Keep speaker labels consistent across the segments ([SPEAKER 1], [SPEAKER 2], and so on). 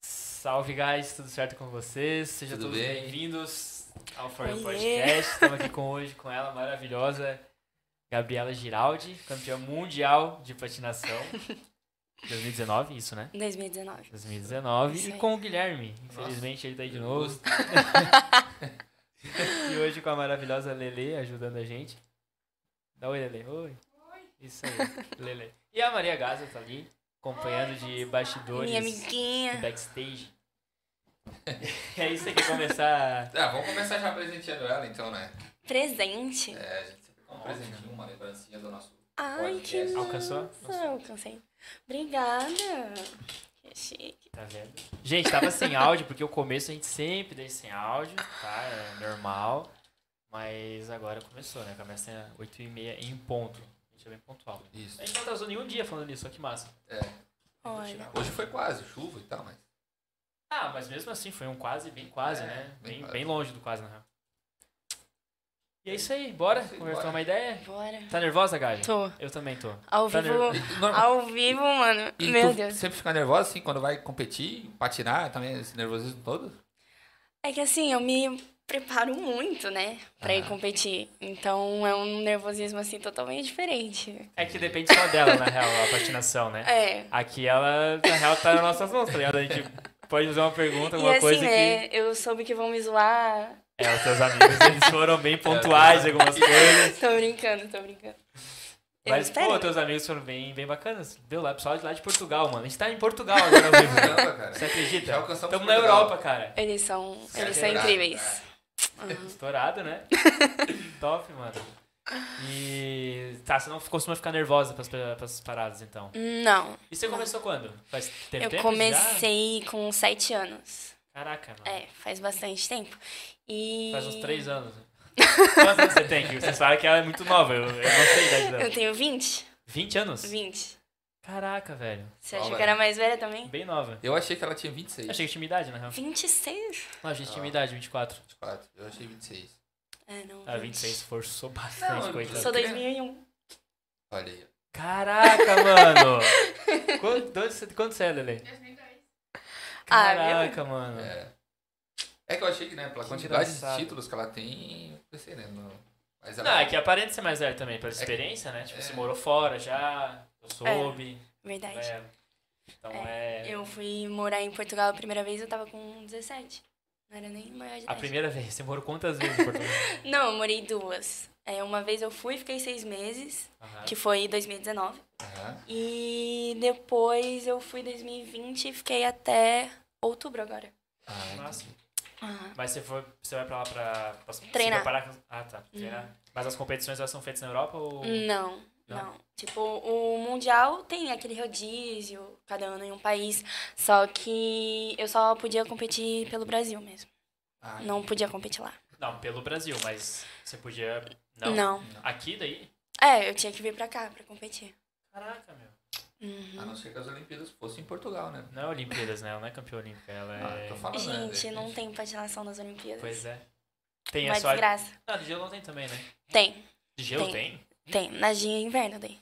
[SPEAKER 1] Salve, guys, tudo certo com vocês? Sejam
[SPEAKER 2] Tudo
[SPEAKER 1] todos
[SPEAKER 2] bem?
[SPEAKER 1] bem-vindos ao For You
[SPEAKER 3] Oiê.
[SPEAKER 1] Podcast. Estamos aqui com, hoje com ela, maravilhosa, Gabriela Giraldi, campeã mundial de patinação. 2019, isso, né?
[SPEAKER 3] 2019.
[SPEAKER 1] 2019.
[SPEAKER 3] Isso
[SPEAKER 1] e
[SPEAKER 3] aí.
[SPEAKER 1] com o Guilherme, infelizmente ele tá aí de novo. e hoje com a maravilhosa Lele ajudando a gente. Dá oi, Lele. Oi. Isso aí, Lele. E a Maria Gaza tá ali, acompanhando de bastidores
[SPEAKER 3] Minha
[SPEAKER 1] do
[SPEAKER 3] amiguinha.
[SPEAKER 1] backstage. é isso aí que começar.
[SPEAKER 2] Ah, vamos começar já presenteando ela então, né?
[SPEAKER 3] Presente.
[SPEAKER 2] É, a gente sempre dá um presentinho, uma lembrancinha do nosso.
[SPEAKER 3] Ai, que
[SPEAKER 2] Podcast.
[SPEAKER 3] massa.
[SPEAKER 1] é, Alcançou?
[SPEAKER 3] Alcancei. Obrigada. Que chique.
[SPEAKER 1] Tá vendo? Gente, tava sem áudio, porque o começo a gente sempre deixa sem áudio, tá? É normal. Mas agora começou, né? Começa às 8h30 em ponto. A gente é bem pontual.
[SPEAKER 2] Isso.
[SPEAKER 1] A gente não atrasou nenhum dia falando nisso, ó, que massa.
[SPEAKER 2] É.
[SPEAKER 3] Olha.
[SPEAKER 2] Hoje foi quase, chuva e tal, mas.
[SPEAKER 1] Ah, mas mesmo assim foi um quase, bem quase,
[SPEAKER 2] É,
[SPEAKER 1] né?
[SPEAKER 2] bem
[SPEAKER 1] Bem,
[SPEAKER 2] quase.
[SPEAKER 1] bem longe do quase, na real. E é isso aí, bora
[SPEAKER 2] Sim,
[SPEAKER 1] conversar
[SPEAKER 2] bora.
[SPEAKER 1] uma ideia?
[SPEAKER 3] Bora.
[SPEAKER 1] Tá nervosa, Gabi?
[SPEAKER 3] Tô.
[SPEAKER 1] Eu também tô.
[SPEAKER 3] Ao
[SPEAKER 1] Tá
[SPEAKER 3] vivo.
[SPEAKER 1] nervoso?
[SPEAKER 2] Normal.
[SPEAKER 3] Ao vivo, mano.
[SPEAKER 2] E
[SPEAKER 3] Meu
[SPEAKER 2] tu
[SPEAKER 3] Deus.
[SPEAKER 2] sempre fica nervosa assim quando vai competir, patinar também, esse nervosismo todo?
[SPEAKER 3] É que assim, eu me preparo muito, né? Pra ir
[SPEAKER 1] Ah.
[SPEAKER 2] Aham.
[SPEAKER 3] competir. Então é um nervosismo, assim, totalmente diferente.
[SPEAKER 1] É que depende só dela, na real, a patinação, né?
[SPEAKER 3] É.
[SPEAKER 1] Aqui ela, na real, tá nas nossas mãos, tá ligado? A gente pode fazer uma pergunta,
[SPEAKER 3] E
[SPEAKER 1] alguma
[SPEAKER 3] assim,
[SPEAKER 1] coisa que.
[SPEAKER 3] né? Eu soube que vão me zoar.
[SPEAKER 1] É, os seus amigos, eles foram bem pontuais em algumas coisas.
[SPEAKER 3] Tô brincando, tô brincando. Eu
[SPEAKER 1] Mas,
[SPEAKER 3] espero.
[SPEAKER 1] pô, teus amigos foram bem, bem bacanas. Deu lá, pessoal de lá de Portugal, mano. A gente tá em Portugal agora ao vivo. né?
[SPEAKER 2] Caramba, cara.
[SPEAKER 1] Você acredita?
[SPEAKER 2] Já alcançamos
[SPEAKER 1] Estamos na
[SPEAKER 2] Portugal.
[SPEAKER 1] Europa, cara.
[SPEAKER 3] Eles são, eles
[SPEAKER 2] Será?
[SPEAKER 3] são incríveis.
[SPEAKER 1] Estourado, né? Top, mano. E. Tá, você não costuma ficar nervosa pras, pras paradas, então.
[SPEAKER 3] Não,
[SPEAKER 1] E você começou quando? Faz teve
[SPEAKER 3] eu
[SPEAKER 1] tempo? já?
[SPEAKER 3] comecei com sete anos.
[SPEAKER 1] Caraca, mano.
[SPEAKER 3] É, faz bastante tempo. E.
[SPEAKER 1] Faz uns três anos. Quantos anos você tem? Que Vocês falaram que ela é muito nova. Eu, eu não sei a idade dela.
[SPEAKER 3] Eu tenho 20?
[SPEAKER 1] 20 anos?
[SPEAKER 3] 20.
[SPEAKER 1] Caraca, velho.
[SPEAKER 3] Você
[SPEAKER 2] Nova,
[SPEAKER 3] achou
[SPEAKER 2] né?
[SPEAKER 3] que era mais velha também?
[SPEAKER 1] Bem nova.
[SPEAKER 2] Eu achei que ela tinha 26.
[SPEAKER 1] Achei que tinha minha idade, na real.
[SPEAKER 3] 26?
[SPEAKER 1] Não, achei que
[SPEAKER 2] Ah.
[SPEAKER 1] tinha minha idade, 24.
[SPEAKER 2] 24. Eu achei 26.
[SPEAKER 3] É, não.
[SPEAKER 1] Ah, 26 forçou bastante,
[SPEAKER 2] Não,
[SPEAKER 1] coitado.
[SPEAKER 3] Sou
[SPEAKER 2] Eu queria-
[SPEAKER 3] 2001.
[SPEAKER 2] Olha aí.
[SPEAKER 1] Caraca, mano! Quanto, de onde você- quanto você é, Lele? 2010.
[SPEAKER 3] Ah,
[SPEAKER 1] Caraca, mano.
[SPEAKER 2] É. É que eu achei que, né, pela
[SPEAKER 1] Que
[SPEAKER 2] quantidade
[SPEAKER 1] engraçado.
[SPEAKER 2] de títulos que ela tem, eu pensei, né? No... Mas ela.
[SPEAKER 1] Não, é que aparenta ser mais velho também, pela
[SPEAKER 2] que-
[SPEAKER 1] experiência, né? Tipo,
[SPEAKER 2] é.
[SPEAKER 1] você morou fora já, eu soube.
[SPEAKER 3] É, Verdade.
[SPEAKER 1] né? Então é.
[SPEAKER 3] Eu fui morar em Portugal a primeira vez, eu tava com 17. Não era nem maior de
[SPEAKER 1] A
[SPEAKER 3] idade.
[SPEAKER 1] primeira vez, você morou quantas vezes em Portugal?
[SPEAKER 3] Não, eu morei duas. É, uma vez eu fui, fiquei seis meses,
[SPEAKER 1] Aham.
[SPEAKER 3] que foi em 2019.
[SPEAKER 2] Aham.
[SPEAKER 3] E depois eu fui em 2020 e fiquei até outubro agora.
[SPEAKER 2] Ah,
[SPEAKER 1] Nossa.
[SPEAKER 2] entendi.
[SPEAKER 1] Mas você, foi, você vai pra lá pra, pra se
[SPEAKER 3] Treinar.
[SPEAKER 1] preparar com- Ah, tá. Treinar. Mas as competições elas são feitas na Europa ou.
[SPEAKER 3] Não,
[SPEAKER 1] Não?
[SPEAKER 3] não, Tipo, o Mundial tem aquele rodízio, cada ano em um país. Só que eu só podia competir pelo Brasil mesmo.
[SPEAKER 2] Ah,
[SPEAKER 3] Não podia competir lá.
[SPEAKER 1] Não, pelo Brasil, mas você podia. Não.
[SPEAKER 3] Não.
[SPEAKER 1] Aqui daí?
[SPEAKER 3] É, eu tinha que vir pra cá pra competir.
[SPEAKER 1] Caraca, meu.
[SPEAKER 3] Uhum.
[SPEAKER 2] A não ser que as Olimpíadas fossem em Portugal, né?
[SPEAKER 1] Não é Olimpíadas, né? Ela não é campeã olímpica. Ela
[SPEAKER 2] Ah,
[SPEAKER 1] é.
[SPEAKER 2] tô falando, né,
[SPEAKER 3] Gente,
[SPEAKER 2] de
[SPEAKER 3] não
[SPEAKER 2] repente.
[SPEAKER 3] tem patinação nas Olimpíadas.
[SPEAKER 1] Pois é. Tem
[SPEAKER 3] Uma
[SPEAKER 1] a sua.
[SPEAKER 3] desgraça.
[SPEAKER 1] Ah, de gelo não tem também, né?
[SPEAKER 3] Tem,
[SPEAKER 1] De gelo tem?
[SPEAKER 3] Tem. tem. Na de inverno tem.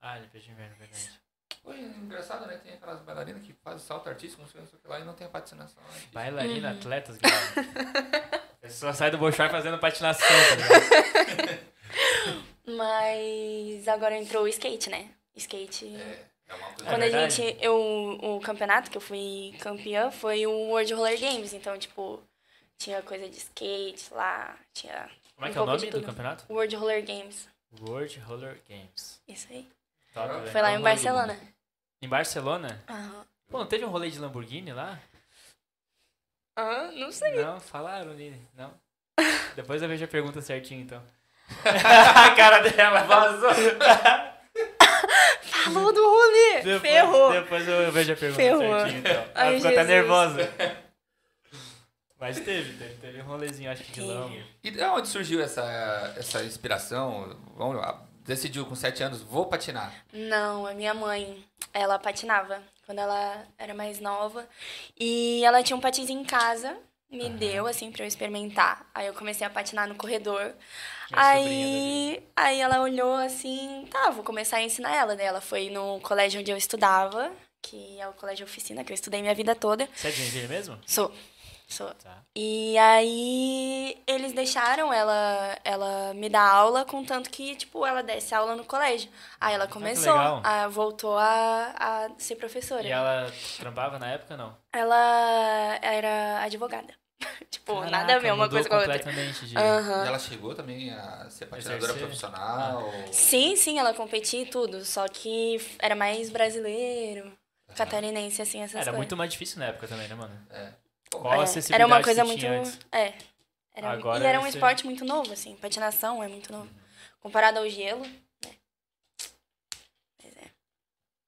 [SPEAKER 1] Ah, Olimpíada de inverno, verdade.
[SPEAKER 2] Foi engraçado, né? Tem aquelas bailarinas que fazem salto artístico, não sei o que lá, e não tem a patinação. né? artística.
[SPEAKER 1] Bailarina,
[SPEAKER 3] Uhum.
[SPEAKER 1] atletas, galera. A pessoa sai do Bochar fazendo patinação, tá ligado?
[SPEAKER 3] Mas agora entrou o skate, né? Skate.
[SPEAKER 2] É, é uma coisa.
[SPEAKER 3] Quando
[SPEAKER 1] É
[SPEAKER 3] a
[SPEAKER 1] verdade?
[SPEAKER 3] gente. Eu, o campeonato que eu fui campeã foi o World Roller Games. Então, tipo, tinha coisa de skate lá, tinha
[SPEAKER 1] Como é
[SPEAKER 3] Um
[SPEAKER 1] que é o
[SPEAKER 3] pouco de
[SPEAKER 1] nome do
[SPEAKER 3] tudo.
[SPEAKER 1] campeonato?
[SPEAKER 3] World Roller Games.
[SPEAKER 1] World Roller Games.
[SPEAKER 3] Isso aí.
[SPEAKER 1] Top,
[SPEAKER 2] Foi
[SPEAKER 1] velho.
[SPEAKER 3] Foi lá
[SPEAKER 2] Então,
[SPEAKER 3] em
[SPEAKER 2] Roller
[SPEAKER 3] Barcelona.
[SPEAKER 1] Em Barcelona?
[SPEAKER 3] Aham.
[SPEAKER 1] Pô, não teve um rolê de Lamborghini lá?
[SPEAKER 3] Ah, não sei.
[SPEAKER 1] Não, falaram ali. Não. Depois eu vejo a pergunta certinho, então. a cara dela vazou.
[SPEAKER 3] Falou Tá do rolê!
[SPEAKER 1] Depois,
[SPEAKER 3] Ferrou!
[SPEAKER 1] Depois eu vejo a pergunta
[SPEAKER 3] Ferrou.
[SPEAKER 1] certinho, então. Ela
[SPEAKER 3] Ai,
[SPEAKER 1] ficou até
[SPEAKER 3] Jesus.
[SPEAKER 1] nervosa. Mas teve, teve, teve um rolezinho, acho que de
[SPEAKER 3] Teve.
[SPEAKER 1] Lambo.
[SPEAKER 2] E de onde surgiu essa, essa inspiração? Vamos lá. Decidiu com 7 anos, vou patinar.
[SPEAKER 3] Não, a minha mãe, ela patinava quando ela era mais nova. E ela tinha um patins em casa, me deu, assim, pra eu experimentar. Aí eu comecei a patinar no corredor.
[SPEAKER 1] Minha sobrinha
[SPEAKER 3] Aí, né? aí ela olhou assim, tá, vou começar a ensinar ela. Daí ela foi no colégio onde eu estudava, que é o colégio oficina, que eu estudei minha vida toda.
[SPEAKER 1] Você é de Joinville mesmo?
[SPEAKER 3] Sou. Sou.
[SPEAKER 1] Tá.
[SPEAKER 3] E aí eles deixaram ela, ela me dar aula, contanto que, tipo, ela desse aula no colégio. Aí ela começou,
[SPEAKER 1] Ah, legal.
[SPEAKER 3] a- voltou a, a ser professora.
[SPEAKER 1] E ela trampava na época, não?
[SPEAKER 3] Ela era advogada. tipo, nada a
[SPEAKER 1] Caraca,
[SPEAKER 3] ver uma
[SPEAKER 1] mudou
[SPEAKER 3] coisa com a outra. Ah,
[SPEAKER 1] completamente de...
[SPEAKER 3] Aham.
[SPEAKER 2] E ela chegou também a ser patinadora
[SPEAKER 1] Exercer? Ah.
[SPEAKER 2] profissional.
[SPEAKER 3] Sim, sim, ela competia e tudo, só que f- era mais brasileiro, catarinense, assim, essas
[SPEAKER 1] Era
[SPEAKER 3] coisas.
[SPEAKER 1] muito mais difícil na época também, né, mano?
[SPEAKER 2] É.
[SPEAKER 1] Qual a
[SPEAKER 3] É,
[SPEAKER 1] acessibilidade
[SPEAKER 3] Era uma coisa
[SPEAKER 1] que
[SPEAKER 3] muito.
[SPEAKER 1] tinha antes?
[SPEAKER 3] É. Era,
[SPEAKER 1] Agora
[SPEAKER 3] e era um
[SPEAKER 1] você-
[SPEAKER 3] esporte muito novo, assim. Patinação é muito novo. Comparado ao gelo.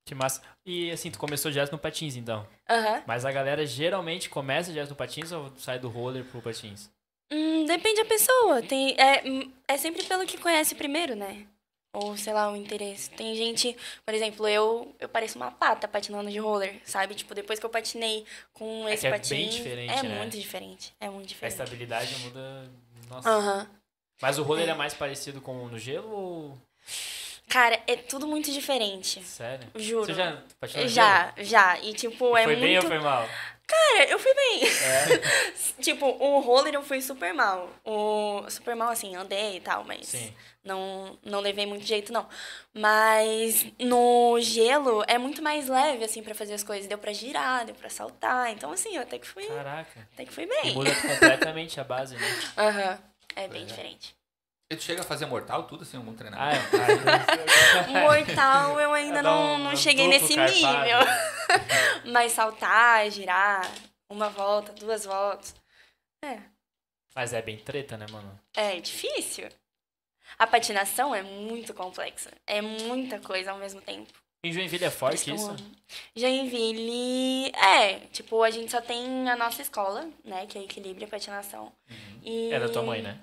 [SPEAKER 1] Que massa. E assim, tu começou jazz no patins, então.
[SPEAKER 3] Aham.
[SPEAKER 1] Mas a galera geralmente começa jazz no patins ou sai do roller pro patins?
[SPEAKER 3] Hum, depende da pessoa. Tem, é, hum, é sempre pelo que conhece primeiro, né? Ou, sei lá, o interesse. Tem gente, por exemplo, eu, eu pareço uma pata patinando de roller, sabe? Tipo, depois que eu patinei com
[SPEAKER 1] É
[SPEAKER 3] esse
[SPEAKER 1] que é bem
[SPEAKER 3] patinho.
[SPEAKER 1] diferente,
[SPEAKER 3] é
[SPEAKER 1] né? tá
[SPEAKER 3] muito diferente. É muito
[SPEAKER 1] A
[SPEAKER 3] diferente.
[SPEAKER 1] estabilidade muda... Nossa.
[SPEAKER 3] Aham.
[SPEAKER 1] Mas o roller é mais parecido com o no gelo ou...
[SPEAKER 3] Cara, é tudo muito diferente.
[SPEAKER 1] Sério?
[SPEAKER 3] Juro.
[SPEAKER 1] Você já patinou no gelo?
[SPEAKER 3] Já, já. E, tipo, é
[SPEAKER 1] foi
[SPEAKER 3] muito.
[SPEAKER 1] bem ou foi mal?
[SPEAKER 3] Cara, eu fui bem.
[SPEAKER 1] É,
[SPEAKER 3] tipo, o roller eu fui super mal. O... Super mal, assim, andei e tal, mas.
[SPEAKER 1] sim.
[SPEAKER 3] Não, não levei muito jeito, não. Mas no gelo é muito mais leve, assim, pra fazer as coisas. Deu pra girar, deu pra saltar. Então, assim, eu até que fui,
[SPEAKER 1] Caraca.
[SPEAKER 3] até que fui
[SPEAKER 1] E
[SPEAKER 3] bem.
[SPEAKER 1] muda completamente a base, né?
[SPEAKER 3] Aham. É bem
[SPEAKER 2] Legal.
[SPEAKER 3] diferente.
[SPEAKER 2] E tu chega a fazer mortal tudo sem algum
[SPEAKER 1] Ah,
[SPEAKER 2] treinamento?
[SPEAKER 1] é. Ah, então-
[SPEAKER 3] Mortal, eu ainda
[SPEAKER 1] Dá
[SPEAKER 3] não,
[SPEAKER 1] um-
[SPEAKER 3] não
[SPEAKER 1] um
[SPEAKER 3] cheguei
[SPEAKER 1] duplo
[SPEAKER 3] nesse
[SPEAKER 1] carpado.
[SPEAKER 3] nível. Mas saltar, girar, uma volta, duas voltas. É.
[SPEAKER 1] Mas é bem treta, né, mano?
[SPEAKER 3] É difícil. A patinação é muito complexa. É muita coisa ao mesmo tempo.
[SPEAKER 1] Em Joinville é
[SPEAKER 3] Por
[SPEAKER 1] forte
[SPEAKER 3] que eu
[SPEAKER 1] isso?
[SPEAKER 3] amo. Joinville, é, tipo, a gente só tem a nossa escola, né, que é equilíbrio e patinação. E...
[SPEAKER 1] É da tua mãe, né?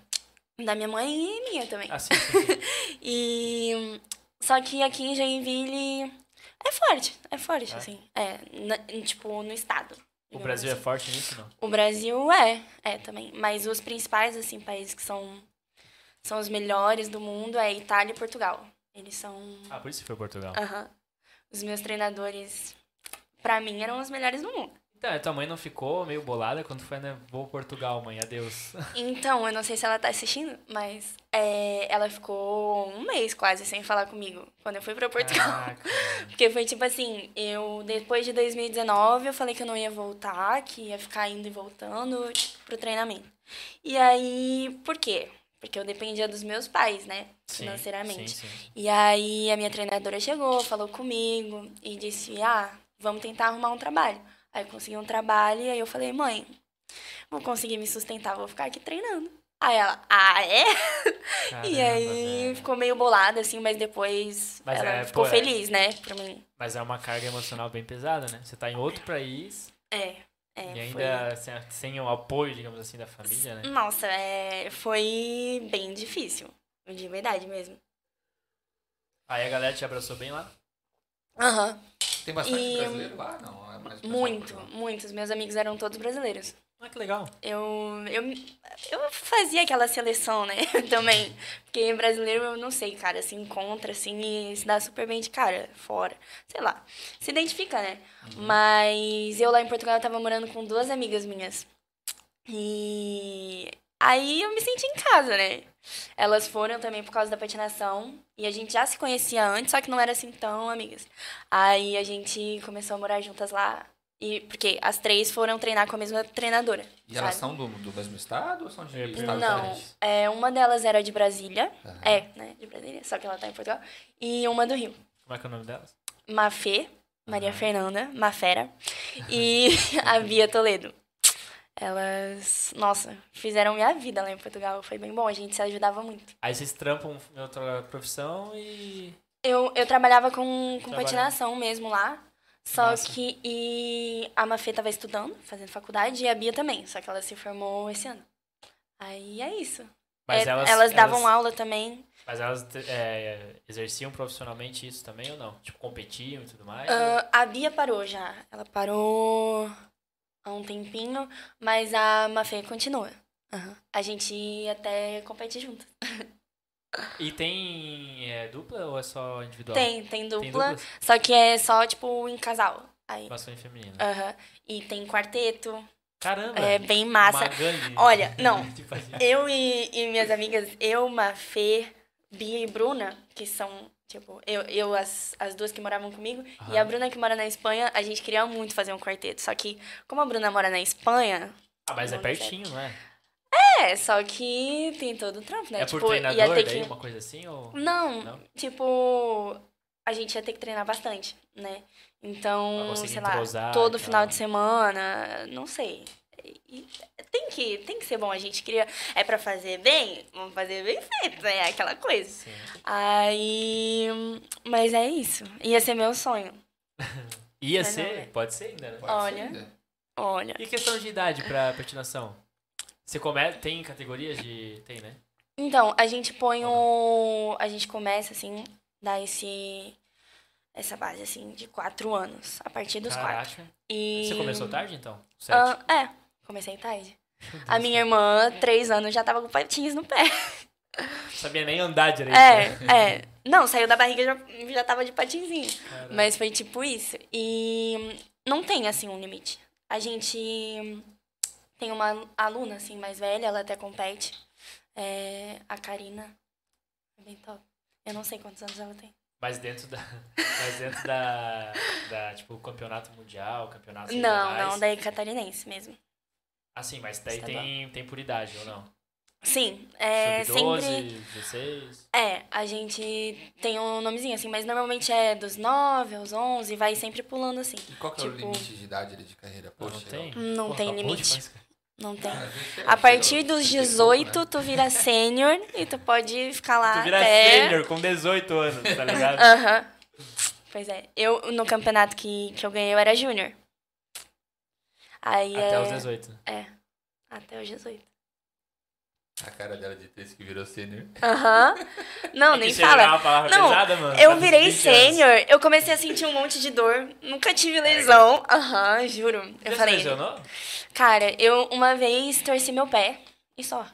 [SPEAKER 3] Da minha mãe e minha também.
[SPEAKER 1] Assim, sim, sim.
[SPEAKER 3] E só que aqui em Joinville é forte, é forte,
[SPEAKER 1] É?
[SPEAKER 3] assim. É, na- tipo, no estado.
[SPEAKER 1] O
[SPEAKER 3] digamos
[SPEAKER 1] Brasil é
[SPEAKER 3] assim.
[SPEAKER 1] forte nisso, não?
[SPEAKER 3] O Brasil é, é também. Mas os principais, assim, países que são, são os melhores do mundo é Itália e Portugal. Eles são
[SPEAKER 1] Ah, por isso que foi Portugal.
[SPEAKER 3] Aham. Os meus treinadores, pra mim, eram os melhores do mundo.
[SPEAKER 1] Então, a tua mãe não ficou meio bolada quando foi, né? Vou Portugal, mãe, adeus.
[SPEAKER 3] Então, eu não sei se ela tá assistindo, mas é, ela ficou um mês quase sem falar comigo quando eu fui pra Portugal.
[SPEAKER 1] Caraca.
[SPEAKER 3] Porque foi tipo assim, eu depois de 2019 eu falei que eu não ia voltar, que ia ficar indo e voltando tipo, pro treinamento. E aí, por quê? Porque eu dependia dos meus pais, né?
[SPEAKER 1] Sim,
[SPEAKER 3] Financeiramente.
[SPEAKER 1] Sim, sim.
[SPEAKER 3] E aí a minha treinadora chegou, falou comigo e disse: Ah, vamos tentar arrumar um trabalho. Aí eu consegui um trabalho e aí eu falei: Mãe, vou conseguir me sustentar, vou ficar aqui treinando. Aí ela, ah, é? e
[SPEAKER 1] Caramba,
[SPEAKER 3] aí
[SPEAKER 1] velho.
[SPEAKER 3] ficou meio bolada, assim, mas depois
[SPEAKER 1] Mas
[SPEAKER 3] ela
[SPEAKER 1] é,
[SPEAKER 3] ficou
[SPEAKER 1] pô, é.
[SPEAKER 3] feliz, né, por mim.
[SPEAKER 1] Mas é uma carga emocional bem pesada, né? Você tá em outro país
[SPEAKER 3] É, é,
[SPEAKER 1] e
[SPEAKER 3] foi.
[SPEAKER 1] ainda né? sem, sem o apoio, digamos assim, da família, né?
[SPEAKER 3] Nossa, é, foi bem difícil. De verdade mesmo.
[SPEAKER 1] Aí a galera te abraçou bem lá?
[SPEAKER 3] Aham.
[SPEAKER 1] é.
[SPEAKER 2] Tem bastante
[SPEAKER 3] E-
[SPEAKER 2] brasileiro lá? Não, é mais brasileiro
[SPEAKER 3] Muito,
[SPEAKER 2] que lá.
[SPEAKER 3] muitos. Meus amigos eram todos brasileiros.
[SPEAKER 1] Ah, que legal.
[SPEAKER 3] Eu, eu, eu fazia aquela seleção, né? Também. Porque brasileiro, eu não sei, cara, se encontra assim e se dá super bem de cara, fora. Sei lá. Se identifica, né?
[SPEAKER 2] Uhum.
[SPEAKER 3] Mas eu lá em Portugal eu tava morando com duas amigas minhas. E aí eu me senti em casa, né? Elas foram também por causa da patinação. E a gente já se conhecia antes, só que não era assim tão amigas. Aí a gente começou a morar juntas lá. E porque as três foram treinar com a mesma treinadora.
[SPEAKER 2] E elas são
[SPEAKER 3] sabe?
[SPEAKER 2] do, do mesmo estado ou são de
[SPEAKER 1] Eu ia
[SPEAKER 2] estado
[SPEAKER 1] perguntar
[SPEAKER 3] Não,
[SPEAKER 2] diferente?
[SPEAKER 3] é, uma delas era de Brasília.
[SPEAKER 2] Aham.
[SPEAKER 3] É, né? De Brasília, só que ela tá em Portugal. E uma do Rio.
[SPEAKER 1] Como é que é o nome delas?
[SPEAKER 3] Mafê, Maria
[SPEAKER 1] Aham.
[SPEAKER 3] Fernanda, Mafera. E a Bia Toledo. Elas, nossa, fizeram minha vida lá em Portugal. Foi bem bom, a gente se ajudava muito.
[SPEAKER 1] Aí vocês trampam em outra profissão
[SPEAKER 3] É,
[SPEAKER 1] e.
[SPEAKER 3] Eu, eu trabalhava com, com
[SPEAKER 1] Trabalha.
[SPEAKER 3] patinação mesmo lá. Só
[SPEAKER 1] massa.
[SPEAKER 3] que e a Mafê tava estudando, fazendo faculdade, e a Bia também. Só que ela se formou esse ano. Aí é isso. É, davam aula também.
[SPEAKER 1] Mas elas te- é, exerciam profissionalmente isso também ou não? Tipo, competiam e tudo mais?
[SPEAKER 3] Ah, a Bia parou já. Ela parou há um tempinho, mas a Mafê continua. Aham. A gente até compete junto.
[SPEAKER 1] E tem é, dupla ou é só individual?
[SPEAKER 3] Tem, tem
[SPEAKER 1] Tem
[SPEAKER 3] dupla,
[SPEAKER 1] duplas?
[SPEAKER 3] só que é só, tipo, em casal. Aí,
[SPEAKER 1] Masculino e feminino.
[SPEAKER 3] aham. E tem quarteto.
[SPEAKER 1] Caramba!
[SPEAKER 3] É bem massa.
[SPEAKER 1] Magali.
[SPEAKER 3] Olha, não.
[SPEAKER 1] Tipo assim,
[SPEAKER 3] Eu e, e minhas amigas, eu, Mafê, Bia e Bruna, que são, tipo, eu, eu as, as duas que moravam comigo, e a
[SPEAKER 1] Aham.
[SPEAKER 3] Bruna que mora na Espanha, a gente queria muito fazer um quarteto. Só que, como a Bruna mora na Espanha,
[SPEAKER 1] Ah, mas é
[SPEAKER 3] Não, não sei.
[SPEAKER 1] pertinho, não é?
[SPEAKER 3] é, só que tem todo o trampo, né?
[SPEAKER 1] É por treinador daí, uma coisa assim? Ou...
[SPEAKER 3] Não,
[SPEAKER 1] Não?
[SPEAKER 3] tipo, a gente ia ter que treinar bastante, né?
[SPEAKER 1] Pra
[SPEAKER 3] Então,
[SPEAKER 1] conseguir
[SPEAKER 3] sei lá,
[SPEAKER 1] entrosar e
[SPEAKER 3] todo
[SPEAKER 1] tal.
[SPEAKER 3] final de semana, não sei. E- Tem que, tem que ser bom, a gente queria. É pra fazer bem? Vamos fazer bem feito, né? Aquela coisa.
[SPEAKER 1] Sim.
[SPEAKER 3] Aí. Mas é isso. Ia ser meu sonho.
[SPEAKER 1] Ia
[SPEAKER 3] Mas não
[SPEAKER 1] ser?
[SPEAKER 3] é.
[SPEAKER 1] Pode ser ainda, né?
[SPEAKER 2] Pode ser
[SPEAKER 3] Olha.
[SPEAKER 2] ainda.
[SPEAKER 3] Olha.
[SPEAKER 1] E questão de idade pra patinação? Você começa... Tem categorias de... Tem, né?
[SPEAKER 3] Então, a gente põe o. A gente começa, assim, dá esse. Essa base, assim, de quatro anos. A partir dos quatro.
[SPEAKER 1] Caraca.
[SPEAKER 3] E...
[SPEAKER 1] Você começou tarde, então? Sete.
[SPEAKER 3] Ah, é, comecei tarde. A minha irmã, três anos, já tava com patinhas no pé.
[SPEAKER 1] Sabia nem andar direito. né?
[SPEAKER 3] É, é. Não, saiu da barriga já, já tava de patinzinho.
[SPEAKER 1] Caraca.
[SPEAKER 3] Mas foi tipo isso. E não tem, assim, um limite. A gente tem uma aluna, assim, mais velha, ela até compete. É, a Karina. É bem top. Eu não sei quantos anos ela tem.
[SPEAKER 1] Mas dentro da... Mas dentro da... da tipo, campeonato mundial, campeonato
[SPEAKER 3] Não, não, daí é catarinense mesmo.
[SPEAKER 1] Assim, mas daí
[SPEAKER 3] Estadual.
[SPEAKER 1] tem, tem por idade, ou não?
[SPEAKER 3] Sim, é
[SPEAKER 1] Sub-12,
[SPEAKER 3] sempre...
[SPEAKER 1] 16...
[SPEAKER 3] É, a gente tem um nomezinho assim, mas normalmente é dos 9 aos 11, vai sempre pulando assim.
[SPEAKER 2] E qual que é o
[SPEAKER 3] Tipo-
[SPEAKER 2] limite de idade ali de carreira?
[SPEAKER 1] Não,
[SPEAKER 2] Poxa,
[SPEAKER 1] não tem?
[SPEAKER 3] Não tem
[SPEAKER 1] acabou de
[SPEAKER 3] limite.
[SPEAKER 1] fazer-
[SPEAKER 3] Não tem.
[SPEAKER 2] Ah, gente, é,
[SPEAKER 1] um
[SPEAKER 3] A partir
[SPEAKER 2] chega-
[SPEAKER 3] dos
[SPEAKER 2] chega e pouco, né?
[SPEAKER 3] 18, tu vira sênior e tu pode ficar lá
[SPEAKER 1] Tu vira
[SPEAKER 3] até...
[SPEAKER 1] sênior com 18 anos, tá ligado?
[SPEAKER 3] Aham. Pois é. Eu, no campeonato que, que eu ganhei, eu era júnior. Aí
[SPEAKER 1] Até
[SPEAKER 3] é...
[SPEAKER 1] os 18.
[SPEAKER 3] É. Até os 18.
[SPEAKER 2] A cara dela de texto que virou sênior.
[SPEAKER 3] Aham. Não,
[SPEAKER 1] É que
[SPEAKER 3] nem
[SPEAKER 1] sênior
[SPEAKER 3] fala.
[SPEAKER 1] É uma palavra
[SPEAKER 3] Não,
[SPEAKER 1] pesada, mano.
[SPEAKER 3] Eu
[SPEAKER 1] Faz uns
[SPEAKER 3] virei
[SPEAKER 1] 20 anos. É
[SPEAKER 3] sênior, eu comecei a sentir um monte de dor, nunca tive lesão. Aham, juro.
[SPEAKER 1] Você
[SPEAKER 3] Eu
[SPEAKER 1] se né?
[SPEAKER 3] falei,
[SPEAKER 1] lesionou?
[SPEAKER 3] Cara, eu uma vez torci meu pé e só.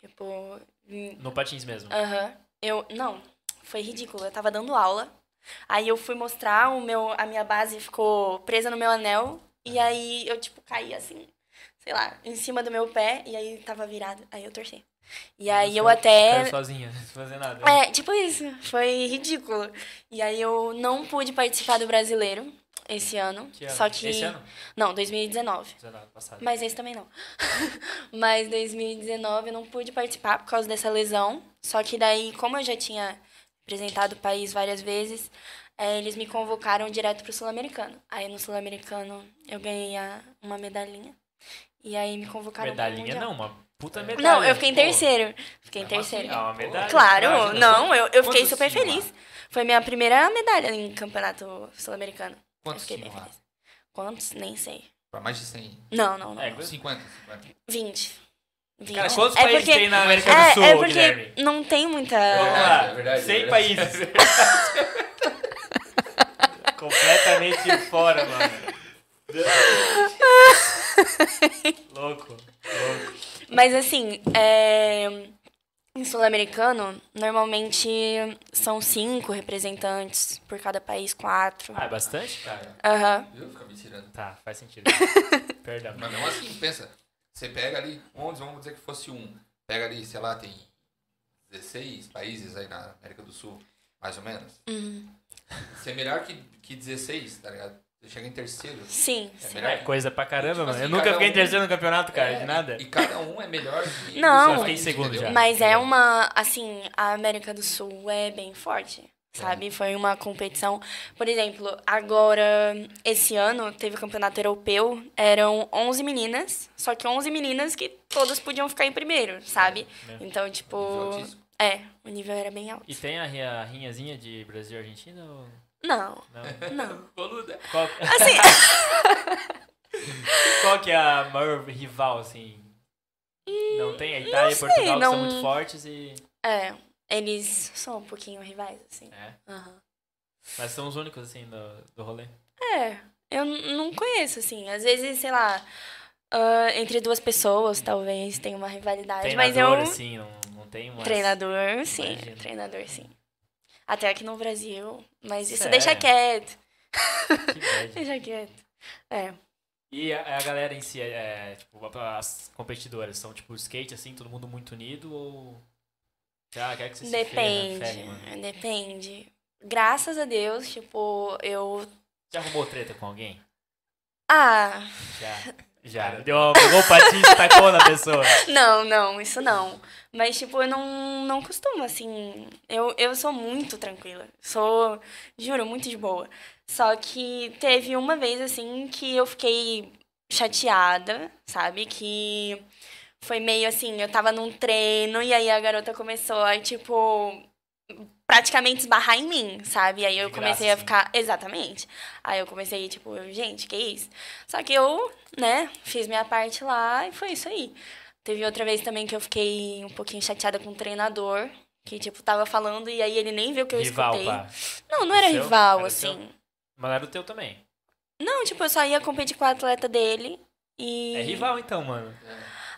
[SPEAKER 3] Tipo. hum,
[SPEAKER 1] No patins mesmo.
[SPEAKER 3] Aham. Eu. Não, foi ridículo. Eu tava dando aula. Aí eu fui mostrar, o meu, a minha base ficou presa no meu anel. E aí eu, tipo, caí assim, sei lá, em cima do meu pé. E aí tava virado. Aí eu torci. E aí eu
[SPEAKER 1] Nossa, Caiu
[SPEAKER 3] até.
[SPEAKER 1] sozinha, sem fazer nada.
[SPEAKER 3] É, tipo isso. Foi ridículo. E aí eu não pude participar do brasileiro esse ano.
[SPEAKER 1] Que ano?
[SPEAKER 3] Só que.
[SPEAKER 1] Esse ano?
[SPEAKER 3] Não, 2019.
[SPEAKER 1] 19 passado.
[SPEAKER 3] Mas esse também não. Mas 2019 eu não pude participar por causa dessa lesão. Só que daí, como eu já tinha apresentado o país várias vezes, eh, eles me convocaram direto pro Sul-Americano. Aí no Sul-Americano eu ganhei a- uma medalhinha. E aí me convocaram pro
[SPEAKER 1] medalhinha
[SPEAKER 3] Mundial.
[SPEAKER 1] não, uma puta medalha.
[SPEAKER 3] Não, eu fiquei em
[SPEAKER 1] pô.
[SPEAKER 3] terceiro. Fiquei em
[SPEAKER 2] É uma
[SPEAKER 3] terceiro.
[SPEAKER 1] Ah, uma
[SPEAKER 2] Pô.
[SPEAKER 1] medalha.
[SPEAKER 3] Claro,
[SPEAKER 1] imagina.
[SPEAKER 3] não, eu, eu fiquei
[SPEAKER 2] Quantos
[SPEAKER 3] super
[SPEAKER 2] tinham lá?
[SPEAKER 3] feliz. Foi minha primeira medalha em campeonato sul-americano. Eu
[SPEAKER 2] Quantos
[SPEAKER 3] fiquei bem
[SPEAKER 2] tinham lá?
[SPEAKER 3] feliz. Quantos? Nem sei.
[SPEAKER 2] Pra mais de 100.
[SPEAKER 3] Não, não, não.
[SPEAKER 1] É,
[SPEAKER 2] Não, 50, 50.
[SPEAKER 3] 20. 20.
[SPEAKER 1] Cara, quantos
[SPEAKER 3] é
[SPEAKER 1] países
[SPEAKER 3] porque,
[SPEAKER 1] tem na América
[SPEAKER 3] é,
[SPEAKER 1] do Sul,
[SPEAKER 3] é porque Ah.
[SPEAKER 1] Guilherme?
[SPEAKER 3] não tem muita...
[SPEAKER 1] Vamos
[SPEAKER 2] É
[SPEAKER 1] lá,
[SPEAKER 2] verdade, é verdade, é
[SPEAKER 1] 100
[SPEAKER 2] verdade.
[SPEAKER 1] países. Completamente fora, mano. louco, louco.
[SPEAKER 3] Mas assim, é, em sul-americano, normalmente são cinco representantes por cada país, quatro.
[SPEAKER 1] Ah, é bastante?
[SPEAKER 2] Cara,
[SPEAKER 3] Aham.
[SPEAKER 2] eu ficava me tirando.
[SPEAKER 1] Tá, faz sentido. Perdão.
[SPEAKER 2] Mas mesmo assim, pensa. Você pega ali, 11, vamos dizer que fosse um. Pega ali, sei lá, tem 16 países aí na América do Sul, mais ou menos.
[SPEAKER 3] Uhum.
[SPEAKER 2] Você é melhor que, que 16, tá ligado? Você chega em terceiro.
[SPEAKER 3] Sim,
[SPEAKER 2] É
[SPEAKER 3] sim.
[SPEAKER 2] melhor.
[SPEAKER 1] É coisa pra caramba,
[SPEAKER 2] Tipo
[SPEAKER 1] mano. Eu
[SPEAKER 2] assim,
[SPEAKER 1] nunca
[SPEAKER 2] cada
[SPEAKER 1] fiquei em
[SPEAKER 2] um-
[SPEAKER 1] terceiro no campeonato, cara, de
[SPEAKER 2] É,
[SPEAKER 1] nada.
[SPEAKER 2] E cada um é melhor que.
[SPEAKER 3] Não.
[SPEAKER 2] Eu
[SPEAKER 3] Eu
[SPEAKER 1] fiquei em segundo já.
[SPEAKER 3] Mas é uma... Assim, a América do Sul é bem forte. Sabe?
[SPEAKER 1] Tá.
[SPEAKER 3] Foi uma competição. Por exemplo, agora, esse ano, teve o campeonato europeu. Eram 11 meninas. Só que 11 meninas que todas podiam ficar em primeiro, sabe?
[SPEAKER 1] Né?
[SPEAKER 3] Então, tipo.
[SPEAKER 2] Nível altíssimo.
[SPEAKER 3] É, o nível era bem alto.
[SPEAKER 1] E tem a ri- a rinhazinha de Brasil e Argentina ou
[SPEAKER 3] Não,
[SPEAKER 1] não?
[SPEAKER 3] não.
[SPEAKER 2] Boluda.
[SPEAKER 1] Qual,
[SPEAKER 3] Assim,
[SPEAKER 1] qual que é a maior rival, assim? Não tem? A Itália e
[SPEAKER 3] sei,
[SPEAKER 1] Portugal que são
[SPEAKER 3] não-
[SPEAKER 1] muito fortes e...
[SPEAKER 3] é, eles são um pouquinho rivais, assim.
[SPEAKER 1] É,
[SPEAKER 3] Aham.
[SPEAKER 1] mas são os únicos, assim, do, do rolê.
[SPEAKER 3] É, eu n- não conheço, assim. Às vezes, sei lá, ah, entre duas pessoas, talvez, tem uma rivalidade. mas eu.
[SPEAKER 1] Treinador, assim, não, não tem mais...
[SPEAKER 3] Treinador, sim.
[SPEAKER 1] Imagino.
[SPEAKER 3] Treinador, sim. Até aqui no Brasil. Mas isso
[SPEAKER 1] Sério?
[SPEAKER 3] deixa quieto.
[SPEAKER 1] Que média.
[SPEAKER 3] Deixa quieto. É.
[SPEAKER 1] E a, a galera em si, é, é, tipo, as competidoras, são tipo skate assim, todo mundo muito unido ou. Ah, quer que você
[SPEAKER 3] Depende.
[SPEAKER 1] se ferre, né? Ferre, mano.
[SPEAKER 3] Depende. Graças a Deus, tipo, eu.
[SPEAKER 1] Já arrumou treta com alguém?
[SPEAKER 3] Ah,
[SPEAKER 1] Já. Já. Deu uma, pegou o patinho e tacou na pessoa.
[SPEAKER 3] não, não, isso não. Mas, tipo, eu não, não costumo, assim. Eu, eu sou muito tranquila. Sou, juro, muito de boa. Só que teve uma vez, assim, que eu fiquei chateada, sabe? Que foi meio assim, eu tava num treino e aí a garota começou a, tipo, praticamente esbarrar em mim, sabe? E aí eu
[SPEAKER 1] De graça,
[SPEAKER 3] comecei a
[SPEAKER 1] assim.
[SPEAKER 3] ficar. Exatamente. Aí eu comecei, tipo, gente, que isso? Só que eu, né, fiz minha parte lá e foi isso aí. Teve outra vez também que eu fiquei um pouquinho chateada com o treinador, que, tipo, tava falando e aí ele nem viu o que eu
[SPEAKER 1] Rival,
[SPEAKER 3] escutei.
[SPEAKER 1] pá.
[SPEAKER 3] Não, não era
[SPEAKER 1] Seu?
[SPEAKER 3] rival,
[SPEAKER 1] Era
[SPEAKER 3] assim.
[SPEAKER 1] Mas era o teu também.
[SPEAKER 3] Não, tipo, eu só ia competir com o atleta dele e.
[SPEAKER 1] É rival então, mano.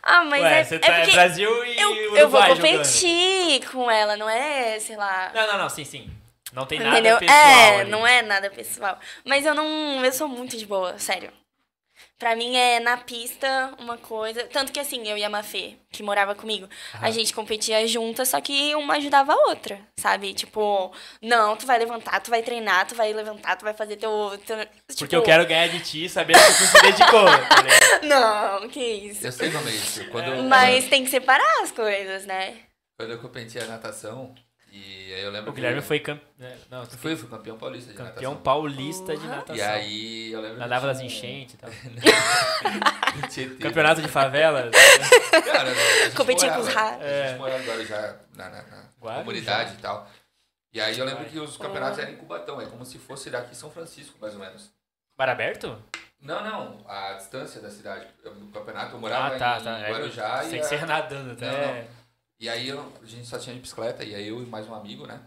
[SPEAKER 3] Ah, mas
[SPEAKER 1] Ué,
[SPEAKER 3] é,
[SPEAKER 1] você
[SPEAKER 3] é
[SPEAKER 1] tá
[SPEAKER 3] porque
[SPEAKER 1] Brasil e
[SPEAKER 3] eu,
[SPEAKER 1] Uruguai
[SPEAKER 3] eu vou
[SPEAKER 1] jogando.
[SPEAKER 3] competir com ela, não é, sei lá.
[SPEAKER 1] Não, não, não, sim, sim. Não tem nada
[SPEAKER 3] entendeu?
[SPEAKER 1] pessoal
[SPEAKER 3] é,
[SPEAKER 1] ali.
[SPEAKER 3] não é nada pessoal. Mas eu não. Eu sou muito de boa, sério. Pra mim é na pista uma coisa. Tanto que assim, eu e a Mafê, que morava comigo, a
[SPEAKER 1] Aham.
[SPEAKER 3] gente competia juntas, só que uma ajudava a outra, sabe? Tipo, não, tu vai levantar, tu vai treinar, tu vai levantar, tu vai fazer teu. tipo, teu
[SPEAKER 1] Porque eu quero ganhar de ti e saber que tu se dedicou. tá ligado?
[SPEAKER 3] Não, que isso.
[SPEAKER 2] Eu sei como é isso. Quando, eu-
[SPEAKER 3] Mas tem que separar as coisas, né?
[SPEAKER 2] quando eu competi a natação, e aí eu lembro
[SPEAKER 1] o Guilherme
[SPEAKER 2] que...
[SPEAKER 1] foi campeão. Não, tu
[SPEAKER 2] Eu
[SPEAKER 1] foi
[SPEAKER 2] fui, fui campeão paulista de
[SPEAKER 1] campeão
[SPEAKER 2] natação.
[SPEAKER 1] paulista de
[SPEAKER 3] Porra.
[SPEAKER 1] natação.
[SPEAKER 2] E aí eu lembro
[SPEAKER 1] Nadava
[SPEAKER 2] que
[SPEAKER 1] nas
[SPEAKER 2] tinha um-
[SPEAKER 1] enchentes e tal.
[SPEAKER 2] Tietê. né?
[SPEAKER 1] Campeonato de favelas.
[SPEAKER 2] Cara, a gente
[SPEAKER 3] Competia com os
[SPEAKER 2] morava-
[SPEAKER 3] ratos.
[SPEAKER 2] A
[SPEAKER 1] É.
[SPEAKER 2] gente morava agora já na, na- na
[SPEAKER 1] Guarujá.
[SPEAKER 2] comunidade e tal. E aí eu lembro que os campeonatos
[SPEAKER 3] Porra.
[SPEAKER 2] eram em Cubatão, é como se fosse daqui São Francisco, mais ou menos.
[SPEAKER 1] Bar aberto?
[SPEAKER 2] Não, não, a distância da cidade. O campeonato eu morava
[SPEAKER 1] ah, tá,
[SPEAKER 2] em
[SPEAKER 1] tá. É,
[SPEAKER 2] Guarujá e,
[SPEAKER 1] sem
[SPEAKER 2] a-
[SPEAKER 1] ser nadando, tá?
[SPEAKER 2] Não,
[SPEAKER 1] até.
[SPEAKER 2] e aí eu- a gente só tinha de bicicleta, e aí eu e mais um amigo, né?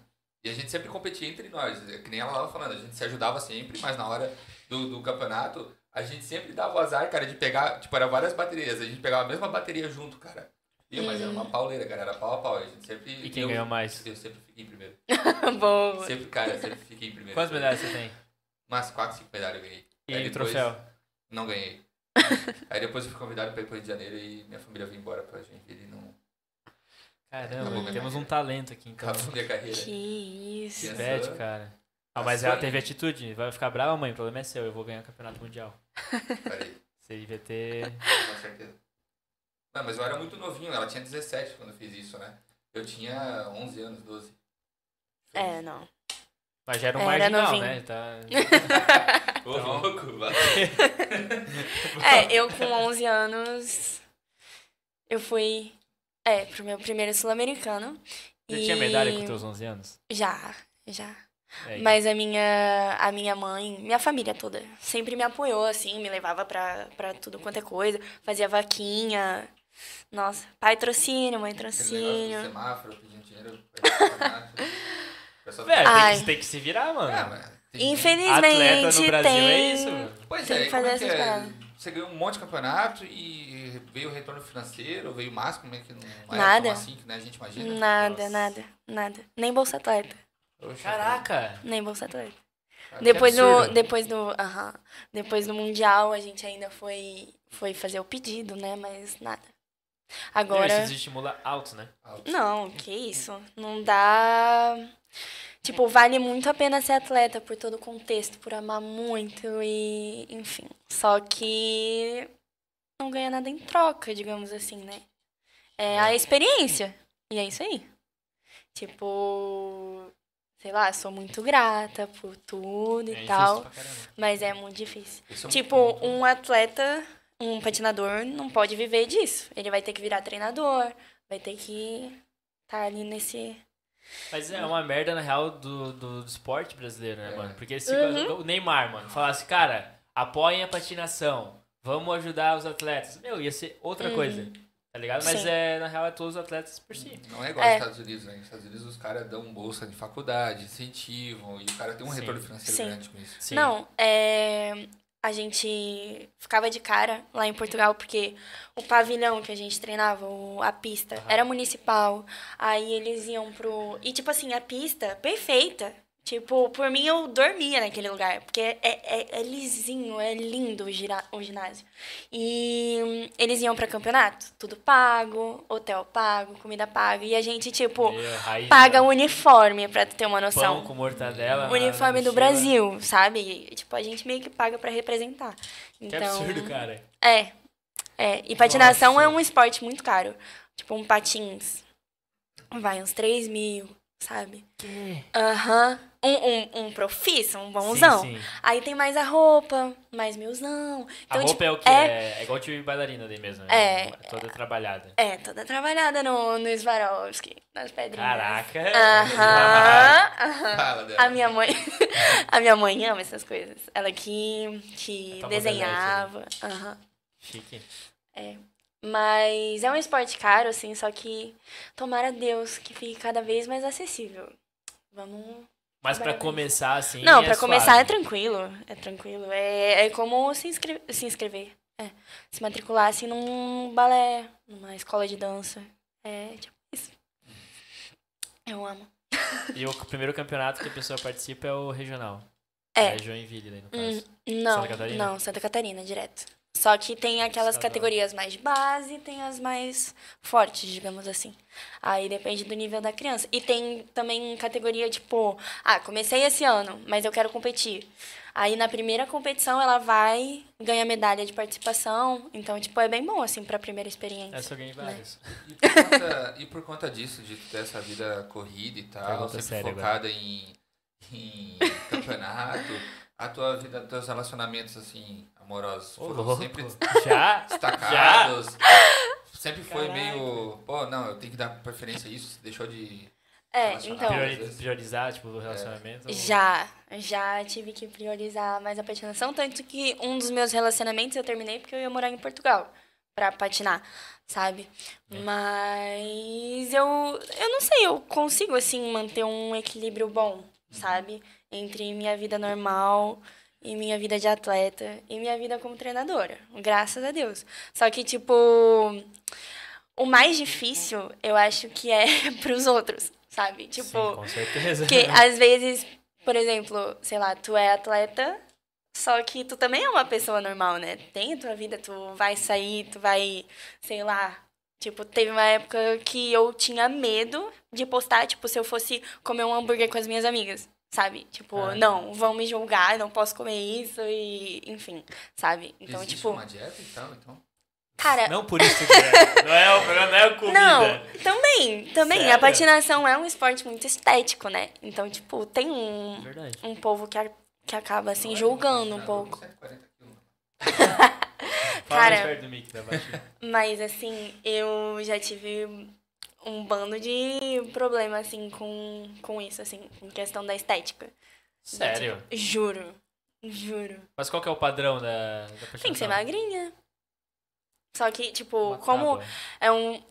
[SPEAKER 2] E a gente sempre competia entre nós, é que nem ela tava falando, a gente se ajudava sempre, mas na hora do, do campeonato, a gente sempre dava o azar, cara, de pegar, tipo, era várias baterias, a gente pegava a mesma bateria junto, cara. E, mas era uma pauleira, cara, era pau a pau, a gente sempre...
[SPEAKER 1] E quem
[SPEAKER 2] eu-
[SPEAKER 1] ganhou mais?
[SPEAKER 2] Eu sempre fiquei em primeiro.
[SPEAKER 3] Boa.
[SPEAKER 2] Sempre, cara, eu sempre fiquei em primeiro.
[SPEAKER 1] Quantas medalhas você tem?
[SPEAKER 2] Umas 4, 5 medalhas eu ganhei.
[SPEAKER 1] E
[SPEAKER 2] Aí
[SPEAKER 1] o
[SPEAKER 2] depois-
[SPEAKER 1] troféu?
[SPEAKER 2] Não ganhei. aí depois eu fui convidado pra ir pro Rio de Janeiro e minha família veio embora pra Joinville e não Acabou
[SPEAKER 1] Caramba,
[SPEAKER 2] minha
[SPEAKER 1] temos
[SPEAKER 2] carreira.
[SPEAKER 1] um talento aqui, então.
[SPEAKER 2] é. acabou minha carreira.
[SPEAKER 3] Que isso.
[SPEAKER 1] Pede,
[SPEAKER 2] Essa-
[SPEAKER 1] cara. Ah,
[SPEAKER 2] essa
[SPEAKER 1] mas ela
[SPEAKER 2] aí.
[SPEAKER 1] teve atitude. Vai ficar brava, mãe. O problema é seu. Eu vou ganhar o campeonato mundial.
[SPEAKER 2] Peraí.
[SPEAKER 1] Você devia ter.
[SPEAKER 2] Com certeza. Não, mas eu era muito novinho, ela tinha 17 quando eu fiz isso, né? Eu tinha 11 anos, 12.
[SPEAKER 3] É, não.
[SPEAKER 1] Mas já era um
[SPEAKER 3] Era
[SPEAKER 1] marginal,
[SPEAKER 3] novinho.
[SPEAKER 1] né? Tá...
[SPEAKER 2] Ô, louco, vai.
[SPEAKER 1] Então,
[SPEAKER 3] É, eu com 11 anos, eu fui, é, pro meu primeiro sul-americano.
[SPEAKER 1] Você
[SPEAKER 3] e-
[SPEAKER 1] tinha medalha com teus 11 anos?
[SPEAKER 3] Já, já.
[SPEAKER 1] É,
[SPEAKER 3] Mas a minha, a minha mãe, minha família toda, sempre me apoiou, assim, me levava pra, pra tudo quanto é coisa, fazia vaquinha. Nossa, pai trocínio, mãe
[SPEAKER 2] Aquele negócio do
[SPEAKER 3] trocínio.
[SPEAKER 2] semáforo, pedindo dinheiro. pra ir pro campeonato. O pessoal
[SPEAKER 1] Velho,
[SPEAKER 2] fica- assim,
[SPEAKER 1] tem
[SPEAKER 3] Ai.
[SPEAKER 1] que, tem que se virar, mano.
[SPEAKER 2] Ah, mas tem-
[SPEAKER 1] Atleta
[SPEAKER 3] Infelizmente,
[SPEAKER 1] no Brasil é
[SPEAKER 3] tem...
[SPEAKER 1] isso, mano.
[SPEAKER 2] Pois
[SPEAKER 3] tem
[SPEAKER 2] é,
[SPEAKER 3] que
[SPEAKER 2] e como é
[SPEAKER 3] fazer
[SPEAKER 2] que
[SPEAKER 3] essas
[SPEAKER 2] é?
[SPEAKER 3] paradas.
[SPEAKER 2] Você ganhou um monte de campeonato e veio o retorno financeiro, veio o máximo, como é que não é tão
[SPEAKER 3] Nada.
[SPEAKER 2] assim que né, a gente imagina?
[SPEAKER 3] Nada,
[SPEAKER 1] Nossa.
[SPEAKER 3] nada, nada. Nem bolsa atleta,
[SPEAKER 2] Oxa,
[SPEAKER 1] Caraca!
[SPEAKER 3] nem bolsa atleta.
[SPEAKER 2] cara, que é
[SPEAKER 3] Depois do,
[SPEAKER 2] absurdo.
[SPEAKER 3] depois do, aham. depois do mundial a gente ainda foi foi fazer o pedido, né? Mas nada.
[SPEAKER 1] Agora...
[SPEAKER 3] Agora
[SPEAKER 1] Isso desestimula alto, né?
[SPEAKER 2] Ah,
[SPEAKER 3] não, que isso? Não dá. Tipo, vale muito a pena ser atleta por todo o contexto, por amar muito e enfim. Só que não ganha nada em troca, digamos assim, né? É a experiência. E é isso aí. Tipo, sei lá, sou muito grata por tudo e
[SPEAKER 1] é
[SPEAKER 3] tal.
[SPEAKER 1] injusto pra caramba.
[SPEAKER 3] Mas é muito difícil.
[SPEAKER 2] Isso é um
[SPEAKER 3] Tipo,
[SPEAKER 2] ponto.
[SPEAKER 3] um atleta, um patinador não pode viver disso. Ele vai ter que virar treinador, vai ter que estar ali nesse.
[SPEAKER 1] Mas é uma merda, na real, do, do, do esporte brasileiro, né,
[SPEAKER 2] É.
[SPEAKER 1] mano? Porque se
[SPEAKER 3] Uhum.
[SPEAKER 1] o Neymar, mano, falasse, cara, apoiem a patinação, vamos ajudar os atletas. Meu, ia ser outra coisa, tá ligado? Mas
[SPEAKER 3] Uhum. Sim.
[SPEAKER 1] é, na real, é todos os atletas por si.
[SPEAKER 2] Não é igual
[SPEAKER 3] É.
[SPEAKER 2] aos Estados Unidos, né? Nos Estados Unidos os caras dão bolsa de faculdade, incentivam, e o cara tem um
[SPEAKER 1] Sim.
[SPEAKER 2] retorno financeiro
[SPEAKER 3] Sim.
[SPEAKER 2] grande com isso.
[SPEAKER 1] Sim.
[SPEAKER 3] Não, é. A gente ficava de cara lá em Portugal, porque o pavilhão que a gente treinava, o- a pista,
[SPEAKER 1] Aham.
[SPEAKER 3] era municipal. Aí eles iam pro. E, tipo assim, a pista perfeita. Tipo, por mim eu dormia naquele lugar, porque é, é, é lisinho, é lindo o, gira, o ginásio. E hum, eles iam pra campeonato, tudo pago, hotel pago, comida paga. E a gente, tipo,
[SPEAKER 1] Meu, raiz,
[SPEAKER 3] paga
[SPEAKER 1] ó.
[SPEAKER 3] o uniforme, pra tu ter uma
[SPEAKER 1] Pão
[SPEAKER 3] noção.
[SPEAKER 1] com mortadela.
[SPEAKER 3] O
[SPEAKER 1] na- na
[SPEAKER 3] uniforme do
[SPEAKER 1] mochila.
[SPEAKER 3] Brasil, sabe? E, tipo, a gente meio que paga pra representar.
[SPEAKER 1] Que
[SPEAKER 3] Então,
[SPEAKER 1] absurdo, cara.
[SPEAKER 3] É. É, e patinação
[SPEAKER 1] Nossa.
[SPEAKER 3] é um esporte muito caro. Tipo, um patins. Vai uns 3 mil, sabe? Aham. Um, um, um profissa, um bonzão.
[SPEAKER 1] Sim, sim.
[SPEAKER 3] Aí tem mais a roupa, mais milzão.
[SPEAKER 1] A
[SPEAKER 3] Então,
[SPEAKER 1] roupa
[SPEAKER 3] tipo,
[SPEAKER 1] é o que? É, é igual tive bailarina dele mesmo. né?
[SPEAKER 3] É.
[SPEAKER 1] Toda trabalhada.
[SPEAKER 3] é, toda trabalhada no, no Swarovski, nas pedrinhas.
[SPEAKER 1] Caraca.
[SPEAKER 3] Aham, aham.
[SPEAKER 2] Fala dela.
[SPEAKER 3] A minha mãe, a minha mãe ama essas coisas. Ela que, que
[SPEAKER 1] É tua
[SPEAKER 3] desenhava. aham.
[SPEAKER 1] Chique.
[SPEAKER 3] Mas é um esporte caro, assim, só que tomara a Deus que fique cada vez mais acessível. Vamos.
[SPEAKER 1] Mas pra
[SPEAKER 3] Parabéns.
[SPEAKER 1] começar, assim.
[SPEAKER 3] Não,
[SPEAKER 1] é
[SPEAKER 3] pra começar
[SPEAKER 1] suave.
[SPEAKER 3] é tranquilo. É tranquilo. É, é como se, inscre- se inscrever. É. Se matricular, assim, num balé, numa escola de dança. É, tipo isso. Eu amo.
[SPEAKER 1] E o primeiro campeonato que a pessoa participa é o regional.
[SPEAKER 3] É.
[SPEAKER 1] É Joinville, daí, no
[SPEAKER 3] Hum,
[SPEAKER 1] caso.
[SPEAKER 3] não,
[SPEAKER 1] Santa Catarina?
[SPEAKER 3] não, Santa Catarina, direto. Só que tem aquelas
[SPEAKER 1] Estadual.
[SPEAKER 3] categorias mais de base e tem as mais fortes, digamos assim. Aí depende do nível da criança. E tem também categoria tipo, ah, comecei esse ano, mas eu quero competir. Aí na primeira competição ela vai ganhar medalha de participação. Então, tipo, é bem bom, assim, pra primeira
[SPEAKER 1] É
[SPEAKER 3] experiência.
[SPEAKER 1] só ganhar vários.
[SPEAKER 2] E por conta- E por conta disso, de ter essa vida corrida e tal,
[SPEAKER 1] Pergunta
[SPEAKER 2] sempre
[SPEAKER 1] séria
[SPEAKER 2] focada em, em campeonato, a tua vida, teus relacionamentos assim, amorosos
[SPEAKER 1] Ô,
[SPEAKER 2] foram
[SPEAKER 1] louco.
[SPEAKER 2] sempre
[SPEAKER 1] Já?
[SPEAKER 2] destacados. Sempre foi
[SPEAKER 1] Caraca.
[SPEAKER 2] meio, pô, não, eu tenho que dar preferência a isso, deixou de.
[SPEAKER 3] É,
[SPEAKER 2] relacionamento.
[SPEAKER 3] então.
[SPEAKER 1] Priori- Priorizar, tipo, o relacionamento. ou-
[SPEAKER 3] Já, já tive que priorizar mais a patinação, tanto que um dos meus relacionamentos eu terminei porque eu ia morar em Portugal pra patinar, sabe? Mas eu, eu não sei, eu consigo assim manter um equilíbrio bom, sabe? Entre minha vida normal e minha vida de atleta e minha vida como treinadora, graças a Deus. Só que tipo, o mais difícil, eu acho que é pros outros, sabe? Tipo,
[SPEAKER 1] Sim, com certeza.
[SPEAKER 3] porque às vezes, por exemplo, sei lá, tu é atleta, só que tu também é uma pessoa normal, né? Tem a tua vida, tu vai sair, tu vai, sei lá. Tipo, teve uma época que eu tinha medo de postar, tipo, se eu fosse comer um hambúrguer com as minhas amigas, sabe? Tipo,
[SPEAKER 1] Ah.
[SPEAKER 3] não, vão me julgar, não posso comer isso e, enfim, sabe? Então,
[SPEAKER 2] Existe
[SPEAKER 3] tipo,
[SPEAKER 2] uma dieta e tal, então.
[SPEAKER 3] cara,
[SPEAKER 1] Não por isso que é. Não é o problema, não é a comida.
[SPEAKER 3] Não, também, também. A
[SPEAKER 1] Sério?
[SPEAKER 3] patinação é um esporte muito estético, né? Então, tipo, tem um,
[SPEAKER 1] Verdade.
[SPEAKER 3] um povo que, a- que acaba, assim,
[SPEAKER 2] Olha,
[SPEAKER 3] julgando um
[SPEAKER 2] patinador
[SPEAKER 3] pouco.
[SPEAKER 2] com 140 quilos.
[SPEAKER 1] Fala mais
[SPEAKER 3] Cara-
[SPEAKER 1] perto do mic, tá da baixinha.
[SPEAKER 3] Mas, assim, eu já tive um bando de problema, assim, com, com isso, assim, em questão da estética.
[SPEAKER 1] Sério?
[SPEAKER 3] Juro, juro.
[SPEAKER 1] Mas qual que é o padrão da, da patinação?
[SPEAKER 3] Tem que ser magrinha. Só que, tipo,
[SPEAKER 1] tá- Uma
[SPEAKER 3] como
[SPEAKER 1] tábua.
[SPEAKER 3] é um.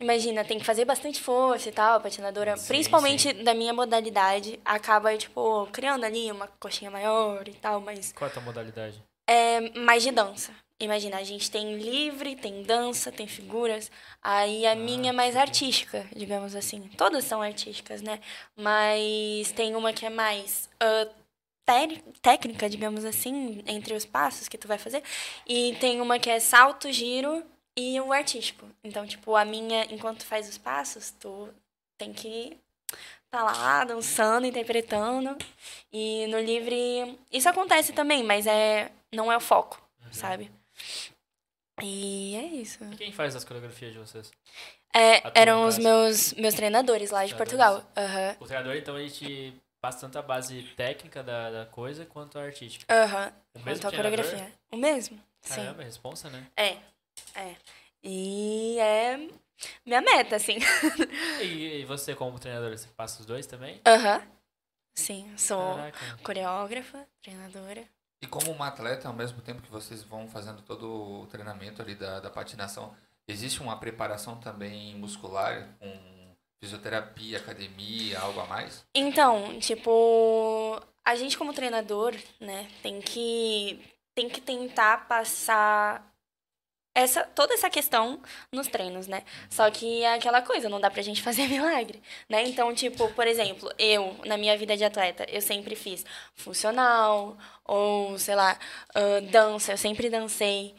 [SPEAKER 3] Imagina, tem que fazer bastante força e tal, a patinadora,
[SPEAKER 1] Sim,
[SPEAKER 3] principalmente da minha modalidade, acaba, tipo, criando ali uma coxinha maior e tal, mas
[SPEAKER 1] Qual é a tua modalidade?
[SPEAKER 3] é mais de dança. Imagina, a gente tem livre, tem dança, tem figuras, aí a minha é mais artística, digamos assim. Todas são artísticas, né? Mas tem uma que é mais ah, té- técnica, digamos assim, entre os passos que tu vai fazer, e tem uma que é salto, giro e o artístico. Então, tipo, a minha, enquanto tu faz os passos, tu tem que tá lá dançando, interpretando. E no livre isso acontece também, mas é não é o foco, sabe? E é isso.
[SPEAKER 1] E quem faz as coreografias de vocês?
[SPEAKER 3] É,
[SPEAKER 1] turma
[SPEAKER 3] eram os
[SPEAKER 1] básica.
[SPEAKER 3] meus meus treinadores lá de
[SPEAKER 1] Treinadores.
[SPEAKER 3] Portugal. Aham.
[SPEAKER 1] O treinador, então, ele te passa tanto a base técnica da, da coisa quanto a artística.
[SPEAKER 3] Aham.
[SPEAKER 1] O
[SPEAKER 3] Quanto à
[SPEAKER 1] treinador?
[SPEAKER 3] coreografia. O mesmo? Sim.
[SPEAKER 1] Caramba, é responsa, né?
[SPEAKER 3] É. É. E é minha meta, assim.
[SPEAKER 1] E, e você, como treinador, você passa os dois também?
[SPEAKER 3] Aham. Sim, sou
[SPEAKER 1] Caraca.
[SPEAKER 3] coreógrafa, treinadora.
[SPEAKER 2] E como uma atleta, ao mesmo tempo que vocês vão fazendo todo o treinamento ali da, da patinação, existe uma preparação também muscular com fisioterapia, academia, algo a mais?
[SPEAKER 3] Então, tipo, a gente como treinador, né, tem que tem que tentar passar essa, toda essa questão nos treinos, né? Só que é aquela coisa, não dá pra gente fazer milagre, né? Então, tipo, por exemplo, eu, na minha vida de atleta, eu sempre fiz funcional, ou, sei lá, ah, dança, eu sempre dancei.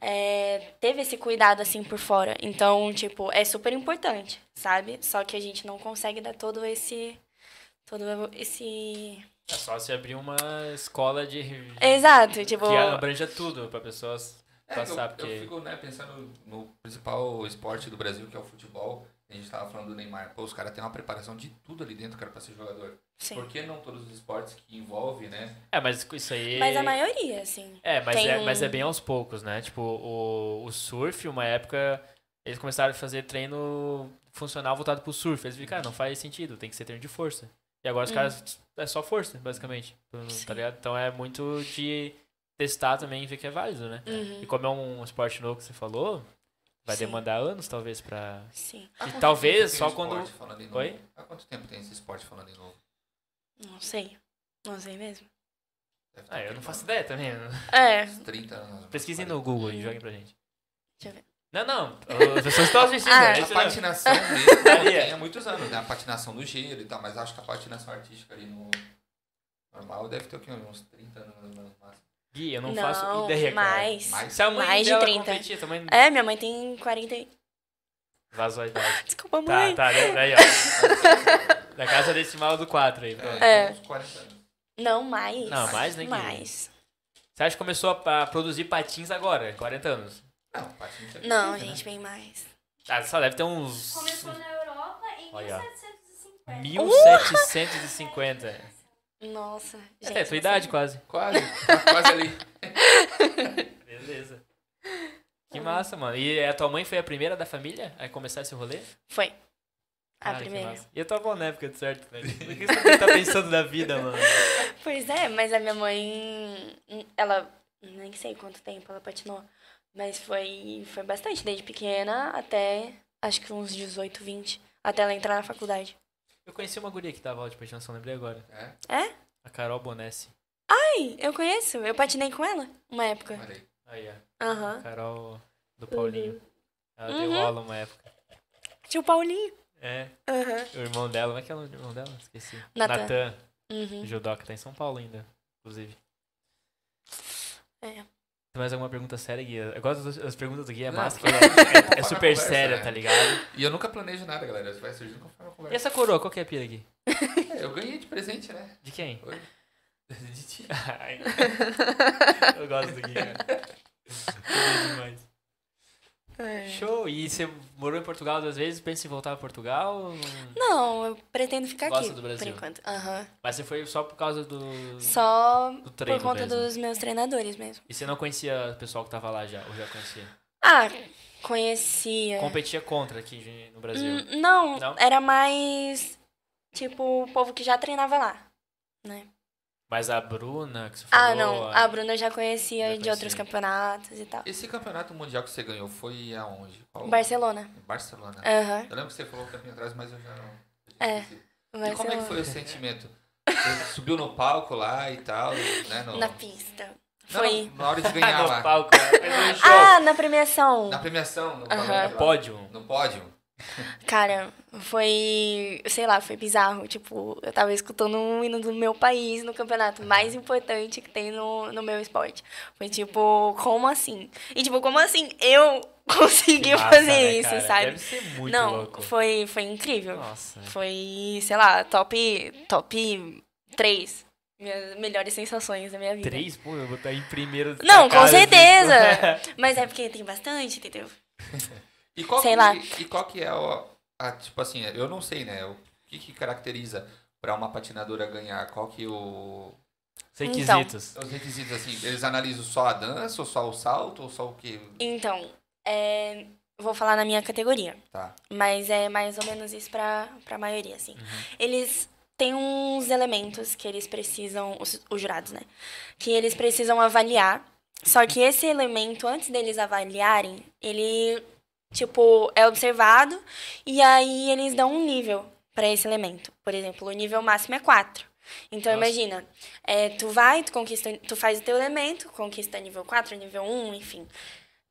[SPEAKER 3] É, teve esse cuidado, assim, por fora. Então, tipo, é super importante, sabe? Só que a gente não consegue dar todo esse... Todo esse...
[SPEAKER 1] É só se abrir uma escola de.
[SPEAKER 3] Exato, tipo...
[SPEAKER 1] Que é- abranja tudo pra pessoas
[SPEAKER 2] É, eu,
[SPEAKER 1] passar,
[SPEAKER 2] eu
[SPEAKER 1] porque.
[SPEAKER 2] fico né, pensando no principal esporte do Brasil, que é o futebol. A gente tava falando do Neymar. Pô, os caras têm uma preparação de tudo ali dentro, cara, pra ser jogador.
[SPEAKER 3] Sim.
[SPEAKER 2] Por que não todos os esportes que envolve, né?
[SPEAKER 1] É, mas isso aí.
[SPEAKER 3] Mas a maioria, assim.
[SPEAKER 1] É, mas,
[SPEAKER 3] tem
[SPEAKER 1] é,
[SPEAKER 3] um-
[SPEAKER 1] mas é bem aos poucos, né? Tipo, o, o surf, uma época, eles começaram a fazer treino funcional voltado pro surf. Eles viram, cara, não faz sentido, tem que ser treino de força. E agora os
[SPEAKER 3] Hum.
[SPEAKER 1] caras. É só força, basicamente. Tá
[SPEAKER 3] Sim.
[SPEAKER 1] ligado? Então é muito de testar também e ver que é válido, né?
[SPEAKER 3] Uhum.
[SPEAKER 1] E como é um esporte novo que você falou, vai
[SPEAKER 3] Sim. Ah,
[SPEAKER 1] demandar anos, talvez, pra.
[SPEAKER 3] Sim.
[SPEAKER 2] Há quanto
[SPEAKER 1] talvez
[SPEAKER 2] tempo tem
[SPEAKER 1] só
[SPEAKER 2] o esporte
[SPEAKER 1] quando-
[SPEAKER 2] falando em novo?
[SPEAKER 1] Oi?
[SPEAKER 2] Há quanto tempo tem esse esporte falando em novo?
[SPEAKER 3] Não sei. Não sei mesmo.
[SPEAKER 2] Deve ter
[SPEAKER 1] Ah, eu
[SPEAKER 2] aqui,
[SPEAKER 1] não
[SPEAKER 2] mano,
[SPEAKER 1] faço ideia também. né?
[SPEAKER 3] É.
[SPEAKER 2] Uns 30 anos.
[SPEAKER 1] Pesquisem no
[SPEAKER 2] não.
[SPEAKER 1] Google e joguem pra gente.
[SPEAKER 3] Deixa eu ver.
[SPEAKER 1] Não, não. As pessoas estão assistindo.
[SPEAKER 3] Ah.
[SPEAKER 1] é
[SPEAKER 2] A
[SPEAKER 1] isso mesmo.
[SPEAKER 2] patinação mesmo né?
[SPEAKER 1] Ali é.
[SPEAKER 2] tem há muitos anos, né? A patinação do gelo e tal, mas acho que a patinação artística ali no normal deve ter o quê? Uns 30 anos mais ou menos. no máximo.
[SPEAKER 1] Gui, eu não,
[SPEAKER 3] Não,
[SPEAKER 1] faço ideia, cara.
[SPEAKER 3] mais.
[SPEAKER 2] Mais?
[SPEAKER 1] Se a mãe
[SPEAKER 3] Mais de
[SPEAKER 1] dela
[SPEAKER 3] 30.
[SPEAKER 1] competir, também
[SPEAKER 3] É, minha mãe tem 40. e-
[SPEAKER 1] vazou a idade.
[SPEAKER 3] Desculpa,
[SPEAKER 1] Tá,
[SPEAKER 3] É. mãe.
[SPEAKER 1] tá, né? aí, ó. Na casa decimal do 4 aí, pronto.
[SPEAKER 2] É,
[SPEAKER 3] É.
[SPEAKER 2] uns 40 anos.
[SPEAKER 3] Não, mais.
[SPEAKER 1] Não, mais nem que-
[SPEAKER 3] Mais.
[SPEAKER 1] Você acha que começou a, a produzir patins agora, 40 anos?
[SPEAKER 2] Não, patins é
[SPEAKER 3] Não,
[SPEAKER 2] coisa, né?
[SPEAKER 3] gente, bem mais.
[SPEAKER 1] Ah, só deve ter uns...
[SPEAKER 4] Começou na Europa em
[SPEAKER 1] Olha.
[SPEAKER 4] 1750.
[SPEAKER 1] 1750.
[SPEAKER 3] Nossa, gente.
[SPEAKER 1] É, tua
[SPEAKER 3] não
[SPEAKER 1] idade
[SPEAKER 3] sei.
[SPEAKER 1] quase.
[SPEAKER 2] Quase, Tá quase ali.
[SPEAKER 1] Beleza. Que massa, mano. E a tua mãe foi a primeira da família a começar esse rolê?
[SPEAKER 3] Foi. A
[SPEAKER 1] Cara, que
[SPEAKER 3] primeira.
[SPEAKER 1] massa. E eu tava bom na época, de certo, né? O que você tá pensando da vida, mano?
[SPEAKER 3] Pois é, mas a minha mãe. hum, Ela. Nem sei quanto tempo ela patinou. Mas foi, foi bastante, desde pequena até. Acho que uns 18, 20. Até ela entrar na faculdade.
[SPEAKER 1] Eu conheci uma guria que dava aula de patinação, lembrei agora.
[SPEAKER 2] É,
[SPEAKER 1] A Carol Bonessi.
[SPEAKER 3] Ai, eu conheço. Eu patinei com ela uma época.
[SPEAKER 2] olha aí.
[SPEAKER 1] Aí, ó.
[SPEAKER 3] Aham.
[SPEAKER 1] Carol do Paulinho. Ela deu
[SPEAKER 3] Uhum.
[SPEAKER 1] aula uma época.
[SPEAKER 3] Tio Paulinho.
[SPEAKER 1] É,
[SPEAKER 3] Aham.
[SPEAKER 1] o irmão dela. Como é que é o nome do irmão dela? Esqueci.
[SPEAKER 3] Natan.
[SPEAKER 1] Natan.
[SPEAKER 3] Uhum.
[SPEAKER 1] Judoca, tá em São Paulo ainda, inclusive.
[SPEAKER 3] É.
[SPEAKER 1] Tem mais alguma pergunta séria, Gui? Eu gosto das das perguntas do Gui, é
[SPEAKER 2] Não,
[SPEAKER 1] massa. que
[SPEAKER 2] vai-
[SPEAKER 1] ela
[SPEAKER 2] vai-
[SPEAKER 1] É, é
[SPEAKER 2] vai
[SPEAKER 1] super
[SPEAKER 2] conversa,
[SPEAKER 1] séria,
[SPEAKER 2] né?
[SPEAKER 1] tá ligado?
[SPEAKER 2] E eu nunca planejo nada, galera. Isso vai surgindo conforme eu
[SPEAKER 1] E
[SPEAKER 2] converso.
[SPEAKER 1] essa coroa, qual que é a pira, Gui?
[SPEAKER 2] É, eu ganhei de presente, né?
[SPEAKER 1] De quem?
[SPEAKER 2] Oi? De ti.
[SPEAKER 1] Ai, eu gosto do Gui, cara. Tudo demais.
[SPEAKER 3] É.
[SPEAKER 1] Show! E você morou em Portugal duas vezes, pensa em voltar pra Portugal?
[SPEAKER 3] Não, eu pretendo ficar
[SPEAKER 1] Gosta
[SPEAKER 3] aqui.
[SPEAKER 1] do Brasil?
[SPEAKER 3] Por enquanto. Aham.
[SPEAKER 1] Mas você foi só por causa do,
[SPEAKER 3] Só
[SPEAKER 1] do treino
[SPEAKER 3] por conta
[SPEAKER 1] mesmo.
[SPEAKER 3] dos meus treinadores mesmo.
[SPEAKER 1] E você não conhecia o pessoal que tava lá já, ou já conhecia?
[SPEAKER 3] Ah, conhecia.
[SPEAKER 1] Competia contra aqui de- no Brasil.
[SPEAKER 3] É. Hum, não,
[SPEAKER 1] Não?
[SPEAKER 3] era mais tipo o povo que já treinava lá.
[SPEAKER 1] Mas a Bruna, que você falou... é.
[SPEAKER 3] Ah, não. A Bruna eu já conhecia
[SPEAKER 1] Já
[SPEAKER 3] de outros
[SPEAKER 1] conhecia.
[SPEAKER 3] campeonatos e tal.
[SPEAKER 2] Esse campeonato mundial que você ganhou foi aonde? Qual?
[SPEAKER 3] Barcelona.
[SPEAKER 2] Em Barcelona.
[SPEAKER 3] Aham.
[SPEAKER 2] Eu lembro que você falou um tempinho atrás, mas eu já não. eu já
[SPEAKER 3] É,
[SPEAKER 2] esqueci. E como é que
[SPEAKER 3] Barcelona.
[SPEAKER 2] foi o sentimento? Você subiu no palco lá e tal, né? No...
[SPEAKER 3] Na pista.
[SPEAKER 2] Não,
[SPEAKER 3] Foi.
[SPEAKER 2] na hora de ganhar
[SPEAKER 1] no
[SPEAKER 2] Ah, lá.
[SPEAKER 1] palco, ela fez um show.
[SPEAKER 3] Ah, na premiação.
[SPEAKER 2] Na premiação, no
[SPEAKER 3] Aham.
[SPEAKER 2] palco lá.
[SPEAKER 1] Pódio.
[SPEAKER 2] No pódio.
[SPEAKER 3] Cara, foi. Sei lá, foi bizarro. Tipo, eu tava escutando um hino do meu país no campeonato mais importante que tem no, no meu esporte. Foi tipo, como assim? E tipo, como assim eu consegui
[SPEAKER 1] Que massa,
[SPEAKER 3] fazer
[SPEAKER 1] né,
[SPEAKER 3] isso,
[SPEAKER 1] cara?
[SPEAKER 3] sabe?
[SPEAKER 1] Deve ser muito
[SPEAKER 3] Não,
[SPEAKER 1] louco.
[SPEAKER 3] foi foi incrível.
[SPEAKER 1] Nossa.
[SPEAKER 3] Foi, sei lá, top top 3 minhas melhores sensações da minha vida.
[SPEAKER 1] Três? Pô, eu vou estar em primeiro.
[SPEAKER 3] Não,
[SPEAKER 1] cara,
[SPEAKER 3] com certeza.
[SPEAKER 1] assim.
[SPEAKER 3] Mas é porque tem bastante, entendeu?
[SPEAKER 2] E qual
[SPEAKER 3] Sei
[SPEAKER 2] que,
[SPEAKER 3] lá.
[SPEAKER 2] E qual que é o. a- tipo assim, eu não sei, né? O que, que caracteriza pra uma patinadora ganhar? Qual que é o.
[SPEAKER 1] Sem
[SPEAKER 3] Então.
[SPEAKER 1] quesitos.
[SPEAKER 2] Os requisitos, assim, eles analisam só a dança, ou só o salto, ou só o quê?
[SPEAKER 3] Então, é, vou falar na minha categoria,
[SPEAKER 2] Tá.
[SPEAKER 3] mas é mais ou menos isso pra, pra maioria, assim. Eles têm uns elementos que eles precisam, os, os jurados, né? Que eles precisam avaliar. Só que esse elemento, antes deles avaliarem, ele, tipo, é observado e aí eles dão um nível pra esse elemento. Por exemplo, o nível máximo é 4. Então,
[SPEAKER 1] Nossa.
[SPEAKER 3] imagina, é, tu vai, tu, conquista, tu faz o teu elemento, conquista nível 4, nível 1, enfim.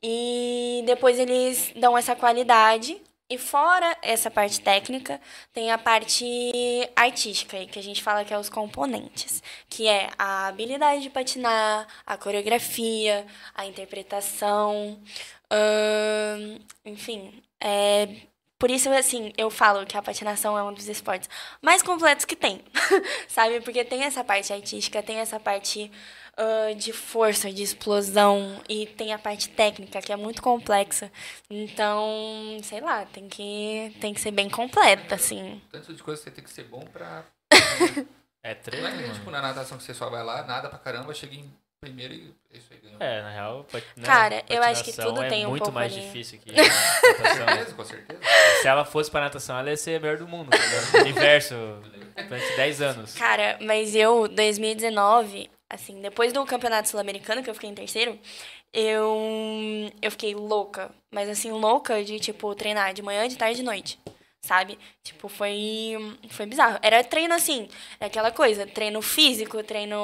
[SPEAKER 3] E depois eles dão essa qualidade. E fora essa parte técnica, tem a parte artística, aí, que a gente fala que é os componentes, que é a habilidade de patinar, a coreografia, a interpretação, ahn, enfim, é, por isso, assim, eu falo que a patinação é um dos esportes mais completos que tem, sabe? Porque tem essa parte artística, tem essa parte ah, de força, de explosão, e tem a parte técnica, que é muito complexa. Então, sei lá, tem que, tem que ser bem completa, assim.
[SPEAKER 2] Tanto de coisa que você tem que ser bom pra.
[SPEAKER 1] É
[SPEAKER 2] Não
[SPEAKER 1] treta,
[SPEAKER 2] é que nem,
[SPEAKER 1] mano.
[SPEAKER 2] tipo, na natação que você só vai lá, nada pra caramba, chega em primeiro e é isso aí ganhou.
[SPEAKER 1] É, na real, pat- né,
[SPEAKER 3] Cara, eu acho que
[SPEAKER 1] patinação
[SPEAKER 3] tudo
[SPEAKER 1] é
[SPEAKER 3] tem um
[SPEAKER 1] muito
[SPEAKER 3] pouco
[SPEAKER 1] mais
[SPEAKER 3] ali.
[SPEAKER 1] difícil que natação. né?
[SPEAKER 2] Beleza, com certeza.
[SPEAKER 1] Se ela fosse pra natação, ela ia ser a melhor do mundo, tá ligado? Universo, durante 10 anos.
[SPEAKER 3] Cara, mas eu, 2019, assim, depois do Campeonato Sul-Americano, que eu fiquei em terceiro, eu, eu fiquei louca. Mas, assim, louca de, tipo, treinar de manhã, de tarde e de noite. Sabe? Tipo, foi, foi bizarro. Era treino, assim, aquela coisa. Treino físico, treino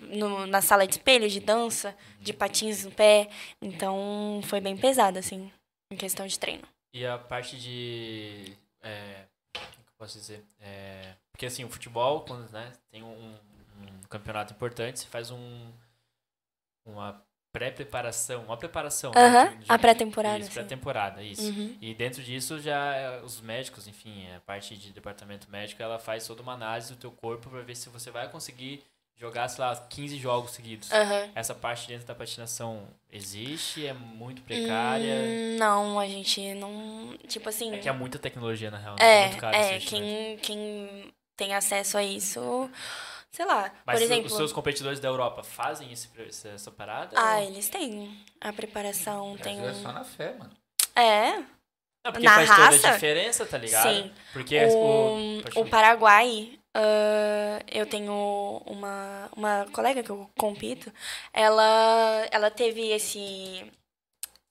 [SPEAKER 3] no, na sala de espelho, de dança, de patins no pé. Então, foi bem pesado, assim, em questão de treino.
[SPEAKER 1] E a parte de. É, como que eu posso dizer? É, porque assim, o futebol, quando né, tem um, um campeonato importante, você faz um, uma pré-preparação, uma preparação. né,
[SPEAKER 3] Aham,
[SPEAKER 1] de- de-
[SPEAKER 3] a pré-temporada,
[SPEAKER 1] Isso,
[SPEAKER 3] assim.
[SPEAKER 1] pré-temporada, isso.
[SPEAKER 3] Uhum.
[SPEAKER 1] E dentro disso já eh, os médicos, enfim, a parte de departamento médico, ela faz toda uma análise do teu corpo pra ver se você vai conseguir jogar, sei lá, 15 jogos seguidos.
[SPEAKER 3] Aham.
[SPEAKER 1] Essa parte dentro da patinação existe, é muito precária.
[SPEAKER 3] Hum, não, a gente não. Tipo assim.
[SPEAKER 1] É que é muita tecnologia, na real. né?
[SPEAKER 3] É,
[SPEAKER 1] muito caro esse
[SPEAKER 3] é,
[SPEAKER 1] investimento.
[SPEAKER 3] quem, quem tem acesso a isso, sei lá,
[SPEAKER 1] Mas
[SPEAKER 3] por
[SPEAKER 1] se-
[SPEAKER 3] exemplo...
[SPEAKER 1] os seus competidores da Europa fazem esse, essa, essa parada?
[SPEAKER 3] Ah,
[SPEAKER 1] ou-
[SPEAKER 3] eles têm a preparação, tem... um
[SPEAKER 2] Brasil
[SPEAKER 1] um
[SPEAKER 2] É só na fé, mano.
[SPEAKER 3] É,
[SPEAKER 1] não, porque
[SPEAKER 3] na
[SPEAKER 1] faz toda a
[SPEAKER 3] raça?
[SPEAKER 1] diferença, tá ligado?
[SPEAKER 3] Sim.
[SPEAKER 1] Porque o. pode
[SPEAKER 3] o, o
[SPEAKER 1] falar.
[SPEAKER 3] Paraguai, ah, eu tenho uma, uma colega que eu compito, ela, ela teve esse...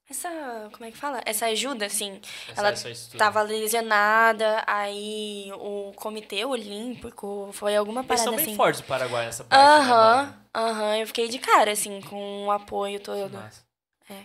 [SPEAKER 3] Essa, como é que fala? Essa ajuda, assim,
[SPEAKER 1] Essa- é
[SPEAKER 3] ela
[SPEAKER 1] essa estuda.
[SPEAKER 3] tava lesionada, aí o Comitê Olímpico, foi alguma
[SPEAKER 1] Eles
[SPEAKER 3] parada
[SPEAKER 1] são bem
[SPEAKER 3] assim.
[SPEAKER 1] fortes, o Paraguai, nessa parte. né,
[SPEAKER 3] Aham,
[SPEAKER 1] mano?
[SPEAKER 3] aham, eu fiquei de cara, assim, com o apoio todo.
[SPEAKER 1] Massa.
[SPEAKER 3] É.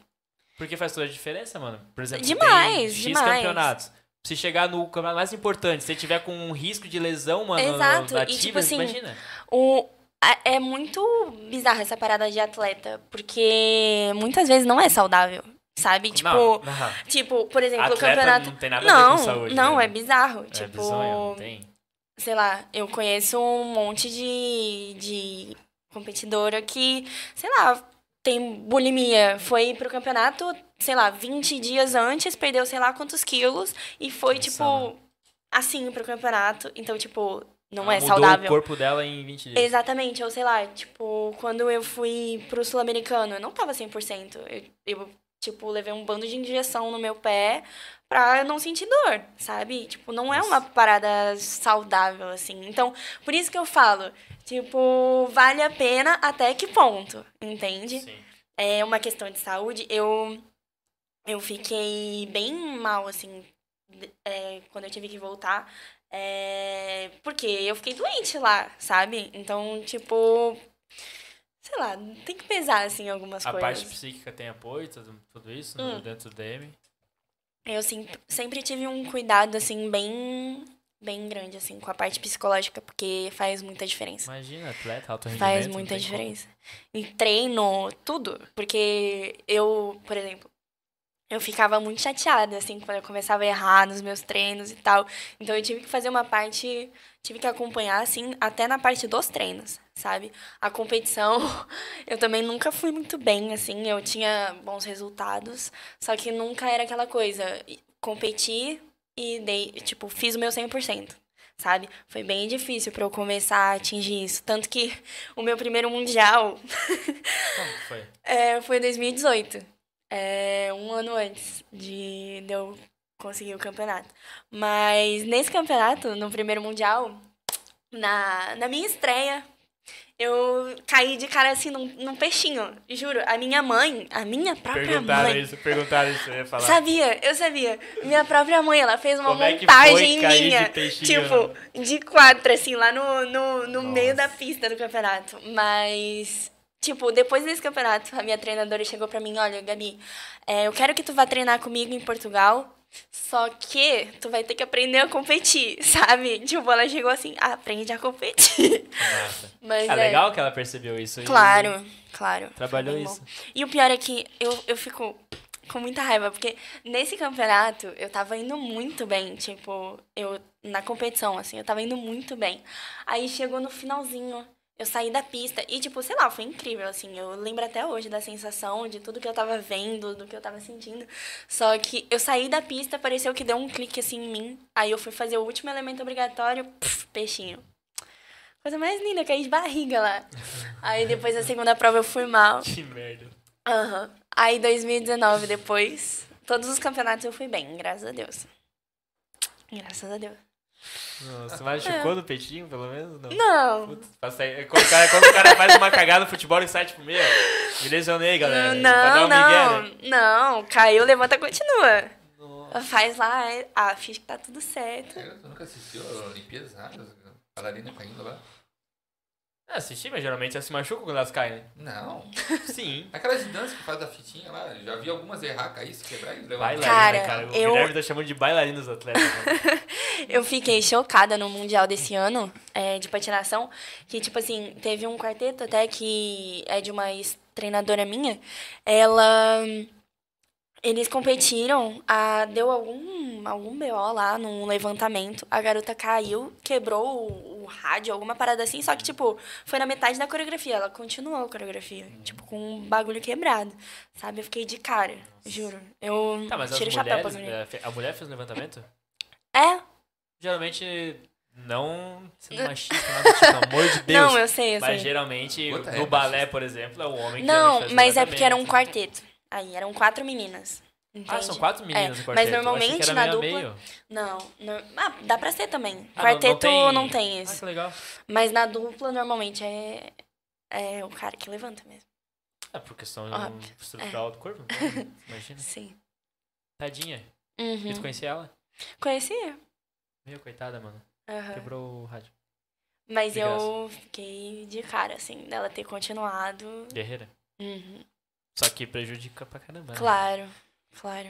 [SPEAKER 1] Porque faz toda a diferença, mano. Por exemplo, tem
[SPEAKER 3] Demais,
[SPEAKER 1] X
[SPEAKER 3] demais.
[SPEAKER 1] campeonatos. Se chegar no campeonato mais importante, se tiver com um risco de lesão, mano,
[SPEAKER 3] Exato, e
[SPEAKER 1] ativa,
[SPEAKER 3] tipo assim,
[SPEAKER 1] imagina.
[SPEAKER 3] O, a- é muito bizarra essa parada de atleta, porque muitas vezes não é saudável, sabe? Tipo,
[SPEAKER 1] não, não.
[SPEAKER 3] tipo, por exemplo, o
[SPEAKER 1] Atleta
[SPEAKER 3] campeonato.
[SPEAKER 1] não tem nada a ver com
[SPEAKER 3] Não,
[SPEAKER 1] saúde.
[SPEAKER 3] não,
[SPEAKER 1] né?
[SPEAKER 3] é bizarro.
[SPEAKER 1] É
[SPEAKER 3] tipo,
[SPEAKER 1] bizonho, não tem.
[SPEAKER 3] sei lá, eu conheço um monte de, de competidora que, sei lá, tem bulimia. Foi pro campeonato, sei lá, 20 dias antes, perdeu sei lá quantos quilos e foi,
[SPEAKER 1] Nossa,
[SPEAKER 3] tipo, assim pro campeonato. Então, tipo, não
[SPEAKER 1] Ela
[SPEAKER 3] é
[SPEAKER 1] Ah, mudou
[SPEAKER 3] saudável.
[SPEAKER 1] o corpo dela em 20 dias.
[SPEAKER 3] Exatamente, ou sei lá, tipo, quando eu fui pro Sul-Americano, eu não tava 100%. Eu, eu, tipo, levei um bando de injeção no meu pé pra eu não sentir dor, sabe? Tipo, não é uma parada saudável, assim. Então, por isso que eu falo, tipo, vale a pena até que ponto, entende?
[SPEAKER 1] Sim.
[SPEAKER 3] É uma questão de saúde. Eu, eu fiquei bem mal, assim, de- é, quando eu tive que voltar. é, porque eu fiquei doente lá, sabe? Então, tipo. Sei lá, tem que pesar, assim, algumas
[SPEAKER 1] A
[SPEAKER 3] coisas.
[SPEAKER 1] parte psíquica tem apoio, tudo, tudo isso no-
[SPEAKER 3] Hum.
[SPEAKER 1] dentro do DM.
[SPEAKER 3] Eu sim- sempre tive um cuidado, assim, bem. Bem grande, assim, com a parte psicológica, porque faz muita diferença.
[SPEAKER 1] Imagina, atleta, alto rendimento.
[SPEAKER 3] Faz
[SPEAKER 1] não
[SPEAKER 3] muita
[SPEAKER 1] tem
[SPEAKER 3] diferença. Em treino, tudo. Porque eu, por exemplo, eu ficava muito chateada, assim, quando eu começava a errar nos meus treinos e tal. Então eu tive que fazer uma parte, tive que acompanhar, assim, até na parte dos treinos, sabe? A competição, eu também nunca fui muito bem, assim, eu tinha bons resultados, só que nunca era aquela coisa, competi e dei, tipo, fiz o meu 100%. Sabe? Foi bem difícil pra eu começar a atingir isso. Tanto que o meu primeiro mundial
[SPEAKER 1] como. Como que foi?
[SPEAKER 3] é, foi em 2018. É, um ano antes de, de eu conseguir o campeonato. Mas nesse campeonato, no primeiro mundial, na, na minha estreia, eu caí de cara assim num, num peixinho. Juro, a minha mãe, a minha própria
[SPEAKER 1] Perguntaram
[SPEAKER 3] mãe.
[SPEAKER 1] isso, perguntaram isso, eu ia falar.
[SPEAKER 3] Sabia, eu sabia. Minha própria mãe, ela fez uma
[SPEAKER 1] Como é que foi
[SPEAKER 3] montagem
[SPEAKER 1] cair de
[SPEAKER 3] minha.
[SPEAKER 1] peixinho?
[SPEAKER 3] tipo, de quatro, assim, lá no, no, no
[SPEAKER 1] Nossa.
[SPEAKER 3] meio da pista do campeonato. Mas Tipo, depois desse campeonato, a minha treinadora chegou pra mim, olha, Gabi, é, eu quero que tu vá treinar comigo em Portugal, só que tu vai ter que aprender a competir, sabe? Tipo, ela chegou assim, "Ah, aprende a competir.
[SPEAKER 1] Nossa.
[SPEAKER 3] Mas
[SPEAKER 1] É legal que ela percebeu isso. e
[SPEAKER 3] Claro, claro.
[SPEAKER 1] Trabalhou
[SPEAKER 3] Foi bem
[SPEAKER 1] isso.
[SPEAKER 3] bom. E o pior é que eu, eu fico com muita raiva, porque nesse campeonato eu tava indo muito bem, tipo, eu na competição, assim, eu tava indo muito bem. Aí chegou no finalzinho, eu saí da pista e, tipo, sei lá, foi incrível, assim, eu lembro até hoje da sensação, de tudo que eu tava vendo, do que eu tava sentindo. Só que eu saí da pista, pareceu que deu um clique, assim, em mim, aí eu fui fazer o último elemento obrigatório, puf, peixinho. Coisa mais linda, eu caí de barriga lá. Aí depois da segunda prova eu fui mal.
[SPEAKER 1] Que merda.
[SPEAKER 3] Aham. Aí 2019 depois, todos os campeonatos eu fui bem, graças a Deus. Graças a Deus.
[SPEAKER 1] Nossa, machucou no peitinho, pelo menos? Não.
[SPEAKER 3] É. Não.
[SPEAKER 1] Putz, passa aí. É Quando, o cara, quando o cara faz uma cagada no futebol, ele sai tipo, meu, me lesionei, galera. pra dar
[SPEAKER 3] Não,
[SPEAKER 1] um migué,
[SPEAKER 3] não.
[SPEAKER 1] né?
[SPEAKER 3] Não, caiu, levanta, continua.
[SPEAKER 1] Nossa.
[SPEAKER 3] Faz lá, é- ah, finge que tá tudo certo.
[SPEAKER 2] Sério, tu nunca assistiu a Olimpíadas, nada? Bailarina caindo lá?
[SPEAKER 1] Ah, assisti, mas geralmente elas se machucam quando elas caem, né?
[SPEAKER 2] Não.
[SPEAKER 1] Sim.
[SPEAKER 2] Aquelas danças que faz da fitinha lá, eu já vi algumas errar, cair, se quebrar e levantar.
[SPEAKER 1] Bailarina,
[SPEAKER 3] Cara,
[SPEAKER 1] né, cara. O
[SPEAKER 3] eu-
[SPEAKER 1] Guilherme tá chamando de bailarina os atletas. né?
[SPEAKER 3] Eu fiquei chocada no Mundial desse ano, é, de patinação, que, tipo assim, teve um quarteto até que é de uma ex-treinadora minha. Ela. Eles competiram, a, deu algum, algum BO lá num levantamento, a garota caiu, quebrou o, o rádio, alguma parada assim, só que, tipo, foi na metade da coreografia, ela continuou a coreografia, tipo, com um bagulho quebrado, sabe? Eu fiquei de cara, juro. Eu
[SPEAKER 1] Tá, mas as
[SPEAKER 3] tiro o chapéu pra
[SPEAKER 1] mulheres,
[SPEAKER 3] mim.
[SPEAKER 1] né, fe- a mulher fez um levantamento?
[SPEAKER 3] É,
[SPEAKER 1] Geralmente, não sendo machista, nada, tipo, pelo amor de Deus.
[SPEAKER 3] não, eu sei, eu sei.
[SPEAKER 1] Mas geralmente,
[SPEAKER 2] Puta, é
[SPEAKER 1] no balé, por exemplo, é o homem que geralmente
[SPEAKER 3] Não,
[SPEAKER 1] faz o
[SPEAKER 3] mas é porque era um
[SPEAKER 1] levantamento.
[SPEAKER 3] quarteto. Aí eram quatro meninas.
[SPEAKER 1] Ah,
[SPEAKER 3] entende?
[SPEAKER 1] são quatro meninas no
[SPEAKER 3] É, mas
[SPEAKER 1] quarteto. Eu achei
[SPEAKER 3] normalmente
[SPEAKER 1] que era
[SPEAKER 3] na
[SPEAKER 1] meio a
[SPEAKER 3] dupla-
[SPEAKER 1] meio.
[SPEAKER 3] Não, nor- ah, dá pra ser também.
[SPEAKER 1] Ah,
[SPEAKER 3] quarteto não, tem...
[SPEAKER 1] Ah,
[SPEAKER 3] isso.
[SPEAKER 1] que legal.
[SPEAKER 3] Mas na dupla normalmente é é o cara que levanta mesmo.
[SPEAKER 1] É por questão
[SPEAKER 3] Óbvio,
[SPEAKER 1] estrutural
[SPEAKER 3] é.
[SPEAKER 1] do corpo. né? Imagina.
[SPEAKER 3] Sim.
[SPEAKER 1] Tadinha. E tu
[SPEAKER 3] Uhum.
[SPEAKER 1] conhecia ela?
[SPEAKER 3] Conhecia.
[SPEAKER 1] Meu, coitada, mano.
[SPEAKER 3] Aham.
[SPEAKER 1] Quebrou o rádio.
[SPEAKER 3] Mas
[SPEAKER 1] de
[SPEAKER 3] eu fiquei de cara, assim, dela ter continuado.
[SPEAKER 1] Guerreira.
[SPEAKER 3] Uhum.
[SPEAKER 1] Só que prejudica pra caramba. né?
[SPEAKER 3] Claro, claro.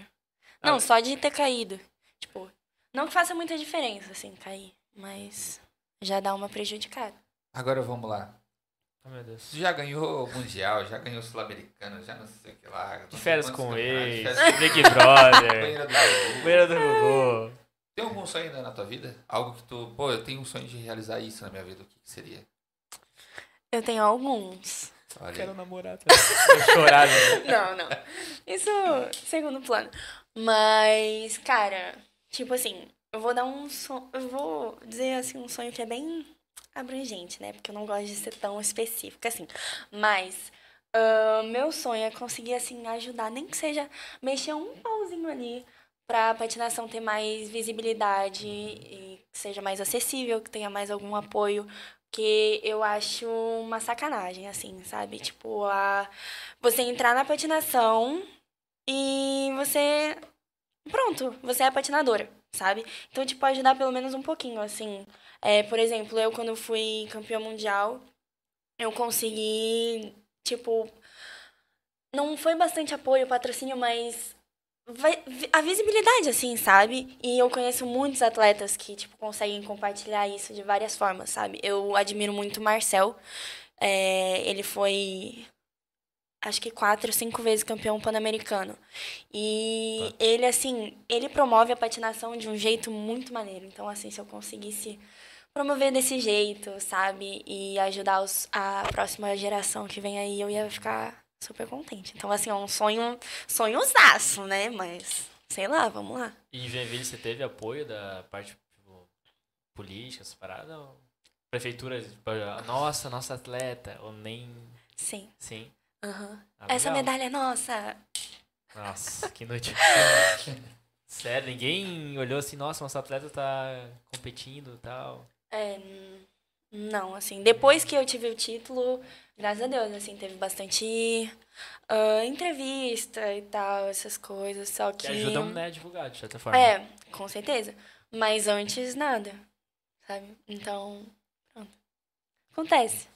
[SPEAKER 1] Ah,
[SPEAKER 3] Não, só de ter caído. Tipo, não que faça muita diferença, assim, cair. Mas já dá uma prejudicada.
[SPEAKER 2] Agora vamos lá.
[SPEAKER 1] Oh, meu Deus.
[SPEAKER 2] Tu já ganhou o Mundial, já ganhou o Sul-Americano, já não sei o que lá.
[SPEAKER 1] De férias
[SPEAKER 2] Quantos
[SPEAKER 1] com o
[SPEAKER 2] campeonatos,
[SPEAKER 1] ex,
[SPEAKER 2] de férias com
[SPEAKER 1] Big
[SPEAKER 2] o
[SPEAKER 1] Brother,
[SPEAKER 2] banheiro do Gugu.
[SPEAKER 1] banheira do Gugu.
[SPEAKER 2] Tem algum sonho ainda na tua vida? Algo que tu, pô, eu tenho um sonho de realizar isso na minha vida, o que, que seria?
[SPEAKER 3] Eu tenho alguns.
[SPEAKER 2] Olha,
[SPEAKER 1] Quero
[SPEAKER 2] aí.
[SPEAKER 1] namorar também. Vou chorar, né?
[SPEAKER 3] Não, não. Isso, segundo plano. Mas, cara, tipo assim, eu vou dar um sonho. Eu vou dizer assim, um sonho que é bem abrangente, né? Porque eu não gosto de ser tão específica assim. Mas. ah, meu sonho é conseguir, assim, ajudar, nem que seja mexer um pauzinho ali pra patinação ter mais visibilidade e que seja mais acessível, que tenha mais algum apoio. Porque eu acho uma sacanagem, assim, sabe? Tipo, a você entrar na patinação e você. Pronto, você é patinadora, sabe? Então, tipo, ajudar pelo menos um pouquinho, assim. É, por exemplo, eu quando fui campeã mundial, eu consegui, tipo. Não foi bastante apoio, patrocínio, mas. vai- vi- A visibilidade, assim, sabe? E eu conheço muitos atletas que, tipo, conseguem compartilhar isso de várias formas, sabe? Eu admiro muito o Marcel. É, ele foi acho que quatro, cinco vezes campeão pan-americano. E ele, assim, ele promove a patinação de um jeito muito maneiro. Então, assim, se eu conseguisse promover desse jeito, sabe? E ajudar os- a próxima geração que vem aí, eu ia ficar super contente. Então, assim, é um sonho, sonhozaço, né? Mas, sei lá, vamos lá.
[SPEAKER 1] E em Joinville você teve apoio da parte tipo, política, essas paradas? Ou... Prefeitura, tipo, nossa, nossa atleta, ou nem...
[SPEAKER 3] Sim.
[SPEAKER 1] Sim.
[SPEAKER 3] Aham.
[SPEAKER 1] Ah,
[SPEAKER 3] Essa
[SPEAKER 1] legal.
[SPEAKER 3] medalha é nossa.
[SPEAKER 1] Nossa, que noite. Sério, ninguém olhou assim, nossa, nosso atleta tá competindo e tal.
[SPEAKER 3] É, n- não, assim, depois que eu tive o título, graças a Deus, assim, teve bastante ah, entrevista e tal, essas coisas, só que...
[SPEAKER 1] Que ajudam, né, a divulgar, de certa forma.
[SPEAKER 3] É, com certeza. Mas antes, nada, sabe? Então, pronto. Acontece.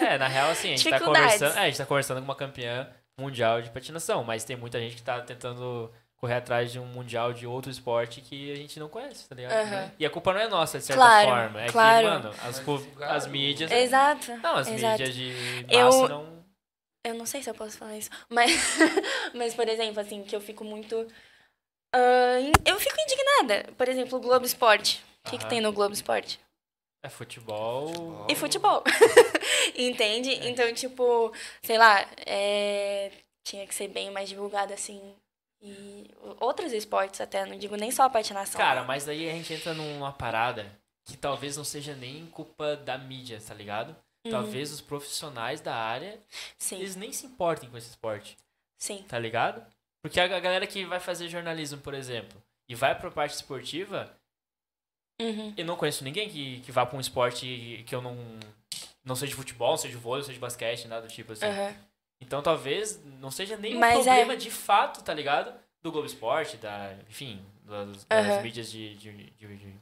[SPEAKER 1] É, na real, assim, a gente, tá
[SPEAKER 3] Dificuldades.
[SPEAKER 1] conversando, é, a gente tá conversando com uma campeã mundial de patinação, mas tem muita gente que tá tentando correr atrás de um mundial de outro esporte que a gente não conhece, tá ligado?
[SPEAKER 3] Aham.
[SPEAKER 1] E a culpa não é nossa, de certa
[SPEAKER 3] Claro,
[SPEAKER 1] forma. É
[SPEAKER 3] claro.
[SPEAKER 1] que, mano, as, co-
[SPEAKER 2] divulgaram.
[SPEAKER 1] as mídias. é-
[SPEAKER 3] Exato.
[SPEAKER 1] Não, as
[SPEAKER 3] exato.
[SPEAKER 1] mídias de
[SPEAKER 3] Eu-
[SPEAKER 1] massa não.
[SPEAKER 3] Eu não sei se eu posso falar isso, mas, mas por exemplo, assim, que eu fico muito. ah, in- eu fico indignada. Por exemplo, o Globo Esporte. O que, que
[SPEAKER 1] Aham.
[SPEAKER 3] tem no Globo Esporte?
[SPEAKER 1] É futebol.
[SPEAKER 3] E futebol. Entende?
[SPEAKER 1] É.
[SPEAKER 3] Então, tipo, sei lá, é, tinha que ser bem mais divulgado assim. E outros esportes até, não digo nem só a patinação.
[SPEAKER 1] Cara, mas daí a gente entra numa parada que talvez não seja nem culpa da mídia, tá ligado?
[SPEAKER 3] Uhum.
[SPEAKER 1] Talvez os profissionais da área,
[SPEAKER 3] Sim,
[SPEAKER 1] eles nem se importem com esse esporte.
[SPEAKER 3] sim.
[SPEAKER 1] tá ligado? Porque a a galera que vai fazer jornalismo, por exemplo, e vai pra parte esportiva,
[SPEAKER 3] Uhum.
[SPEAKER 1] eu não conheço ninguém que, que vá pra um esporte que eu não. Não seja de futebol, não seja de vôlei, não seja de basquete, nada do tipo assim.
[SPEAKER 3] Aham.
[SPEAKER 1] Então talvez não seja nem um
[SPEAKER 3] Mas é.
[SPEAKER 1] problema de fato, tá ligado? Do Globo Esporte, da. Enfim, das, das
[SPEAKER 3] Aham.
[SPEAKER 1] mídias de, de- de- de-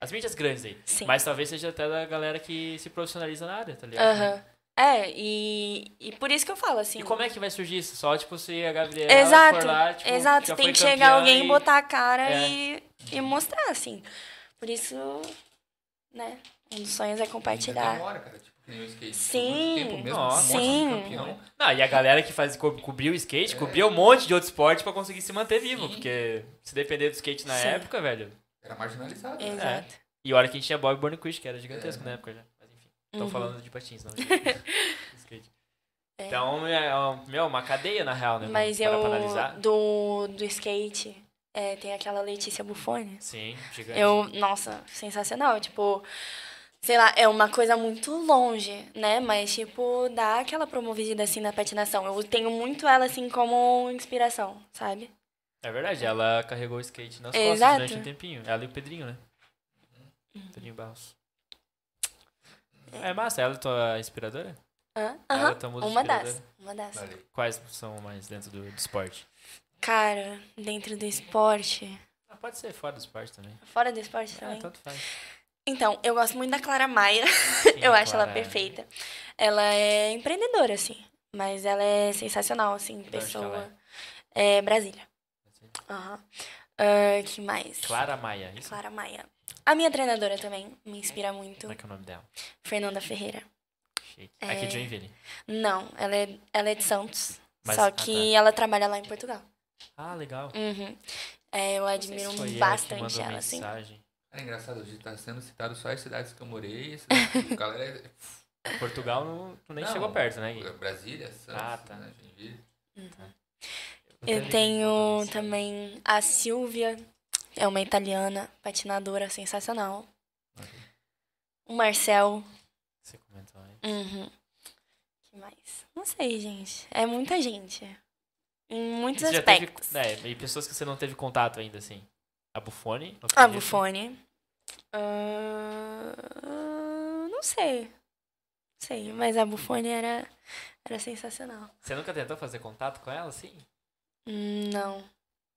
[SPEAKER 1] As mídias grandes aí.
[SPEAKER 3] Sim.
[SPEAKER 1] Mas talvez seja até da galera que se profissionaliza na área, tá ligado?
[SPEAKER 3] Aham. É, e, e por isso que eu falo, assim.
[SPEAKER 1] E como é que vai surgir isso? Só, tipo, se a Gabriela
[SPEAKER 3] Exato,
[SPEAKER 1] for lá, tipo, já
[SPEAKER 3] Exato, tem
[SPEAKER 1] foi
[SPEAKER 3] que chegar
[SPEAKER 1] campeã
[SPEAKER 3] alguém
[SPEAKER 1] e-
[SPEAKER 3] e botar a cara
[SPEAKER 1] É.
[SPEAKER 3] e, e mostrar, assim. Por isso, né, um dos sonhos é
[SPEAKER 2] Ainda
[SPEAKER 3] compartilhar.
[SPEAKER 2] demora, cara. Tipo, que nem o skate.
[SPEAKER 3] Sim.
[SPEAKER 2] Muito tempo mesmo,
[SPEAKER 1] Nossa.
[SPEAKER 2] um monte de
[SPEAKER 3] Sim.
[SPEAKER 2] campeão.
[SPEAKER 1] Não, e a galera que faz co- cobrir o skate,
[SPEAKER 2] É.
[SPEAKER 1] cobria um monte de outro esporte pra conseguir se manter vivo,
[SPEAKER 2] Sim.
[SPEAKER 1] porque se depender do skate na
[SPEAKER 3] Sim.
[SPEAKER 1] época, velho.
[SPEAKER 2] Era
[SPEAKER 1] É.
[SPEAKER 2] marginalizado. né?
[SPEAKER 3] Exato.
[SPEAKER 1] E olha que a gente tinha Bob Burnquist, que era gigantesco
[SPEAKER 2] É.
[SPEAKER 1] na época já. Mas enfim, tô
[SPEAKER 3] Uhum.
[SPEAKER 1] falando de patins, não de skate.
[SPEAKER 3] É.
[SPEAKER 1] Então, é, é um- meu, uma cadeia na real, né?
[SPEAKER 3] Mas
[SPEAKER 1] para
[SPEAKER 3] eu,
[SPEAKER 1] pra analisar.
[SPEAKER 3] do, do skate, é, tem aquela Letícia Buffoni.
[SPEAKER 1] Sim, gigante.
[SPEAKER 3] Eu, nossa, sensacional. Tipo, sei lá, é uma coisa muito longe, né? Mas, tipo, dá aquela promovida, assim, na patinação. Eu tenho muito ela, assim, como inspiração, sabe?
[SPEAKER 1] É verdade, ela carregou o skate nas
[SPEAKER 3] Exato. Uhum.
[SPEAKER 1] costas durante um tempinho. Ela e o Pedrinho, né? Pedrinho Barros. É massa, ela é tua inspiradora?
[SPEAKER 3] Hã?
[SPEAKER 1] Ela
[SPEAKER 3] Aham.
[SPEAKER 1] é tua musa
[SPEAKER 3] Uma
[SPEAKER 1] inspiradora?
[SPEAKER 3] das. Uma das.
[SPEAKER 2] Valeu.
[SPEAKER 1] Quais são mais dentro do, do esporte?
[SPEAKER 3] Cara, dentro do esporte.
[SPEAKER 1] Ah, pode ser fora do esporte também.
[SPEAKER 3] Fora do esporte também.
[SPEAKER 1] Ah, tanto faz.
[SPEAKER 3] Então, eu gosto muito da Clara Maia.
[SPEAKER 1] Quem
[SPEAKER 3] eu
[SPEAKER 1] é
[SPEAKER 3] acho ela
[SPEAKER 1] Clara?
[SPEAKER 3] perfeita. Ela é empreendedora, assim. Mas ela é sensacional, assim,
[SPEAKER 1] que ela
[SPEAKER 3] pessoa. É Brasília. Aham. Ah, que mais?
[SPEAKER 1] Clara Maia, isso?
[SPEAKER 3] Clara Maia. A minha treinadora também me inspira muito.
[SPEAKER 1] Como é que é o nome dela?
[SPEAKER 3] Fernanda Ferreira.
[SPEAKER 1] Shake. Aqui
[SPEAKER 3] É.
[SPEAKER 1] de Joinville.
[SPEAKER 3] Não, ela é, ela é de Santos.
[SPEAKER 1] Mas- ah,
[SPEAKER 3] só que ela trabalha lá em Portugal.
[SPEAKER 1] Ah, legal.
[SPEAKER 3] Uhum. É, eu admiro
[SPEAKER 1] Foi ela que
[SPEAKER 3] bastante
[SPEAKER 1] mandou
[SPEAKER 3] ela, assim.
[SPEAKER 1] mensagem.
[SPEAKER 2] É engraçado, hoje tá sendo citado só as cidades que eu morei. e cidades- galera, é-
[SPEAKER 1] Portugal não, tu nem
[SPEAKER 2] Não.
[SPEAKER 1] chegou perto, né? Gui?
[SPEAKER 2] é Brasília, Santos,
[SPEAKER 1] Ah, tá.
[SPEAKER 2] né, Joinville.
[SPEAKER 3] Eu
[SPEAKER 1] então é
[SPEAKER 3] tenho
[SPEAKER 1] assim.
[SPEAKER 3] também a Silvia, é uma italiana, patinadora sensacional. O Marcel.
[SPEAKER 1] Você comentou né? aí.
[SPEAKER 3] Uhum. que mais? Não sei, gente. É muita gente. Em muitos
[SPEAKER 1] Você já teve-
[SPEAKER 3] aspectos.
[SPEAKER 1] né, e pessoas que você não teve contato ainda, assim. A Bufone. eu
[SPEAKER 3] A
[SPEAKER 1] acredito.
[SPEAKER 3] Bufone. Ah, não sei. Não sei, mas a Bufone era, era sensacional.
[SPEAKER 1] Você nunca tentou fazer contato com ela, assim?
[SPEAKER 3] Não.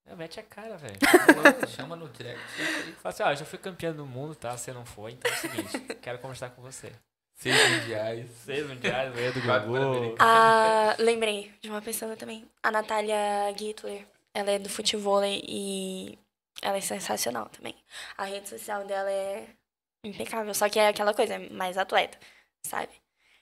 [SPEAKER 1] É, mete a cara, velho.
[SPEAKER 2] Pô, Chama no direct. é
[SPEAKER 1] Fala assim, ó, eu já fui campeã do mundo, tá? Você não foi, então é o seguinte, quero conversar com você.
[SPEAKER 2] Seis mundiais.
[SPEAKER 1] Vocês um diário, meio do
[SPEAKER 2] Quatro
[SPEAKER 1] Gugu.
[SPEAKER 2] Pan-Americanos.
[SPEAKER 3] Ah, lembrei de uma pessoa também. A Natália Gittler. Ela é do futebol e ela é sensacional também. A rede social dela é impecável. Só que é aquela coisa, é mais atleta, sabe?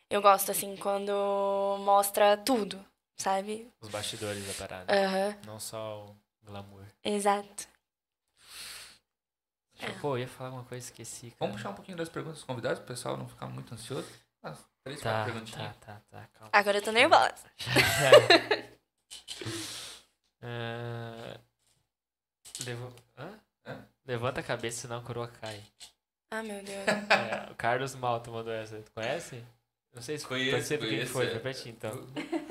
[SPEAKER 3] Eu gosto, assim, quando mostra tudo, sabe?
[SPEAKER 1] Os bastidores da parada.
[SPEAKER 3] Aham,
[SPEAKER 1] Não só o glamour.
[SPEAKER 3] exato. É.
[SPEAKER 1] Pô, eu ia falar alguma coisa, esqueci. cara.
[SPEAKER 2] Vamos puxar um pouquinho das perguntas dos convidados, pro pessoal não ficar muito ansioso. Umas três,
[SPEAKER 1] Tá,
[SPEAKER 2] quatro perguntinhas.
[SPEAKER 1] tá, tá, tá, calma.
[SPEAKER 3] Agora eu tô nervosa.
[SPEAKER 1] Ah, levo- hã?
[SPEAKER 2] Hã?
[SPEAKER 1] Levanta a cabeça, senão a coroa cai.
[SPEAKER 3] Ah, meu Deus.
[SPEAKER 1] É, o Carlos Malta mandou essa. Tu conhece? Não sei se
[SPEAKER 2] Conheço,
[SPEAKER 1] pode ser do quem
[SPEAKER 2] conheço,
[SPEAKER 1] foi,
[SPEAKER 2] é.
[SPEAKER 1] repete então.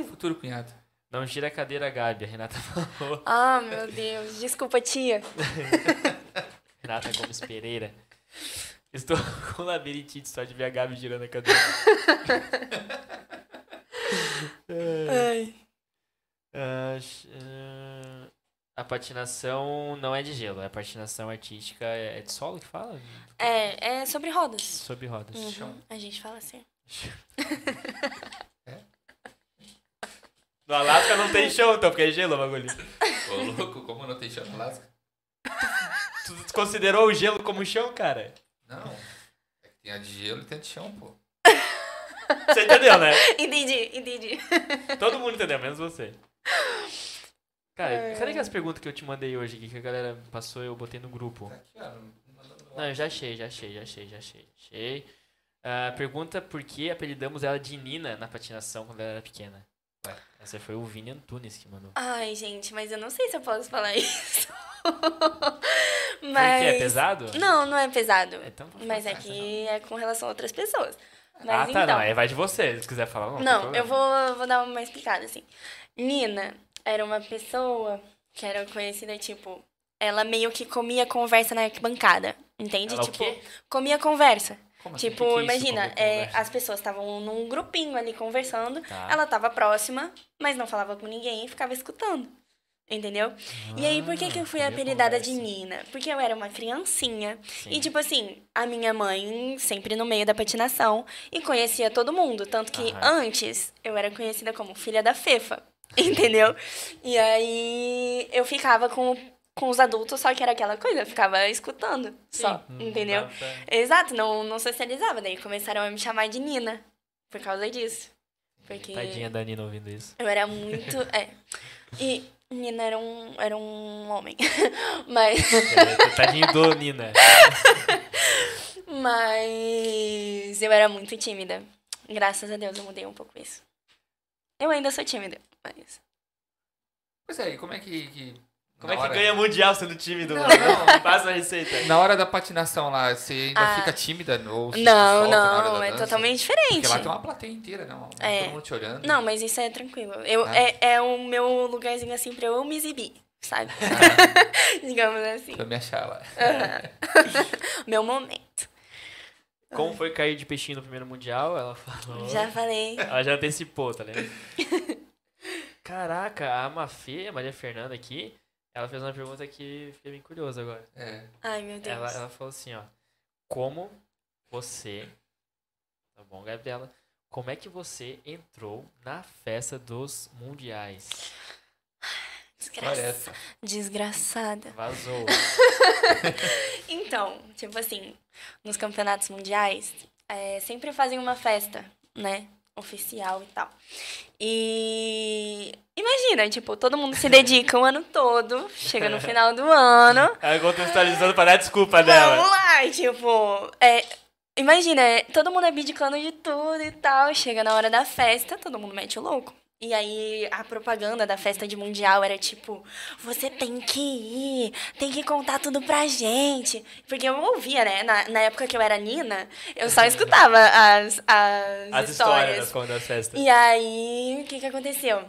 [SPEAKER 2] Futuro cunhado.
[SPEAKER 1] Não gira a cadeira, Gabi, a Renata falou.
[SPEAKER 3] Ah, meu Deus. Desculpa, tia.
[SPEAKER 1] Renata Gomes Pereira. Estou com um labirintite só de ver a Gabi girando a cadeira.
[SPEAKER 3] Ai.
[SPEAKER 1] É. Ah, sh- ah, A patinação não é de gelo, a patinação artística é é de solo que fala?
[SPEAKER 3] É, é sobre rodas.
[SPEAKER 1] Sob rodas.
[SPEAKER 3] Uhum.
[SPEAKER 2] Chão.
[SPEAKER 3] A gente fala assim.
[SPEAKER 1] No Alasca não tem chão, então, porque é gelo o bagulho.
[SPEAKER 2] Ô, louco, como não tem chão no Alasca?
[SPEAKER 1] Tu desconsiderou o gelo como chão, cara?
[SPEAKER 2] Não. É que tem a de gelo e tem a de chão, pô.
[SPEAKER 1] Você entendeu, né?
[SPEAKER 3] Entendi, entendi.
[SPEAKER 1] Todo mundo entendeu, menos você. Cara, cadê aquelas perguntas que eu te mandei hoje aqui, que a galera passou e eu botei no grupo?
[SPEAKER 2] Tá aqui, ó. não- não- não- não-
[SPEAKER 1] Não, eu já achei, já achei, já achei, já achei. já achei. Ah, pergunta por que apelidamos ela de Nina na patinação quando ela era pequena. Ué, essa foi o Vini Antunes que mandou.
[SPEAKER 3] Ai, gente, mas eu não sei se eu posso falar isso.
[SPEAKER 1] Por
[SPEAKER 3] mas.
[SPEAKER 1] quê? É pesado?
[SPEAKER 3] Não, não é pesado.
[SPEAKER 1] Então, vou
[SPEAKER 3] Mas
[SPEAKER 1] falar,
[SPEAKER 3] é que é com relação a outras pessoas. Mas
[SPEAKER 1] ah, tá,
[SPEAKER 3] então.
[SPEAKER 1] não. Aí vai de você. Se quiser falar, não. tem
[SPEAKER 3] Não,
[SPEAKER 1] problema.
[SPEAKER 3] eu vou, vou dar uma explicada, assim. Nina era uma pessoa que era conhecida, tipo, ela meio que comia conversa na arquibancada. Entende?
[SPEAKER 1] Ela o
[SPEAKER 3] tipo,
[SPEAKER 1] quê?
[SPEAKER 3] comia conversa.
[SPEAKER 1] Como assim?
[SPEAKER 3] tipo,
[SPEAKER 1] O que que é isso,
[SPEAKER 3] imagina,
[SPEAKER 1] comer
[SPEAKER 3] é,
[SPEAKER 1] conversa?
[SPEAKER 3] as pessoas estavam num grupinho ali conversando,
[SPEAKER 1] Tá.
[SPEAKER 3] ela tava próxima, mas não falava com ninguém e ficava escutando. Entendeu? e aí, por que, que eu fui
[SPEAKER 1] Ah,
[SPEAKER 3] apelidada de
[SPEAKER 1] conversa.
[SPEAKER 3] Nina? Porque eu era uma criancinha
[SPEAKER 1] Sim.
[SPEAKER 3] e, tipo assim, a minha mãe sempre no meio da patinação e conhecia todo mundo. Tanto que
[SPEAKER 1] Aham.
[SPEAKER 3] antes eu era conhecida como filha da Fefa, entendeu? E aí eu ficava com, com os adultos, só que era aquela coisa, eu ficava escutando só,
[SPEAKER 1] Sim.
[SPEAKER 3] entendeu?
[SPEAKER 1] Tá, tá.
[SPEAKER 3] Exato, não, não socializava. Daí começaram a me chamar de Nina por causa disso. Porque
[SPEAKER 1] Tadinha da Nina ouvindo isso.
[SPEAKER 3] eu era muito. É. E Nina era um, era um homem. Mas.
[SPEAKER 1] É, Tadinho do Nina.
[SPEAKER 3] Mas eu era muito tímida. Graças a Deus eu mudei um pouco isso. Eu ainda sou tímida, mas.
[SPEAKER 2] Pois é, e como é que. que
[SPEAKER 1] Como
[SPEAKER 2] na
[SPEAKER 1] é que
[SPEAKER 2] hora-
[SPEAKER 1] ganha mundial sendo tímido,
[SPEAKER 2] Não,
[SPEAKER 1] mano?
[SPEAKER 2] não.
[SPEAKER 1] Passa a receita.
[SPEAKER 2] Na hora da patinação lá, você ainda
[SPEAKER 3] Ah.
[SPEAKER 2] fica tímida? Ou se
[SPEAKER 3] Não,
[SPEAKER 2] solta na hora
[SPEAKER 3] não,
[SPEAKER 2] da
[SPEAKER 3] é
[SPEAKER 2] dança?
[SPEAKER 3] totalmente diferente.
[SPEAKER 2] Porque lá tem uma plateia inteira, né? Um-
[SPEAKER 3] É.
[SPEAKER 2] Todo mundo te olhando.
[SPEAKER 3] Não, mas isso é tranquilo. Eu,
[SPEAKER 2] Ah.
[SPEAKER 3] é, é o meu lugarzinho assim pra eu me exibir, sabe?
[SPEAKER 2] Ah,
[SPEAKER 3] Digamos assim.
[SPEAKER 2] pra eu me achar lá.
[SPEAKER 3] Aham. meu momento.
[SPEAKER 1] Como foi cair de peixinho no primeiro mundial? Ela falou.
[SPEAKER 3] Já falei.
[SPEAKER 1] Ela já antecipou, tá ligado? Caraca, a Mafê, a Maria Fernanda aqui, ela fez uma pergunta que fiquei bem curioso agora.
[SPEAKER 2] É.
[SPEAKER 3] Ai, meu Deus.
[SPEAKER 1] Ela, ela falou assim, ó. Como você. Tá bom, Gabriela? Como é que você entrou na festa dos mundiais?
[SPEAKER 3] Desgraça-
[SPEAKER 2] Olha essa.
[SPEAKER 3] Desgraçada.
[SPEAKER 1] Vazou.
[SPEAKER 3] Então, tipo assim, nos campeonatos mundiais, é, sempre fazem uma festa, né? Oficial e tal. E imagina, tipo, todo mundo se dedica o ano todo, chega no final do ano.
[SPEAKER 1] Ela contextualizando pra dar desculpa dela.
[SPEAKER 3] Vamos lá, e, tipo, é, imagina, é, todo mundo abdicando de tudo e tal. Chega na hora da festa, todo mundo mete o louco. E aí a propaganda da festa de mundial era tipo, você tem que ir, tem que contar tudo pra gente. Porque eu ouvia, né? Na, na época que eu era Nina, eu só escutava as, as,
[SPEAKER 1] As histórias das, quando é das festas.
[SPEAKER 3] e aí, o que que aconteceu?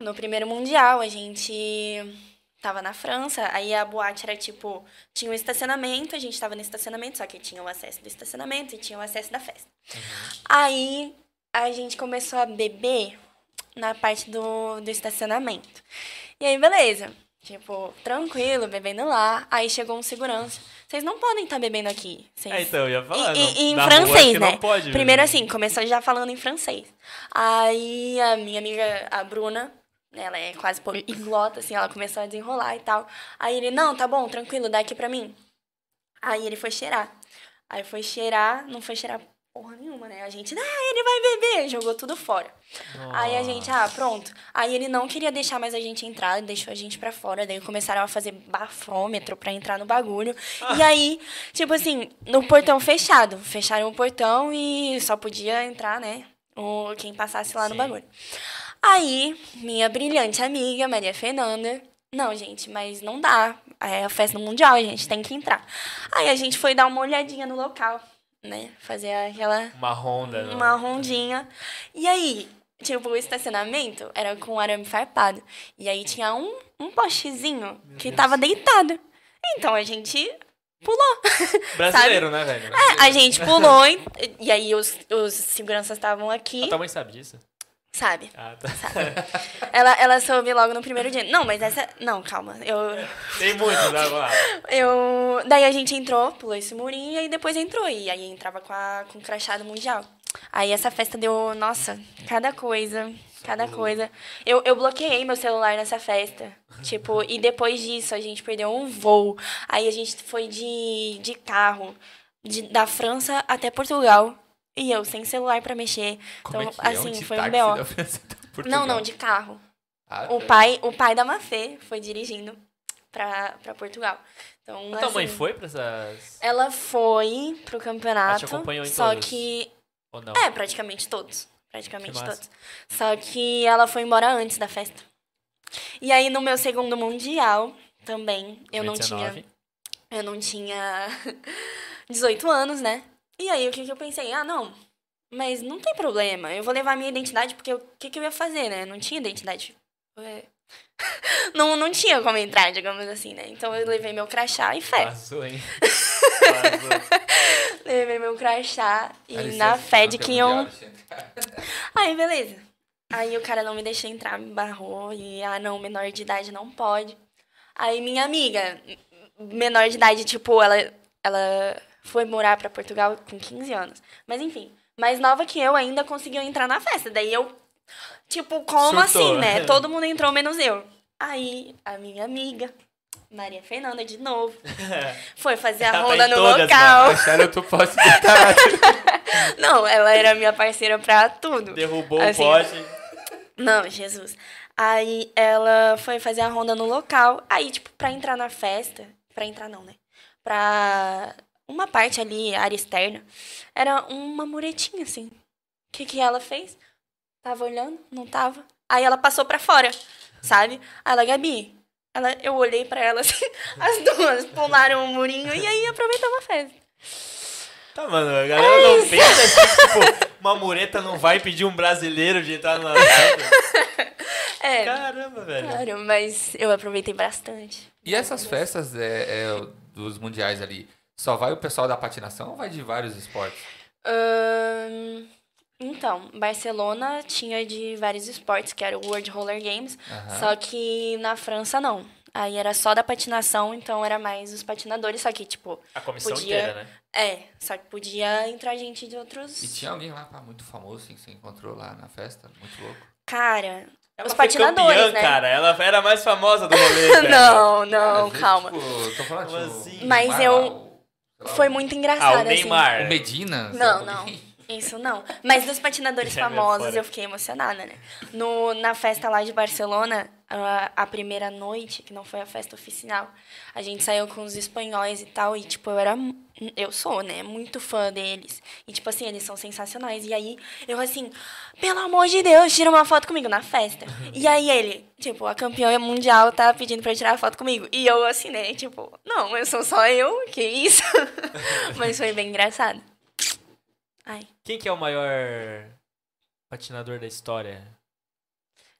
[SPEAKER 3] No primeiro mundial, a gente tava na França, aí a boate era tipo, tinha um estacionamento, a gente tava no estacionamento, só que tinha o acesso do estacionamento e tinha o acesso da festa.
[SPEAKER 1] Uhum.
[SPEAKER 3] Aí a gente começou a beber na parte do, do estacionamento. E aí, beleza. Tipo, tranquilo, bebendo lá. Aí chegou um segurança. Vocês não podem estar bebendo aqui. Vocês
[SPEAKER 1] É, então, eu ia falar.
[SPEAKER 3] e, e-
[SPEAKER 1] não-
[SPEAKER 3] em
[SPEAKER 1] na rua acho
[SPEAKER 3] francês,
[SPEAKER 1] que
[SPEAKER 3] né?
[SPEAKER 1] Não pode,
[SPEAKER 3] Primeiro
[SPEAKER 1] né?
[SPEAKER 3] assim, começou já falando em francês. Aí a minha amiga, a Bruna, ela é quase poliglota, assim, ela começou a desenrolar e tal. Aí ele, não, tá bom, tranquilo, dá aqui pra mim. Aí ele foi cheirar. Aí foi cheirar, não foi cheirar porra nenhuma, né? A gente, ah, ele vai beber, jogou tudo fora. Aí a gente, ah, pronto. Aí ele não queria deixar mais a gente entrar, deixou a gente pra fora. Daí começaram a fazer bafômetro pra entrar no bagulho. E aí, tipo assim, no portão fechado. Fecharam o portão e só podia entrar, né? o- Quem passasse lá no
[SPEAKER 1] Sim.
[SPEAKER 3] bagulho. Aí, minha brilhante amiga, Maria Fernanda. Não, gente, mas não dá. É a festa mundial, a gente tem que entrar. Aí a gente foi dar uma olhadinha no local, né? Fazer aquela
[SPEAKER 1] Uma né? ronda. não.
[SPEAKER 3] uma rondinha. E aí, tipo, o estacionamento era com arame farpado. E aí tinha um, um postezinho que tava deitado. Então a gente pulou.
[SPEAKER 1] Brasileiro, né, velho?
[SPEAKER 3] É, A gente pulou e, e aí os, os seguranças estavam aqui.
[SPEAKER 1] Ah, tá A tua mãe sabe disso?
[SPEAKER 3] sabe?
[SPEAKER 1] Ah, tá.
[SPEAKER 3] Ela, ela soube logo no primeiro dia. Não, mas essa. Não, calma. Eu,
[SPEAKER 1] Tem muito, né? Vamos lá.
[SPEAKER 3] eu. Daí a gente entrou, pulou esse murinho e aí depois entrou. E aí entrava com, a, com o crachado mundial. Aí essa festa deu, nossa, cada coisa, cada coisa. Eu, eu bloqueei meu celular nessa festa. Tipo, e depois disso a gente perdeu um voo. Aí a gente foi de, de carro, de, da França até Portugal. E eu sem celular pra mexer.
[SPEAKER 2] Como
[SPEAKER 3] Então,
[SPEAKER 2] é que é?
[SPEAKER 3] assim,
[SPEAKER 2] de
[SPEAKER 3] foi um
[SPEAKER 2] táxi
[SPEAKER 3] BO.
[SPEAKER 2] da França até
[SPEAKER 3] Não,
[SPEAKER 2] tá Portugal?
[SPEAKER 3] não, de um carro.
[SPEAKER 2] Ah,
[SPEAKER 3] O
[SPEAKER 2] tá.
[SPEAKER 3] pai, o pai da Mafê foi dirigindo pra, pra Portugal. Então,
[SPEAKER 1] A tua mãe
[SPEAKER 3] assim,
[SPEAKER 1] foi pra essas.
[SPEAKER 3] Ela foi pro campeonato.
[SPEAKER 1] Ela te acompanhou em
[SPEAKER 3] só
[SPEAKER 1] todas?
[SPEAKER 3] que.
[SPEAKER 1] Ou não?
[SPEAKER 3] É, praticamente todos. Praticamente
[SPEAKER 1] Que massa.
[SPEAKER 3] todos. Só que ela foi embora antes da festa. E aí, no meu segundo mundial também, eu não tinha.
[SPEAKER 1] 19.
[SPEAKER 3] Eu não tinha 18 anos, né? E aí, o que, que eu pensei? Ah, não, mas não tem problema. Eu vou levar a minha identidade, porque o que, que eu ia fazer, né? Não tinha identidade. É. Não, não tinha como entrar, digamos assim, né? Então eu levei meu crachá e fé.
[SPEAKER 1] Vazou, hein? Vazou.
[SPEAKER 3] Levei meu crachá e
[SPEAKER 2] Dá licença,
[SPEAKER 3] na é fé
[SPEAKER 2] não
[SPEAKER 3] de
[SPEAKER 2] tem
[SPEAKER 3] que eu.
[SPEAKER 2] mundial, gente.
[SPEAKER 3] Aí, beleza. Aí o cara não me deixou entrar, me barrou. E, ah, não, menor de idade não pode. Aí minha amiga, m- menor de idade, tipo, ela, ela foi morar pra Portugal com 15 anos. Mas enfim, mais nova que eu ainda conseguiu entrar na festa. Daí eu, tipo, como
[SPEAKER 1] Surtou.
[SPEAKER 3] assim, né? Todo mundo entrou, menos eu. Aí a minha amiga, Maria Fernanda, de novo, foi fazer a
[SPEAKER 1] Ela tá
[SPEAKER 3] ronda
[SPEAKER 1] em
[SPEAKER 3] no
[SPEAKER 1] todas,
[SPEAKER 3] local.
[SPEAKER 2] Acharam que eu posso deitar.
[SPEAKER 3] Não, ela era minha parceira pra tudo.
[SPEAKER 1] Derrubou
[SPEAKER 3] Assim,
[SPEAKER 1] o pote.
[SPEAKER 3] Não, Jesus. Aí ela foi fazer a ronda no local. Aí, tipo, pra entrar na festa. Pra entrar, não, né? Pra uma parte ali, área externa. Era uma muretinha, assim. O que, que ela fez? Tava olhando? Não tava. Aí ela passou pra fora, sabe? Aí ela, Gabi. Ela, eu olhei pra ela assim. As duas pularam o murinho e aí aproveitamos a festa.
[SPEAKER 1] Tá, mano, a galera não pensa assim, tipo, uma mureta não vai pedir um brasileiro de entrar na.
[SPEAKER 3] É,
[SPEAKER 1] Caramba, velho.
[SPEAKER 3] claro, mas eu aproveitei bastante.
[SPEAKER 2] E essas festas é, é, dos mundiais ali, só vai o pessoal da patinação ou vai de vários esportes?
[SPEAKER 3] Ahn, então, Barcelona tinha de vários esportes, que era o World Roller Games,
[SPEAKER 2] Aham.
[SPEAKER 3] só que na França não. Aí era só da patinação, então era mais os patinadores, só que, tipo,
[SPEAKER 1] A comissão
[SPEAKER 3] Podia.
[SPEAKER 1] inteira, né?
[SPEAKER 3] é, só que podia entrar gente de outros.
[SPEAKER 2] E tinha alguém lá pá, muito famoso assim, que você encontrou lá na festa? Muito louco.
[SPEAKER 3] Cara, os
[SPEAKER 1] foi
[SPEAKER 3] patinadores,
[SPEAKER 1] campeã,
[SPEAKER 3] né?
[SPEAKER 1] cara. É Ela era a mais famosa do rolê, velho. Ah,
[SPEAKER 3] Não,
[SPEAKER 2] Às
[SPEAKER 3] não,
[SPEAKER 2] vezes,
[SPEAKER 3] calma.
[SPEAKER 2] tipo, eu tô falando,
[SPEAKER 1] Como
[SPEAKER 2] tipo,
[SPEAKER 1] assim?
[SPEAKER 3] Mas
[SPEAKER 2] Neymar lá,
[SPEAKER 3] eu-
[SPEAKER 2] o- sei lá,
[SPEAKER 3] Foi
[SPEAKER 2] o-
[SPEAKER 3] muito
[SPEAKER 1] Ah,
[SPEAKER 3] engraçado, assim.
[SPEAKER 1] o Neymar.
[SPEAKER 2] O Medina? é um sei
[SPEAKER 3] Não,
[SPEAKER 2] lá,
[SPEAKER 3] não.
[SPEAKER 2] alguém.
[SPEAKER 3] assim. Isso não. Mas dos patinadores
[SPEAKER 1] Isso é meio
[SPEAKER 3] famosos
[SPEAKER 1] fora.
[SPEAKER 3] eu fiquei emocionada, né? No, na festa lá de Barcelona, a, a primeira noite, que não foi a festa oficial, a gente saiu com os espanhóis e tal, e tipo, eu era. mu- Eu sou, né? Muito fã deles. E tipo assim, eles são sensacionais. E aí, eu assim, pelo amor de Deus, tira uma foto comigo na festa. E aí ele, tipo, a campeã mundial tá pedindo pra eu tirar a foto comigo. E eu assim, né? Tipo, não, eu sou só eu, que isso? Mas foi bem engraçado. Ai.
[SPEAKER 1] Quem que é o maior patinador da história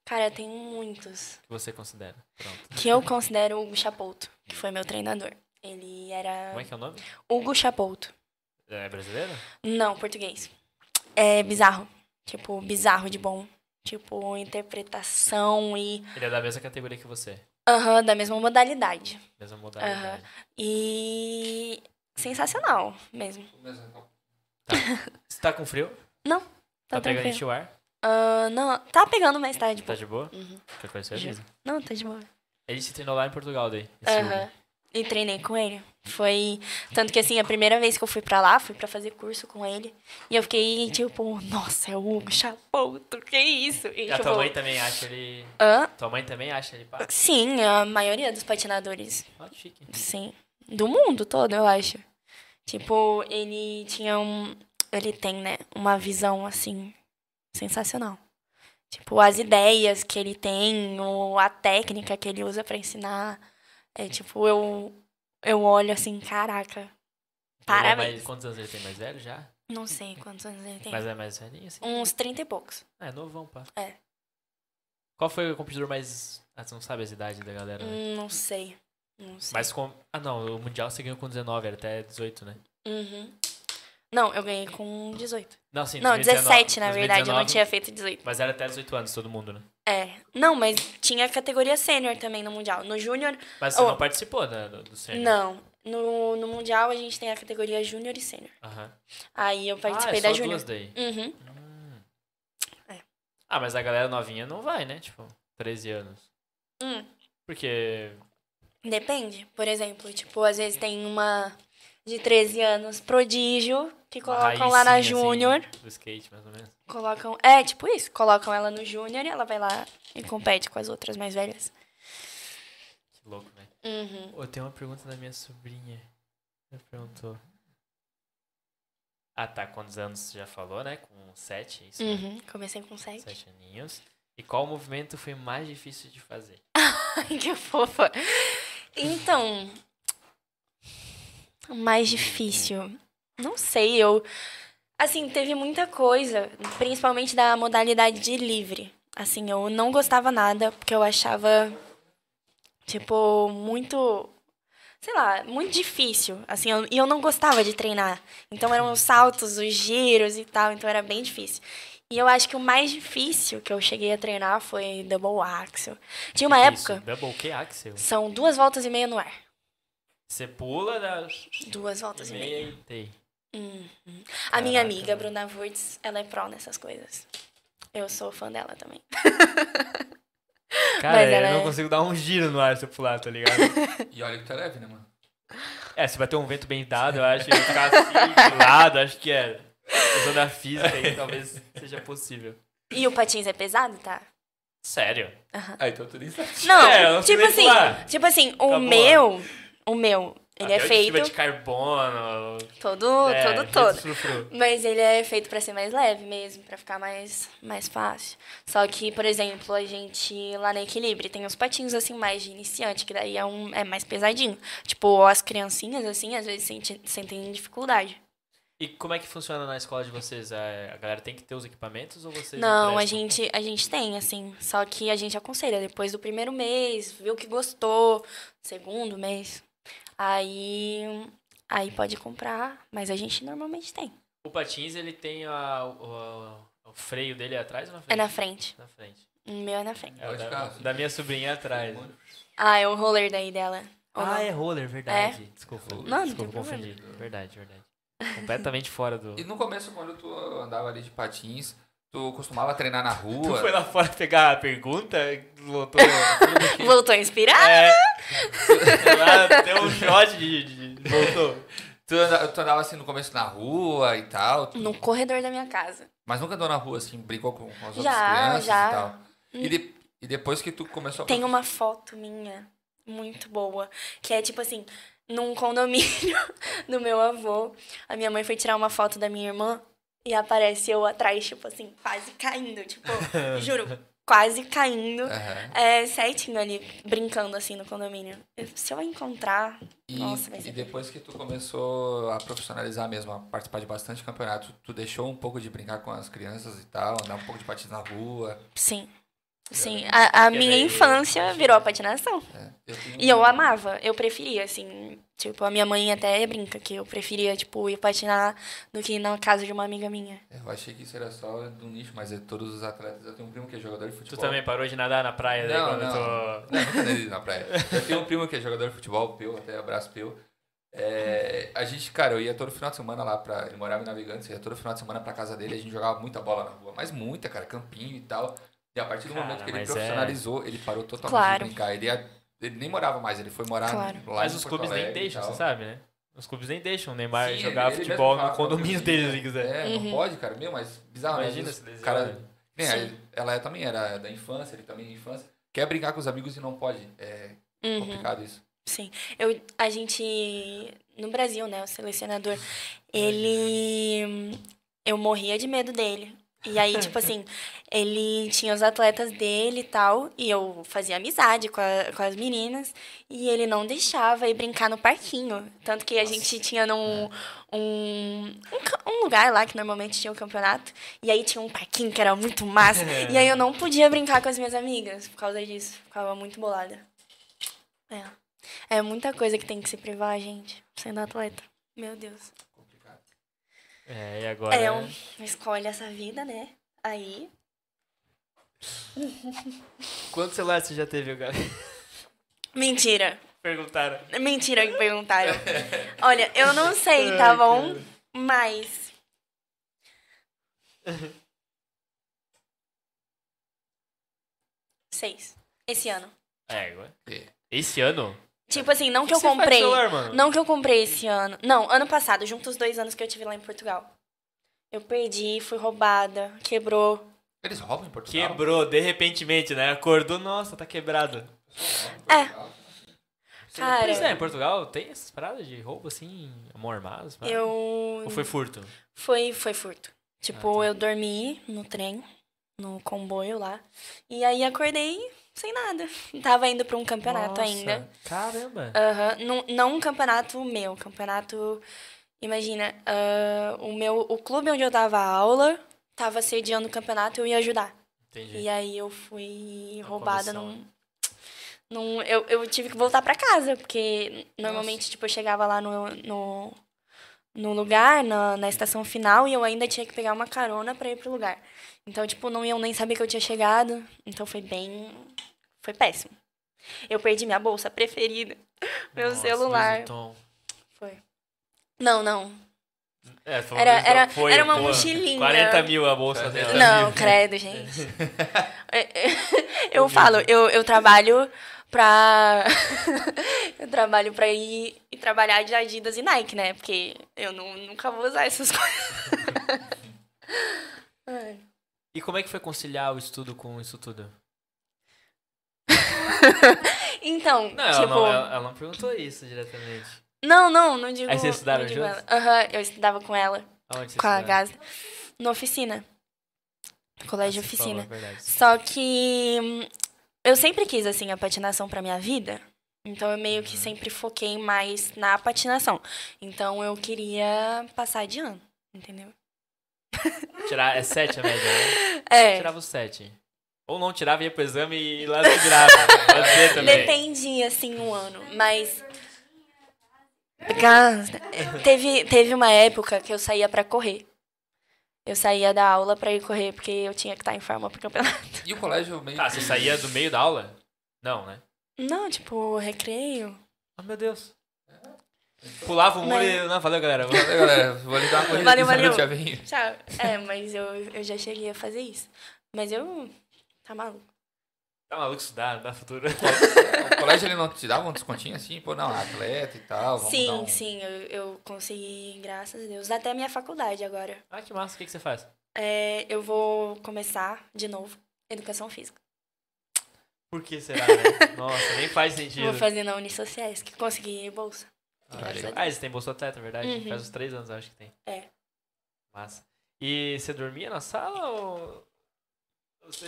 [SPEAKER 3] Cara, tem muitos
[SPEAKER 1] que você considera? Pronto.
[SPEAKER 3] que eu considero o Hugo Chapouto, que foi meu treinador. Ele
[SPEAKER 1] Como é
[SPEAKER 3] era
[SPEAKER 1] que é o nome?
[SPEAKER 3] Hugo Chapouto.
[SPEAKER 1] É brasileiro?
[SPEAKER 3] Não, português. É bizarro. Tipo, bizarro de bom. Tipo, interpretação e.
[SPEAKER 1] Ele é da mesma categoria que você.
[SPEAKER 3] Aham, da mesma modalidade.
[SPEAKER 1] Mesma modalidade.
[SPEAKER 3] E. Sensacional mesmo.
[SPEAKER 1] Você tá com frio?
[SPEAKER 3] Não,
[SPEAKER 1] Tá,
[SPEAKER 3] tá
[SPEAKER 1] pegando
[SPEAKER 3] tranquilo.
[SPEAKER 1] enchio ar?
[SPEAKER 3] Ah, não, tá pegando mais tarde, pô.
[SPEAKER 1] Tá de boa?
[SPEAKER 3] Uhum.
[SPEAKER 1] Qualquer coisa você avisa.
[SPEAKER 3] Não, tá de boa.
[SPEAKER 1] Ele se treinou lá em Portugal daí. em
[SPEAKER 3] Aham.
[SPEAKER 1] Seul.
[SPEAKER 3] E treinei com ele. Foi. Tanto que, assim, a primeira vez que eu fui pra lá, fui pra fazer curso com ele. E eu fiquei, tipo, nossa, é o Hugo Chapouto, que isso? E,
[SPEAKER 1] E a
[SPEAKER 3] tipo,
[SPEAKER 1] tua mãe também acha ele.
[SPEAKER 3] hã?
[SPEAKER 1] Tua mãe também acha ele pá.
[SPEAKER 3] Sim, a maioria dos patinadores,
[SPEAKER 1] Ah, chique.
[SPEAKER 3] sim. Do mundo todo, eu acho. Tipo, ele tinha um. Ele tem, né? Uma visão, assim, sensacional. Tipo, as ideias que ele tem, ou a técnica que ele usa pra ensinar. É tipo, eu, eu olho assim, caraca.
[SPEAKER 1] Ele é
[SPEAKER 3] Parabéns.
[SPEAKER 1] mais- quantos anos ele tem? Mais velho já?
[SPEAKER 3] Não sei quantos anos ele tem.
[SPEAKER 1] Mas é mais velhinho assim?
[SPEAKER 3] Uns 30 e poucos.
[SPEAKER 1] É, novão, pá.
[SPEAKER 3] É.
[SPEAKER 1] Qual foi o competidor mais. Ah, você não sabe as idades da galera, né?
[SPEAKER 3] Hum, Não sei. Não sei.
[SPEAKER 1] Mas com. Ah, não, o Mundial você ganhou com 19, era até 18, né?
[SPEAKER 3] Uhum. Não, eu ganhei com 18.
[SPEAKER 1] Não, sim,
[SPEAKER 3] Não, 17, na
[SPEAKER 1] 2019,
[SPEAKER 3] verdade. Eu não
[SPEAKER 1] 2019,
[SPEAKER 3] tinha feito 18.
[SPEAKER 1] Mas era até 18 anos, todo mundo, né?
[SPEAKER 3] É. Não, mas tinha a categoria sênior também no Mundial. No Júnior,
[SPEAKER 1] Mas você
[SPEAKER 3] Oh.
[SPEAKER 1] não participou da, do, do sênior?
[SPEAKER 3] não. No, no Mundial a gente tem a categoria Júnior e Sênior.
[SPEAKER 1] Aham.
[SPEAKER 3] Aí eu participei
[SPEAKER 1] ah, é
[SPEAKER 3] da
[SPEAKER 1] só
[SPEAKER 3] Júnior.
[SPEAKER 1] duas daí.
[SPEAKER 3] Uhum.
[SPEAKER 1] Hum.
[SPEAKER 3] É.
[SPEAKER 1] Ah, mas a galera novinha não vai, né? Tipo, 13 anos.
[SPEAKER 3] Hum.
[SPEAKER 1] Porque.
[SPEAKER 3] Depende. Por exemplo, tipo, às vezes tem uma de 13 anos prodígio que colocam lá na
[SPEAKER 1] raizinha, assim,
[SPEAKER 3] Júnior.
[SPEAKER 1] do skate, mais ou menos.
[SPEAKER 3] Colocam. É, tipo isso. Colocam ela no Júnior e ela vai lá e compete com as outras mais velhas.
[SPEAKER 1] Que louco, né?
[SPEAKER 3] Uhum.
[SPEAKER 1] Eu tenho uma pergunta da minha sobrinha. Ela perguntou. Ah, tá. Quantos anos você já falou, né? Com sete, isso? né?
[SPEAKER 3] Uhum. Comecei com 7.
[SPEAKER 1] Sete aninhos. E qual movimento foi mais difícil de fazer?
[SPEAKER 3] que fofa. Então, o mais difícil. Não sei, eu. Assim, teve muita coisa, principalmente da modalidade de livre. Assim, eu não gostava nada, porque eu achava, tipo, muito. Sei lá, muito difícil. Assim, eu- e eu não gostava de treinar. Então eram os saltos, os giros e tal, então era bem difícil. E eu acho que o mais difícil que eu cheguei a treinar foi double axel. Tinha uma
[SPEAKER 1] Isso,
[SPEAKER 3] época
[SPEAKER 1] double ah, que axel.
[SPEAKER 3] são duas voltas e meia no ar.
[SPEAKER 1] Você pula da.
[SPEAKER 3] Duas assim. voltas e meia.
[SPEAKER 1] Meia e tem.
[SPEAKER 3] Uhum. A minha
[SPEAKER 1] Caraca,
[SPEAKER 3] amiga,
[SPEAKER 1] mano.
[SPEAKER 3] Bruna Wurtz, ela é pró nessas coisas. Eu sou fã dela também.
[SPEAKER 1] Cara,
[SPEAKER 3] Mas
[SPEAKER 1] eu
[SPEAKER 3] ela
[SPEAKER 1] não
[SPEAKER 3] é-
[SPEAKER 1] consigo dar um giro no ar se eu pular, tá ligado?
[SPEAKER 2] E olha que tu é leve, né, mano?
[SPEAKER 1] é, se bater um vento bem dado, eu acho que eu ficar assim, de lado, acho que é. Usando a física aí, talvez seja possível.
[SPEAKER 3] E o patins é pesado, tá?
[SPEAKER 1] Sério?
[SPEAKER 2] Ah, então tu nem sabe.
[SPEAKER 3] Não,
[SPEAKER 1] É, eu não sei
[SPEAKER 3] tipo
[SPEAKER 1] nem
[SPEAKER 3] assim,
[SPEAKER 1] pular.
[SPEAKER 3] tipo assim, o
[SPEAKER 1] Acabou.
[SPEAKER 3] meu, o meu, ele é
[SPEAKER 1] Até o de fibra
[SPEAKER 3] feito
[SPEAKER 1] de carbono.
[SPEAKER 3] todo,
[SPEAKER 1] é,
[SPEAKER 3] todo,
[SPEAKER 1] feito
[SPEAKER 3] todo.
[SPEAKER 1] frufru.
[SPEAKER 3] Mas ele é feito pra ser mais leve mesmo, pra ficar mais, mais fácil. Só que, por exemplo, a gente lá na Equilibre tem uns patinhos assim mais de iniciante, que daí é, um, é mais pesadinho. Tipo, as criancinhas assim, às vezes sente- sentem dificuldade.
[SPEAKER 1] E como é que funciona na escola de vocês? É, A galera tem que ter os equipamentos ou vocês.
[SPEAKER 3] Não, a
[SPEAKER 1] emprestam?
[SPEAKER 3] gente, a gente tem, assim. Só que a gente aconselha depois do primeiro mês, viu que gostou, segundo mês. Aí, aí pode comprar, mas a gente normalmente tem.
[SPEAKER 1] O patins, ele tem a- o, o- o freio dele é atrás ou na frente?
[SPEAKER 3] É na frente.
[SPEAKER 1] Na frente.
[SPEAKER 3] O meu é na frente.
[SPEAKER 1] É o
[SPEAKER 2] Pode
[SPEAKER 1] da,
[SPEAKER 2] ficar, assim.
[SPEAKER 1] da minha sobrinha é atrás.
[SPEAKER 3] Ah, é o roller daí dela. ou não?
[SPEAKER 1] Ah, é roller, verdade. Desculpa.
[SPEAKER 2] Não,
[SPEAKER 3] não tem
[SPEAKER 1] Desculpa,
[SPEAKER 3] problema.
[SPEAKER 1] confundi. Verdade, verdade. Completamente fora do.
[SPEAKER 2] E no começo, quando tu andava ali de patins, tu costumava treinar na rua.
[SPEAKER 1] lá fora pegar a pergunta, lotou.
[SPEAKER 3] Voltou a inspirar?
[SPEAKER 1] é. Lá deu um shot de. de- de- voltou.
[SPEAKER 2] Tu, anda- tu andava assim no começo na rua e tal. tu-
[SPEAKER 3] No corredor da minha casa.
[SPEAKER 2] Mas nunca andou na rua, assim, brigou com, com as outras
[SPEAKER 3] Já,
[SPEAKER 2] crianças
[SPEAKER 3] já. Hum.
[SPEAKER 2] e tal. E, de- e depois que tu começou a.
[SPEAKER 3] Tem uma foto minha muito boa, que é tipo assim, num condomínio do meu avô. A minha mãe foi tirar uma foto da minha irmã e aparece eu atrás, tipo assim, quase caindo, tipo, juro, quase caindo.
[SPEAKER 2] Aham.
[SPEAKER 3] É, certinho ali, brincando assim no condomínio. Se eu encontrar,
[SPEAKER 2] E,
[SPEAKER 3] Nossa, é vai ser
[SPEAKER 2] e depois que tu começou a profissionalizar mesmo, a participar de bastante campeonato, tu deixou um pouco de brincar com as crianças e tal, andar um pouco de patins na rua.
[SPEAKER 3] sim. Sim, a, a
[SPEAKER 1] Porque
[SPEAKER 3] minha
[SPEAKER 1] daí-
[SPEAKER 3] infância virou a patinação.
[SPEAKER 2] né? Eu tenho-
[SPEAKER 3] E eu amava, eu preferia, assim. Tipo, a minha mãe até brinca que eu preferia, tipo, ir patinar do que ir na casa de uma amiga minha.
[SPEAKER 2] É, Eu achei que isso era só do nicho, mas é todos os atletas. Eu tenho um primo que é jogador de
[SPEAKER 1] Tu
[SPEAKER 2] futebol.
[SPEAKER 1] também parou de nadar na praia daí
[SPEAKER 2] Não,
[SPEAKER 1] quando
[SPEAKER 2] não.
[SPEAKER 1] eu tô.
[SPEAKER 2] Não, nunca andei na praia. Eu tenho um primo que é jogador de futebol, Peu, até abraço Peu. É, a gente, cara, eu ia todo final de semana lá pra. Ele morava em Navegantes, eu ia todo final de semana pra casa dele, a gente jogava muita bola na rua, mas muita, cara, campinho e tal. E a partir do
[SPEAKER 1] Cara,
[SPEAKER 2] momento que ele
[SPEAKER 1] mas é-
[SPEAKER 2] profissionalizou, ele parou totalmente
[SPEAKER 3] Claro.
[SPEAKER 2] de brincar. Ele, ia- ele nem morava mais, ele foi morar
[SPEAKER 3] Claro.
[SPEAKER 2] lá
[SPEAKER 1] Mas
[SPEAKER 2] em
[SPEAKER 1] os
[SPEAKER 2] Porto
[SPEAKER 1] clubes nem
[SPEAKER 2] Alegre e
[SPEAKER 1] deixam,
[SPEAKER 2] tal.
[SPEAKER 1] você sabe, né? Os clubes nem deixam o Neymar
[SPEAKER 2] Sim,
[SPEAKER 1] jogar
[SPEAKER 2] ele- ele
[SPEAKER 1] condomínio
[SPEAKER 2] mesmo
[SPEAKER 1] no
[SPEAKER 2] fala,
[SPEAKER 1] condomínio
[SPEAKER 2] "Não,
[SPEAKER 1] dele, se ele quiser.
[SPEAKER 2] É,
[SPEAKER 3] Uhum.
[SPEAKER 2] não pode, cara. Meu, mas bizarro. né? Às
[SPEAKER 1] né? Imagina
[SPEAKER 2] vezes
[SPEAKER 1] se né?
[SPEAKER 2] o
[SPEAKER 1] lesiona.
[SPEAKER 2] cara, que nem
[SPEAKER 3] Sim.
[SPEAKER 2] a- É, Ela também era da infância, ele também é infância. Quer brincar com os amigos e não pode. É
[SPEAKER 3] Uhum.
[SPEAKER 2] complicado isso.
[SPEAKER 3] Sim. Eu, a gente. No Brasil, né? O selecionador. Ele. Eu morria de medo dele. E aí, tipo assim, ele tinha os atletas dele e tal. E eu fazia amizade com, a- com as meninas. E ele não deixava ir brincar no parquinho. Tanto que a gente tinha num, um, um, ca- um lugar lá que normalmente tinha o campeonato. E aí tinha um parquinho que era muito massa. E aí eu não podia brincar com as minhas amigas por causa disso. Ficava muito bolada. É. É muita coisa que tem que se privar, gente, sendo atleta. Meu Deus.
[SPEAKER 2] Complicado.
[SPEAKER 1] É, e agora.
[SPEAKER 3] É, um, escolhe essa vida, né? Aí,
[SPEAKER 1] Quantos celulares você já teve, Gabi?
[SPEAKER 3] mentira.
[SPEAKER 1] Perguntaram.
[SPEAKER 3] Mentira que perguntaram. Olha, eu não sei, tá bom? Mas seis. Esse ano.
[SPEAKER 1] É, agora.
[SPEAKER 2] É.
[SPEAKER 1] Esse ano?
[SPEAKER 3] Tipo assim, não que eu
[SPEAKER 1] Você faz
[SPEAKER 3] comprei.
[SPEAKER 1] celular, mano?
[SPEAKER 3] Não que eu comprei esse ano. Não, ano passado, junto os dois anos que eu tive lá em Portugal. Eu perdi, fui roubada, quebrou.
[SPEAKER 2] Eles roubam em Portugal?
[SPEAKER 1] Quebrou, de repentemente, né? Acordou, nossa, tá quebrado.
[SPEAKER 3] É. Cara.
[SPEAKER 1] Pois é, em Portugal tem essas paradas de roubo, assim, amor armado? essas paradas?
[SPEAKER 3] Eu.
[SPEAKER 1] Ou foi furto?
[SPEAKER 3] Foi, foi furto. Tipo, eu dormi no trem, no comboio lá. E aí acordei sem nada. Tava indo pra um campeonato
[SPEAKER 1] Nossa,
[SPEAKER 3] ainda. Ah,
[SPEAKER 1] Caramba.
[SPEAKER 3] Aham, Não, não um campeonato meu, campeonato. Imagina, ah, o meu o clube onde eu dava aula tava sediando o campeonato eu ia ajudar.
[SPEAKER 1] Entendi.
[SPEAKER 3] E aí eu fui
[SPEAKER 1] Uma
[SPEAKER 3] roubada
[SPEAKER 1] comissão, né?
[SPEAKER 3] num. num eu, eu tive que voltar pra casa, porque normalmente, tipo, eu chegava lá no, no, no lugar, na, na estação final, e eu ainda tinha que pegar uma carona pra ir pro lugar. Então, tipo, não iam nem saber que eu tinha chegado. Então foi bem. Foi péssimo. Eu perdi minha bolsa preferida. Meu
[SPEAKER 1] Nossa, então
[SPEAKER 3] celular.
[SPEAKER 1] Louis Vuitton.
[SPEAKER 3] Foi. Não, não.
[SPEAKER 1] É, foi
[SPEAKER 3] Era-
[SPEAKER 1] Louis Vuitton,
[SPEAKER 3] era-
[SPEAKER 1] foi,
[SPEAKER 3] era uma
[SPEAKER 1] pô,
[SPEAKER 3] mochilinha.
[SPEAKER 1] 40 mil a bolsa dela.
[SPEAKER 3] Não, credo, gente. eu falo, eu, eu trabalho pra. eu trabalho pra ir, ir trabalhar de Adidas e Nike, né? Porque eu nu- nunca vou usar essas coisas. Ai.
[SPEAKER 1] E como é que foi conciliar o estudo com isso tudo?
[SPEAKER 3] Então,
[SPEAKER 1] Não, ela,
[SPEAKER 3] tipo.
[SPEAKER 1] não, ela, ela não perguntou isso diretamente.
[SPEAKER 3] Não, não, não digo.
[SPEAKER 1] Aí vocês estudaram
[SPEAKER 3] não digo
[SPEAKER 1] juntos?
[SPEAKER 3] ela. Aham, eu estudava com ela,
[SPEAKER 1] Aonde você
[SPEAKER 3] com a
[SPEAKER 1] estudava?
[SPEAKER 3] Gaza, na oficina. Colégio
[SPEAKER 1] Ah, você
[SPEAKER 3] oficina.
[SPEAKER 1] falou, verdade.
[SPEAKER 3] Só que hum, eu sempre quis, assim, a patinação pra minha vida. Então, eu meio que sempre foquei mais na patinação. Então, eu queria passar de ano, entendeu?
[SPEAKER 1] Tirar, é 7 a média, né?
[SPEAKER 3] É,
[SPEAKER 1] Tirava o 7. Ou não tirava, ia pro exame e lá se virava. Pode ser também.
[SPEAKER 3] dependia, assim, um ano. Mas... Gás- né? Teve, teve uma época que eu saía pra correr. Eu saía da aula pra ir correr, porque eu tinha que estar em forma pro campeonato.
[SPEAKER 2] E o colégio meio
[SPEAKER 1] Tá,
[SPEAKER 2] que-
[SPEAKER 1] você saía do meio da aula? Não, né?
[SPEAKER 3] Não, tipo, recreio.
[SPEAKER 1] Oh, meu Deus. Pulava o muro
[SPEAKER 3] Mas-
[SPEAKER 1] e... Não, valeu, galera.
[SPEAKER 2] Valeu, galera. Vou lhe dar uma corrida
[SPEAKER 3] Valeu,
[SPEAKER 2] aqui,
[SPEAKER 3] valeu.
[SPEAKER 2] já vem.
[SPEAKER 3] Tchau. É, mas eu, eu já cheguei a fazer isso. Mas eu. Tá maluco.
[SPEAKER 1] Tá maluco estudar, não dá futuro.
[SPEAKER 2] O colégio ele não te dava um descontinho assim? Pô, não, atleta e tal. Vamos
[SPEAKER 3] sim,
[SPEAKER 2] dar um...
[SPEAKER 3] sim, eu, eu consegui, graças a Deus. Até a minha faculdade agora.
[SPEAKER 1] Ah, que massa. O que, que você faz?
[SPEAKER 3] É, eu vou começar de novo educação física.
[SPEAKER 1] Por que será, né? Nossa, nem faz sentido.
[SPEAKER 3] Vou fazer na Unisociais, que consegui bolsa.
[SPEAKER 2] Ah, legal.
[SPEAKER 1] Ah, eles têm bolsa atleta, é verdade?
[SPEAKER 3] Uhum.
[SPEAKER 1] Faz uns três anos, eu acho que tem.
[SPEAKER 3] É.
[SPEAKER 1] Massa. E você dormia na sala ou... Você...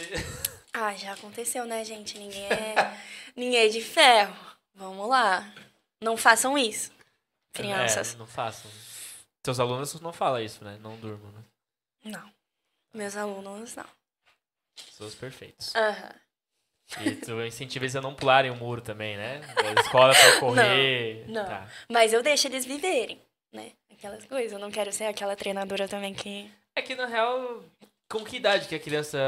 [SPEAKER 3] Ah, já aconteceu, né, gente? Ninguém é, ninguém é de ferro. Vamos lá. Não façam isso, crianças.
[SPEAKER 1] É, não façam. Seus alunos não falam isso, né? Não durmam, né?
[SPEAKER 2] É.
[SPEAKER 3] Não. Meus alunos, não.
[SPEAKER 1] Pessoas perfeitos.
[SPEAKER 3] Aham.
[SPEAKER 1] E tu incentiva eles a não pularem o muro também, né? Da escola pra correr.
[SPEAKER 3] Não, não.
[SPEAKER 1] Tá.
[SPEAKER 3] Mas eu deixo eles viverem, né? Aquelas coisas. Eu não quero ser aquela treinadora também que.
[SPEAKER 1] É que, na real, com que idade que a criança...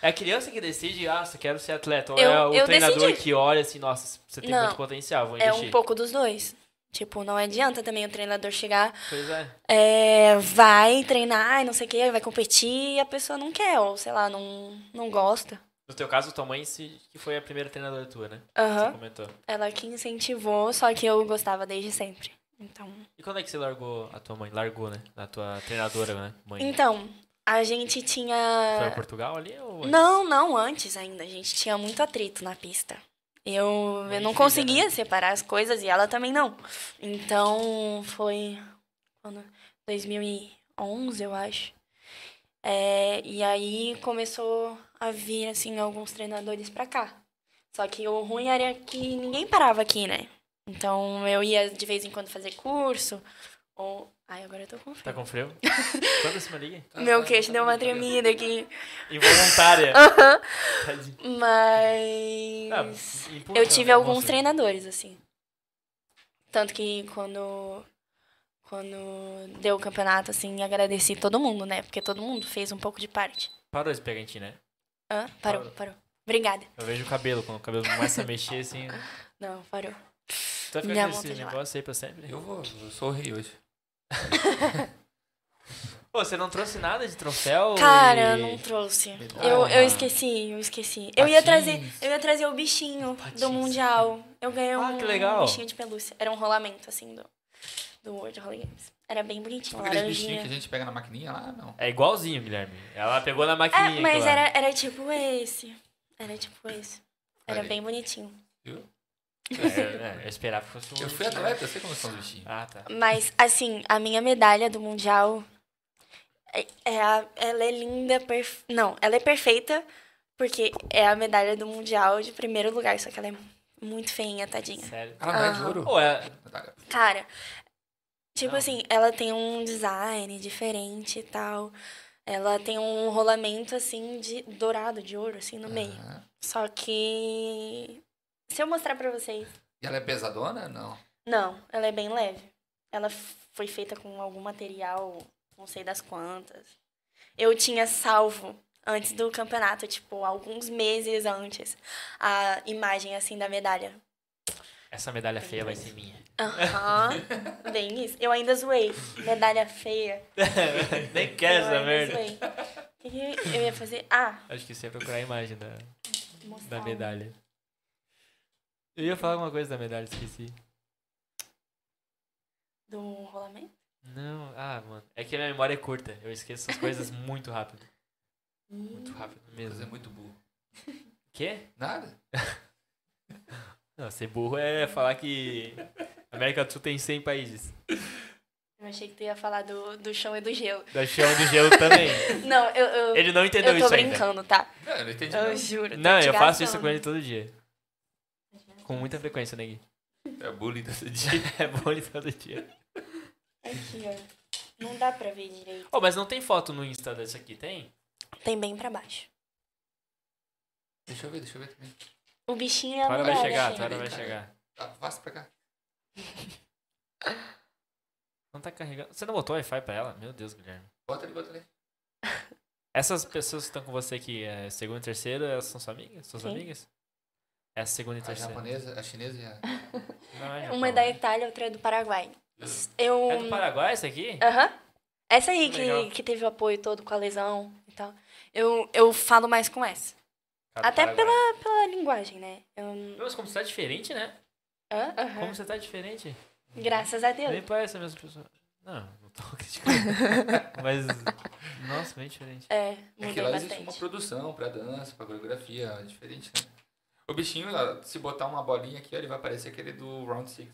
[SPEAKER 1] É a criança que decide, ah, você quero ser atleta. Ou
[SPEAKER 3] Eu-
[SPEAKER 1] é o
[SPEAKER 3] eu
[SPEAKER 1] treinador
[SPEAKER 3] decidi.
[SPEAKER 1] que olha assim, nossa, você tem
[SPEAKER 3] Não.
[SPEAKER 1] muito potencial, vou
[SPEAKER 3] É
[SPEAKER 1] investir.
[SPEAKER 3] um pouco dos dois. Tipo, não adianta também o treinador chegar,
[SPEAKER 1] Pois é.
[SPEAKER 3] é, vai treinar e não sei o quê, vai competir e a pessoa não quer, ou sei lá, não, não gosta.
[SPEAKER 1] No teu caso, tua mãe se- que foi a primeira treinadora tua, né? Você
[SPEAKER 3] Aham.
[SPEAKER 1] comentou.
[SPEAKER 3] Ela que incentivou, só que eu gostava desde sempre. Então,
[SPEAKER 1] E quando é que você largou a tua mãe? Largou, né? A tua treinadora, né? Mãe.
[SPEAKER 3] então a gente
[SPEAKER 1] Foi a
[SPEAKER 3] tinha.
[SPEAKER 1] Portugal ali ou... é?
[SPEAKER 3] Não, não, antes ainda. A gente tinha muito atrito na pista. Eu, eu não
[SPEAKER 1] Mentira,
[SPEAKER 3] conseguia separar as coisas e ela também não. Então, foi quando, 2011, eu acho. É, e aí começou a vir, assim, alguns treinadores pra cá. Só que o ruim era que ninguém parava aqui, né? Então, eu ia de vez em quando fazer curso. Ou... Ai, agora eu tô com
[SPEAKER 1] Tá
[SPEAKER 3] frio.
[SPEAKER 1] com frio? Quando você me liga?
[SPEAKER 3] Meu queixo deu uma tremida aqui.
[SPEAKER 1] Involuntária. Tadinho. Ah,
[SPEAKER 3] Mas.
[SPEAKER 1] impulsiona,
[SPEAKER 3] Eu tive alguns
[SPEAKER 1] mostra.
[SPEAKER 3] treinadores, assim. Tanto que quando. Quando deu o campeonato, assim, agradeci todo mundo, né? Porque todo mundo fez um pouco de parte.
[SPEAKER 1] Parou esse Pegantin, né?
[SPEAKER 3] Hã? Parou,
[SPEAKER 1] Parou.
[SPEAKER 3] parou. Obrigada.
[SPEAKER 1] Eu vejo o cabelo, quando o cabelo começa a mexer assim.
[SPEAKER 3] Não, parou.
[SPEAKER 1] Tu vai ficar
[SPEAKER 3] Minha
[SPEAKER 1] com
[SPEAKER 3] mão tá
[SPEAKER 1] esse
[SPEAKER 3] gelada.
[SPEAKER 1] negócio aí pra sempre?
[SPEAKER 2] Eu vou, eu sou o rei hoje.
[SPEAKER 1] Pô, você não trouxe nada de troféu?
[SPEAKER 3] Cara, eu
[SPEAKER 1] e-
[SPEAKER 3] não trouxe.
[SPEAKER 1] Medalha.
[SPEAKER 3] Eu, eu esqueci, eu esqueci. Eu ia, trazer,
[SPEAKER 2] Patins.
[SPEAKER 3] eu ia trazer o bichinho
[SPEAKER 1] Patins.
[SPEAKER 3] do Mundial. Eu ganhei
[SPEAKER 1] Ah,
[SPEAKER 3] um
[SPEAKER 1] que legal.
[SPEAKER 3] bichinho de pelúcia. Era um rolamento, assim, do, do World Roller Games. Era bem bonitinho,
[SPEAKER 2] Não aqueles
[SPEAKER 3] laranjinha.
[SPEAKER 2] bichinhos que a gente pega na maquininha lá, não.
[SPEAKER 1] É igualzinho, Guilherme. Ela pegou na
[SPEAKER 3] Ah,
[SPEAKER 2] é
[SPEAKER 1] maquininha.
[SPEAKER 3] mas
[SPEAKER 1] aquela.
[SPEAKER 3] era, era tipo esse. Era tipo esse. Era
[SPEAKER 2] Aí.
[SPEAKER 3] bem bonitinho.
[SPEAKER 1] É, é, eu esperava que fosse um.
[SPEAKER 2] Eu fui atleta, eu sei como são os bichinhos.
[SPEAKER 1] Ah, tá.
[SPEAKER 3] Mas, assim, a minha medalha do Mundial, é, é a- ela é linda, perf... não, ela é perfeita, porque é a medalha do Mundial de primeiro lugar, só que ela é muito feinha, tadinha.
[SPEAKER 1] Sério.
[SPEAKER 2] Ela não é de
[SPEAKER 3] Aham.
[SPEAKER 2] ouro.
[SPEAKER 1] Pô, é-
[SPEAKER 2] medalha.
[SPEAKER 3] Cara, tipo
[SPEAKER 1] Não.
[SPEAKER 3] assim, ela tem um design diferente e tal, ela tem um rolamento, assim, de dourado, de ouro, assim, no meio.
[SPEAKER 2] Aham.
[SPEAKER 3] Só que, se eu mostrar pra vocês,
[SPEAKER 2] E ela é pesadona? Não.
[SPEAKER 3] Não, ela é bem leve. Ela f- foi feita com algum material, não sei das quantas. Eu tinha salvo antes do campeonato, tipo, alguns meses antes, a imagem assim da medalha.
[SPEAKER 1] Essa medalha feia vai ser minha.
[SPEAKER 3] Aham, bem isso. Eu ainda zoei. Medalha feia.
[SPEAKER 1] Nem quer
[SPEAKER 3] eu
[SPEAKER 1] essa
[SPEAKER 3] ainda
[SPEAKER 1] merda.
[SPEAKER 3] zoei. O que que eu ia fazer? Ah,
[SPEAKER 1] Acho que você ia procurar a imagem da,
[SPEAKER 3] mostrar.
[SPEAKER 1] da
[SPEAKER 3] um-
[SPEAKER 1] medalha. Eu ia falar alguma coisa da medalha, esqueci.
[SPEAKER 3] Do rolamento?
[SPEAKER 1] Não, ah, mano. É que a minha memória é curta. Eu esqueço essas coisas muito rápido.
[SPEAKER 3] Hum,
[SPEAKER 1] Muito rápido
[SPEAKER 2] Deus é
[SPEAKER 1] mesmo.
[SPEAKER 2] muito burro.
[SPEAKER 1] Quê?
[SPEAKER 2] Nada?
[SPEAKER 1] Não, ser burro é falar que a América do Sul tem 100 países.
[SPEAKER 3] Eu achei que tu ia falar do, do chão e do gelo.
[SPEAKER 1] Da chão do gelo também.
[SPEAKER 3] Não, eu, eu,
[SPEAKER 1] Ele não entendeu
[SPEAKER 3] eu tô
[SPEAKER 1] isso ainda.
[SPEAKER 3] brincando, tá?
[SPEAKER 2] Não, eu não entendi.
[SPEAKER 3] Eu
[SPEAKER 2] Não.
[SPEAKER 3] juro. tô
[SPEAKER 1] Não,
[SPEAKER 3] te
[SPEAKER 1] eu faço isso
[SPEAKER 3] gastando.
[SPEAKER 1] com ele todo dia. Com muita frequência, né, Gui?
[SPEAKER 2] É bullying desse dia.
[SPEAKER 1] É bom ele todo dia.
[SPEAKER 3] Aqui, ó. Não dá pra ver direito.
[SPEAKER 1] Oh, mas não tem foto no Insta dessa aqui, tem?
[SPEAKER 3] Tem bem pra baixo.
[SPEAKER 2] Deixa eu ver, deixa eu ver também.
[SPEAKER 3] O bichinho é
[SPEAKER 1] Tora vai
[SPEAKER 3] mulher,
[SPEAKER 1] chegar,
[SPEAKER 3] assim.
[SPEAKER 1] tua hora vai chegar.
[SPEAKER 2] Tá, passa pra cá.
[SPEAKER 1] Não tá carregando. Você não botou Wi-Fi pra ela? Meu Deus, Guilherme.
[SPEAKER 2] Bota ali, bota ali.
[SPEAKER 1] Essas pessoas que estão com você aqui, é segunda e terceira, elas são suas amigas? Suas
[SPEAKER 3] Sim.
[SPEAKER 1] amigas? É a segunda e
[SPEAKER 2] A
[SPEAKER 1] terceira.
[SPEAKER 2] Ah, japonesa, a chinesa e a...
[SPEAKER 1] Não, é
[SPEAKER 3] Uma é
[SPEAKER 1] Japão.
[SPEAKER 3] da Itália, outra é do Paraguai. Eu.
[SPEAKER 1] É do Paraguai essa aqui?
[SPEAKER 3] Aham. Essa aí
[SPEAKER 1] Que
[SPEAKER 3] que,
[SPEAKER 1] legal.
[SPEAKER 3] que teve o apoio todo com a lesão e tal. Eu, eu falo mais com essa.
[SPEAKER 1] Cara, do
[SPEAKER 3] Até
[SPEAKER 1] Paraguai.
[SPEAKER 3] Pela linguagem, né? Eu-
[SPEAKER 1] Meu, Mas como você tá diferente, né?
[SPEAKER 3] Hã? Aham.
[SPEAKER 1] Como você tá diferente?
[SPEAKER 3] Graças a Deus.
[SPEAKER 1] Nem parece a mesma pessoa. Não, não tô criticando. Mas, nossa, bem diferente.
[SPEAKER 3] É,
[SPEAKER 2] É que
[SPEAKER 3] mudei
[SPEAKER 2] lá existe uma
[SPEAKER 3] bastante.
[SPEAKER 2] produção pra dança, pra coreografia, é diferente, né? O bichinho, ó, se botar uma bolinha aqui, ó, ele vai parecer aquele do Round six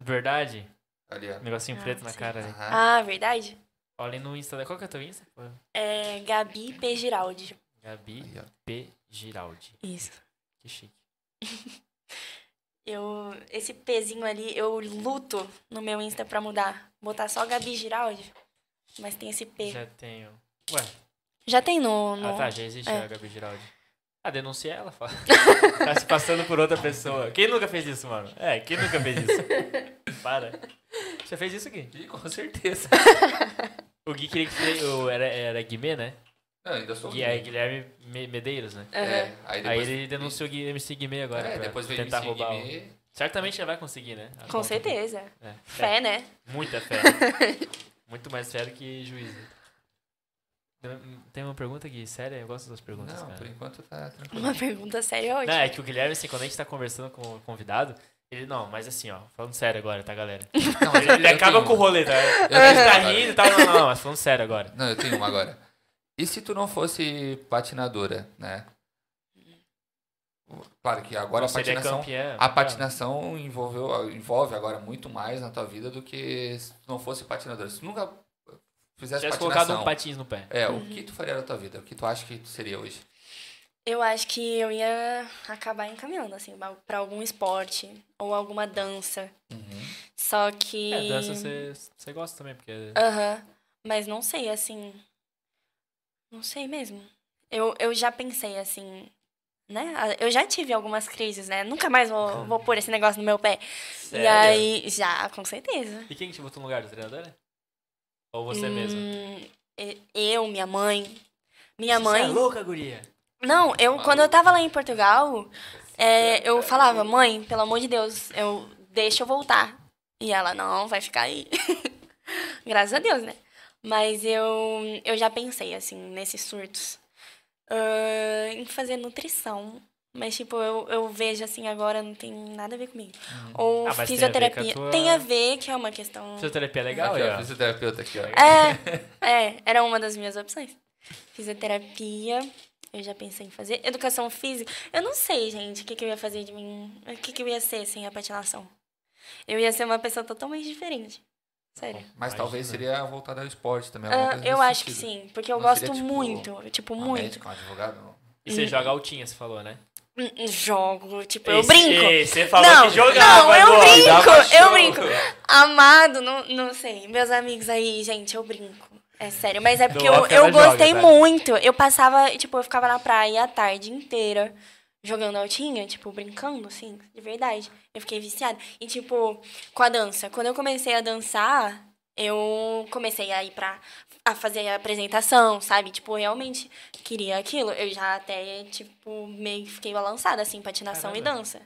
[SPEAKER 1] Verdade?
[SPEAKER 2] Ali, ó.
[SPEAKER 1] Um negocinho
[SPEAKER 3] Ah,
[SPEAKER 1] preto na
[SPEAKER 3] sim.
[SPEAKER 1] cara. ali.
[SPEAKER 2] Aham.
[SPEAKER 3] Ah, verdade?
[SPEAKER 1] Olhem no Insta. Qual que é o teu Insta?
[SPEAKER 3] É Gabi P. Giraldi.
[SPEAKER 1] Gabi
[SPEAKER 2] Aí, ó.
[SPEAKER 1] P. Giraldi.
[SPEAKER 3] Isso.
[SPEAKER 1] Que chique.
[SPEAKER 3] Eu, esse pezinho ali, eu luto no meu Insta pra mudar. Botar só Gabi Giraldi. Mas tem esse P. Já,
[SPEAKER 1] Já tenho. Ué,
[SPEAKER 3] tem no. no-
[SPEAKER 1] ah tá, já existe
[SPEAKER 3] É.
[SPEAKER 1] a Gabi Giraldi. Ah, denuncia ela, fala. tá se passando por outra pessoa. Quem nunca fez isso, mano? É, quem nunca fez isso? Para. Já fez isso, Gui?
[SPEAKER 2] Ih, com certeza.
[SPEAKER 1] O Gui queria que fez. o- Era, era Guimê, né?
[SPEAKER 2] Não, ainda sou
[SPEAKER 1] Gui, é Guilherme Me- Medeiros, né?
[SPEAKER 3] Aham.
[SPEAKER 2] É, aí
[SPEAKER 1] Aí
[SPEAKER 2] depois...
[SPEAKER 1] ele denunciou o Gui- MC Guimê agora.
[SPEAKER 2] é,
[SPEAKER 1] pra
[SPEAKER 2] depois veio
[SPEAKER 1] tentar
[SPEAKER 2] MC
[SPEAKER 1] roubar. o-
[SPEAKER 2] Guimê.
[SPEAKER 1] Certamente ele vai conseguir, né? A
[SPEAKER 3] Com
[SPEAKER 1] conta.
[SPEAKER 3] certeza.
[SPEAKER 1] É. É,
[SPEAKER 3] Fé, né?
[SPEAKER 1] Muita fé. Muito mais fé do que juízo. Tem uma pergunta aqui, séria? Eu gosto das perguntas,
[SPEAKER 2] Não,
[SPEAKER 1] cara.
[SPEAKER 2] por enquanto tá tranquilo.
[SPEAKER 3] Uma pergunta séria hoje.
[SPEAKER 1] Não, é que o Guilherme, assim, quando a gente tá conversando com o convidado, ele, não, mas assim, ó, falando sério agora, tá, galera?
[SPEAKER 2] Não, mas
[SPEAKER 1] Ele, ele
[SPEAKER 2] eu
[SPEAKER 1] acaba
[SPEAKER 2] tenho
[SPEAKER 1] com o
[SPEAKER 2] uma.
[SPEAKER 1] rolê, tá? Ele
[SPEAKER 2] tenho uma
[SPEAKER 1] tá
[SPEAKER 2] agora.
[SPEAKER 1] rindo e tal, não, não, mas falando sério agora.
[SPEAKER 2] Não, eu tenho uma agora. E se tu não fosse patinadora, né? Claro que agora a
[SPEAKER 1] Você seria
[SPEAKER 2] patinação...
[SPEAKER 1] campeã. né?
[SPEAKER 2] A
[SPEAKER 1] campeã.
[SPEAKER 2] patinação envolveu, envolve agora muito mais na tua vida do que se tu não fosse patinador. Se tu nunca
[SPEAKER 1] Se
[SPEAKER 2] fizesse
[SPEAKER 1] tivesse colocado
[SPEAKER 2] é patinação,
[SPEAKER 1] um patins no pé.
[SPEAKER 2] é,
[SPEAKER 3] Uhum.
[SPEAKER 2] o que tu faria na tua vida? O que tu acha que tu seria hoje?
[SPEAKER 3] Eu acho que eu ia acabar encaminhando, assim, pra- pra algum esporte ou alguma dança. Só que.
[SPEAKER 1] É, dança você você gosta também, porque... é
[SPEAKER 3] Aham. Mas não sei, assim. Não sei mesmo. Eu, eu já pensei, assim. né? a- Eu já tive algumas crises, né? Nunca mais vou, vou pôr esse negócio no meu pé. E
[SPEAKER 1] Sério?
[SPEAKER 3] aí, já, com certeza.
[SPEAKER 1] E quem que te botou no lugar da treinadora? Ou você mesmo?
[SPEAKER 3] Hum, e- eu, minha mãe. Minha
[SPEAKER 1] Você
[SPEAKER 3] mãe.
[SPEAKER 1] é louca, guria?
[SPEAKER 3] Não, eu quando eu tava lá em Portugal, é, eu falava, mãe, pelo amor de Deus, eu deixa eu voltar. E ela, não, vai ficar aí. Graças a Deus, né? Mas eu, eu já pensei, assim, nesses surtos. ah, em fazer nutrição. Mas, tipo, eu, eu vejo assim agora, não tem nada a ver comigo. Ou
[SPEAKER 1] Ah, mas tem a ver com a
[SPEAKER 3] fisioterapia.
[SPEAKER 1] tua-
[SPEAKER 3] Tem a ver, que é uma questão.
[SPEAKER 1] Fisioterapia é legal,
[SPEAKER 2] aqui,
[SPEAKER 1] aí,
[SPEAKER 2] ó,
[SPEAKER 1] ó.
[SPEAKER 2] fisioterapeuta aqui, ó.
[SPEAKER 3] É, é, era uma das minhas opções. Fisioterapia, eu já pensei em fazer. Educação física, eu não sei, gente, o que, que eu ia fazer de mim. O que, que eu ia ser sem a patinação. Eu ia ser uma pessoa totalmente diferente. Sério.
[SPEAKER 2] Mas talvez
[SPEAKER 1] Imagina.
[SPEAKER 2] seria voltada ao esporte também.
[SPEAKER 3] Ah,
[SPEAKER 2] alguma é coisa
[SPEAKER 3] eu
[SPEAKER 2] nesse
[SPEAKER 3] acho que
[SPEAKER 2] sentido.
[SPEAKER 3] sim, porque eu
[SPEAKER 2] Não
[SPEAKER 3] gosto
[SPEAKER 2] seria, tipo,
[SPEAKER 3] muito. Tipo,
[SPEAKER 2] Uma
[SPEAKER 3] muito.
[SPEAKER 2] médica, um advogado. não.
[SPEAKER 1] E você joga altinha, você falou, né?
[SPEAKER 3] Hum, hum, Jogo, tipo, eu
[SPEAKER 1] Ei,
[SPEAKER 3] brinco.
[SPEAKER 1] ei, você falou
[SPEAKER 3] não,
[SPEAKER 1] que jogava,
[SPEAKER 3] não, eu
[SPEAKER 1] agora.
[SPEAKER 3] brinco,
[SPEAKER 2] Dava show.
[SPEAKER 3] eu brinco. Amado, não, não sei. Meus amigos aí, gente, eu brinco. É sério, mas é porque
[SPEAKER 1] Do
[SPEAKER 3] eu,
[SPEAKER 1] off ela
[SPEAKER 3] eu gostei
[SPEAKER 1] joga, tá?
[SPEAKER 3] muito. Eu passava, tipo, eu ficava na praia a tarde inteira jogando altinha, tipo, brincando, assim, de verdade. Eu fiquei viciada. E, tipo, com a dança. Quando eu comecei a dançar, eu comecei a ir pra a fazer a apresentação, sabe? Tipo, eu realmente queria aquilo. Eu já até, tipo, meio que fiquei balançada, assim, patinação e
[SPEAKER 1] Caramba.
[SPEAKER 3] dança.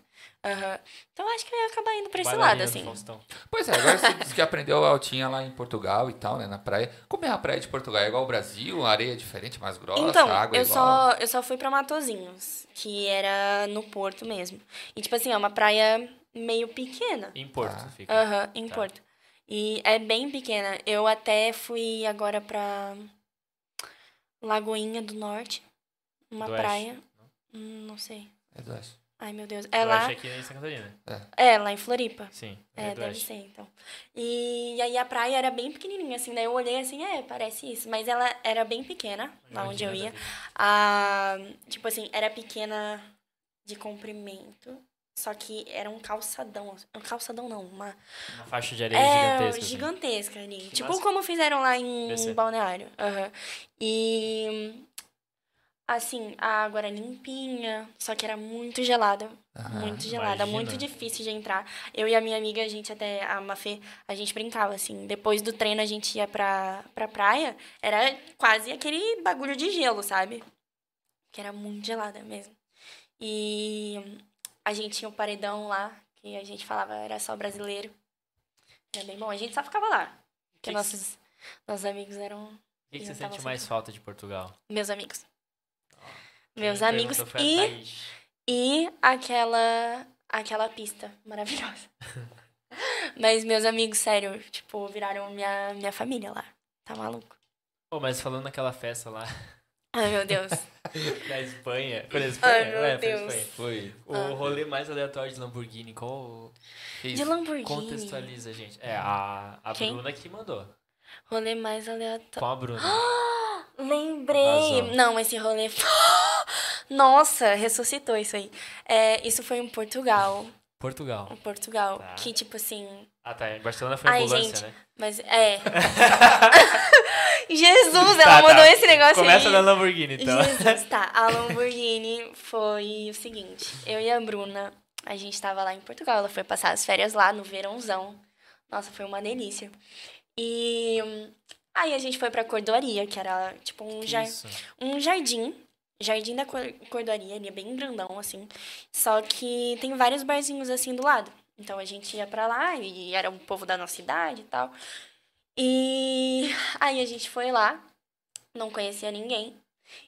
[SPEAKER 3] Aham. Então acho que eu ia acabar indo pra esse
[SPEAKER 1] Bailarina
[SPEAKER 3] lado,
[SPEAKER 1] do
[SPEAKER 3] assim.
[SPEAKER 1] Faustão.
[SPEAKER 2] Pois é, agora você disse que aprendeu altinha lá em Portugal e tal, né? Na praia. Como é a praia de Portugal? É igual ao Brasil? A areia é diferente, mais grossa,
[SPEAKER 3] Então,
[SPEAKER 2] a água é
[SPEAKER 3] eu
[SPEAKER 2] igual.
[SPEAKER 3] só, eu só fui pra Matozinhos, que era no Porto mesmo. E, tipo assim, é uma praia meio pequena.
[SPEAKER 1] Em Porto,
[SPEAKER 2] Tá.
[SPEAKER 1] você fica.
[SPEAKER 3] Aham, em
[SPEAKER 1] Tá.
[SPEAKER 3] Porto. E é bem pequena. Eu até fui agora pra Lagoinha do Norte, uma
[SPEAKER 1] Do Oeste, né?
[SPEAKER 3] praia. Hum, não sei.
[SPEAKER 2] É do oeste.
[SPEAKER 3] Ai, meu Deus.
[SPEAKER 1] Eu
[SPEAKER 3] É lá,
[SPEAKER 1] acho aqui em Santa Catarina.
[SPEAKER 3] é lá em Floripa.
[SPEAKER 1] Sim.
[SPEAKER 3] É,
[SPEAKER 1] Rio
[SPEAKER 3] deve
[SPEAKER 1] Grande.
[SPEAKER 3] ser, então. E, aí a praia era bem pequenininha, assim, daí eu olhei assim, é, parece isso. Mas ela era bem pequena, lá onde eu ia. A, tipo assim, era pequena de comprimento, só que era um calçadão. Um calçadão não, uma...
[SPEAKER 1] Uma faixa de areia
[SPEAKER 3] É,
[SPEAKER 1] gigantesca. assim.
[SPEAKER 3] gigantesca ali. tipo
[SPEAKER 1] massa.
[SPEAKER 3] como fizeram lá em
[SPEAKER 1] BC.
[SPEAKER 3] Balneário. Aham. E... Assim, a água era limpinha, só que era muito gelada. Muito gelada,
[SPEAKER 1] Ah, imagina.
[SPEAKER 3] muito difícil de entrar. Eu e a minha amiga, a gente até, a Mafê, a gente brincava, assim. Depois do treino, a gente ia pra, pra praia. Era quase aquele bagulho de gelo, sabe? Que era muito gelada mesmo. E a gente tinha um paredão lá, que a gente falava era só brasileiro. Era bem bom. A gente só ficava lá.
[SPEAKER 1] Que-
[SPEAKER 3] Porque nossos, nossos amigos eram
[SPEAKER 1] O que, que você
[SPEAKER 3] Eu tava
[SPEAKER 1] sente mais
[SPEAKER 3] sentindo.
[SPEAKER 1] falta de Portugal?
[SPEAKER 3] meus amigos.
[SPEAKER 1] Quem
[SPEAKER 3] Meus
[SPEAKER 1] me
[SPEAKER 3] amigos
[SPEAKER 1] perguntou foi a
[SPEAKER 3] e
[SPEAKER 1] Thaís.
[SPEAKER 3] E aquela aquela pista maravilhosa. Mas meus amigos, sério, tipo, viraram minha, minha família lá. Tá maluco?
[SPEAKER 1] Pô, mas falando naquela festa lá
[SPEAKER 3] Ai, meu Deus.
[SPEAKER 1] da Espanha. Foi na Espanha?
[SPEAKER 3] Ai, meu
[SPEAKER 1] é, foi na
[SPEAKER 3] Deus. Ah.
[SPEAKER 1] Espanha.
[SPEAKER 2] Foi.
[SPEAKER 1] O rolê mais aleatório de Lamborghini, qual.
[SPEAKER 3] De Lamborghini.
[SPEAKER 1] Contextualiza, gente. É, a, a
[SPEAKER 3] Quem? Tá.
[SPEAKER 1] Bruna que mandou.
[SPEAKER 3] Rolê mais aleatório.
[SPEAKER 1] Com a Bruna.
[SPEAKER 3] Ah! Lembrei!
[SPEAKER 1] Vazou.
[SPEAKER 3] Não, esse rolê. Nossa, ressuscitou isso aí. É, isso foi em Portugal.
[SPEAKER 1] Portugal.
[SPEAKER 3] Em Portugal.
[SPEAKER 1] Tá.
[SPEAKER 3] Que, tipo assim.
[SPEAKER 1] Ah, tá. Em Barcelona foi
[SPEAKER 3] Ai,
[SPEAKER 1] ambulância,
[SPEAKER 3] gente,
[SPEAKER 1] né?
[SPEAKER 3] Mas é. Jesus, ela
[SPEAKER 1] Tá, tá.
[SPEAKER 3] mandou esse negócio
[SPEAKER 1] Começa
[SPEAKER 3] aí.
[SPEAKER 1] na Lamborghini, então.
[SPEAKER 3] Jesus, tá. A Lamborghini foi o seguinte: eu e a Bruna, a gente tava lá em Portugal, ela foi passar as férias lá no verãozão. Nossa, foi uma delícia. E hum, aí a gente foi pra cordoaria, que era tipo um,
[SPEAKER 1] Que
[SPEAKER 3] jar,
[SPEAKER 1] Isso.
[SPEAKER 3] um jardim. Jardim da cor- cordoaria, ele é bem grandão, assim. Só que tem vários barzinhos assim do lado. Então a gente ia pra lá e era um povo da nossa idade e tal. E aí a gente foi lá, não conhecia ninguém.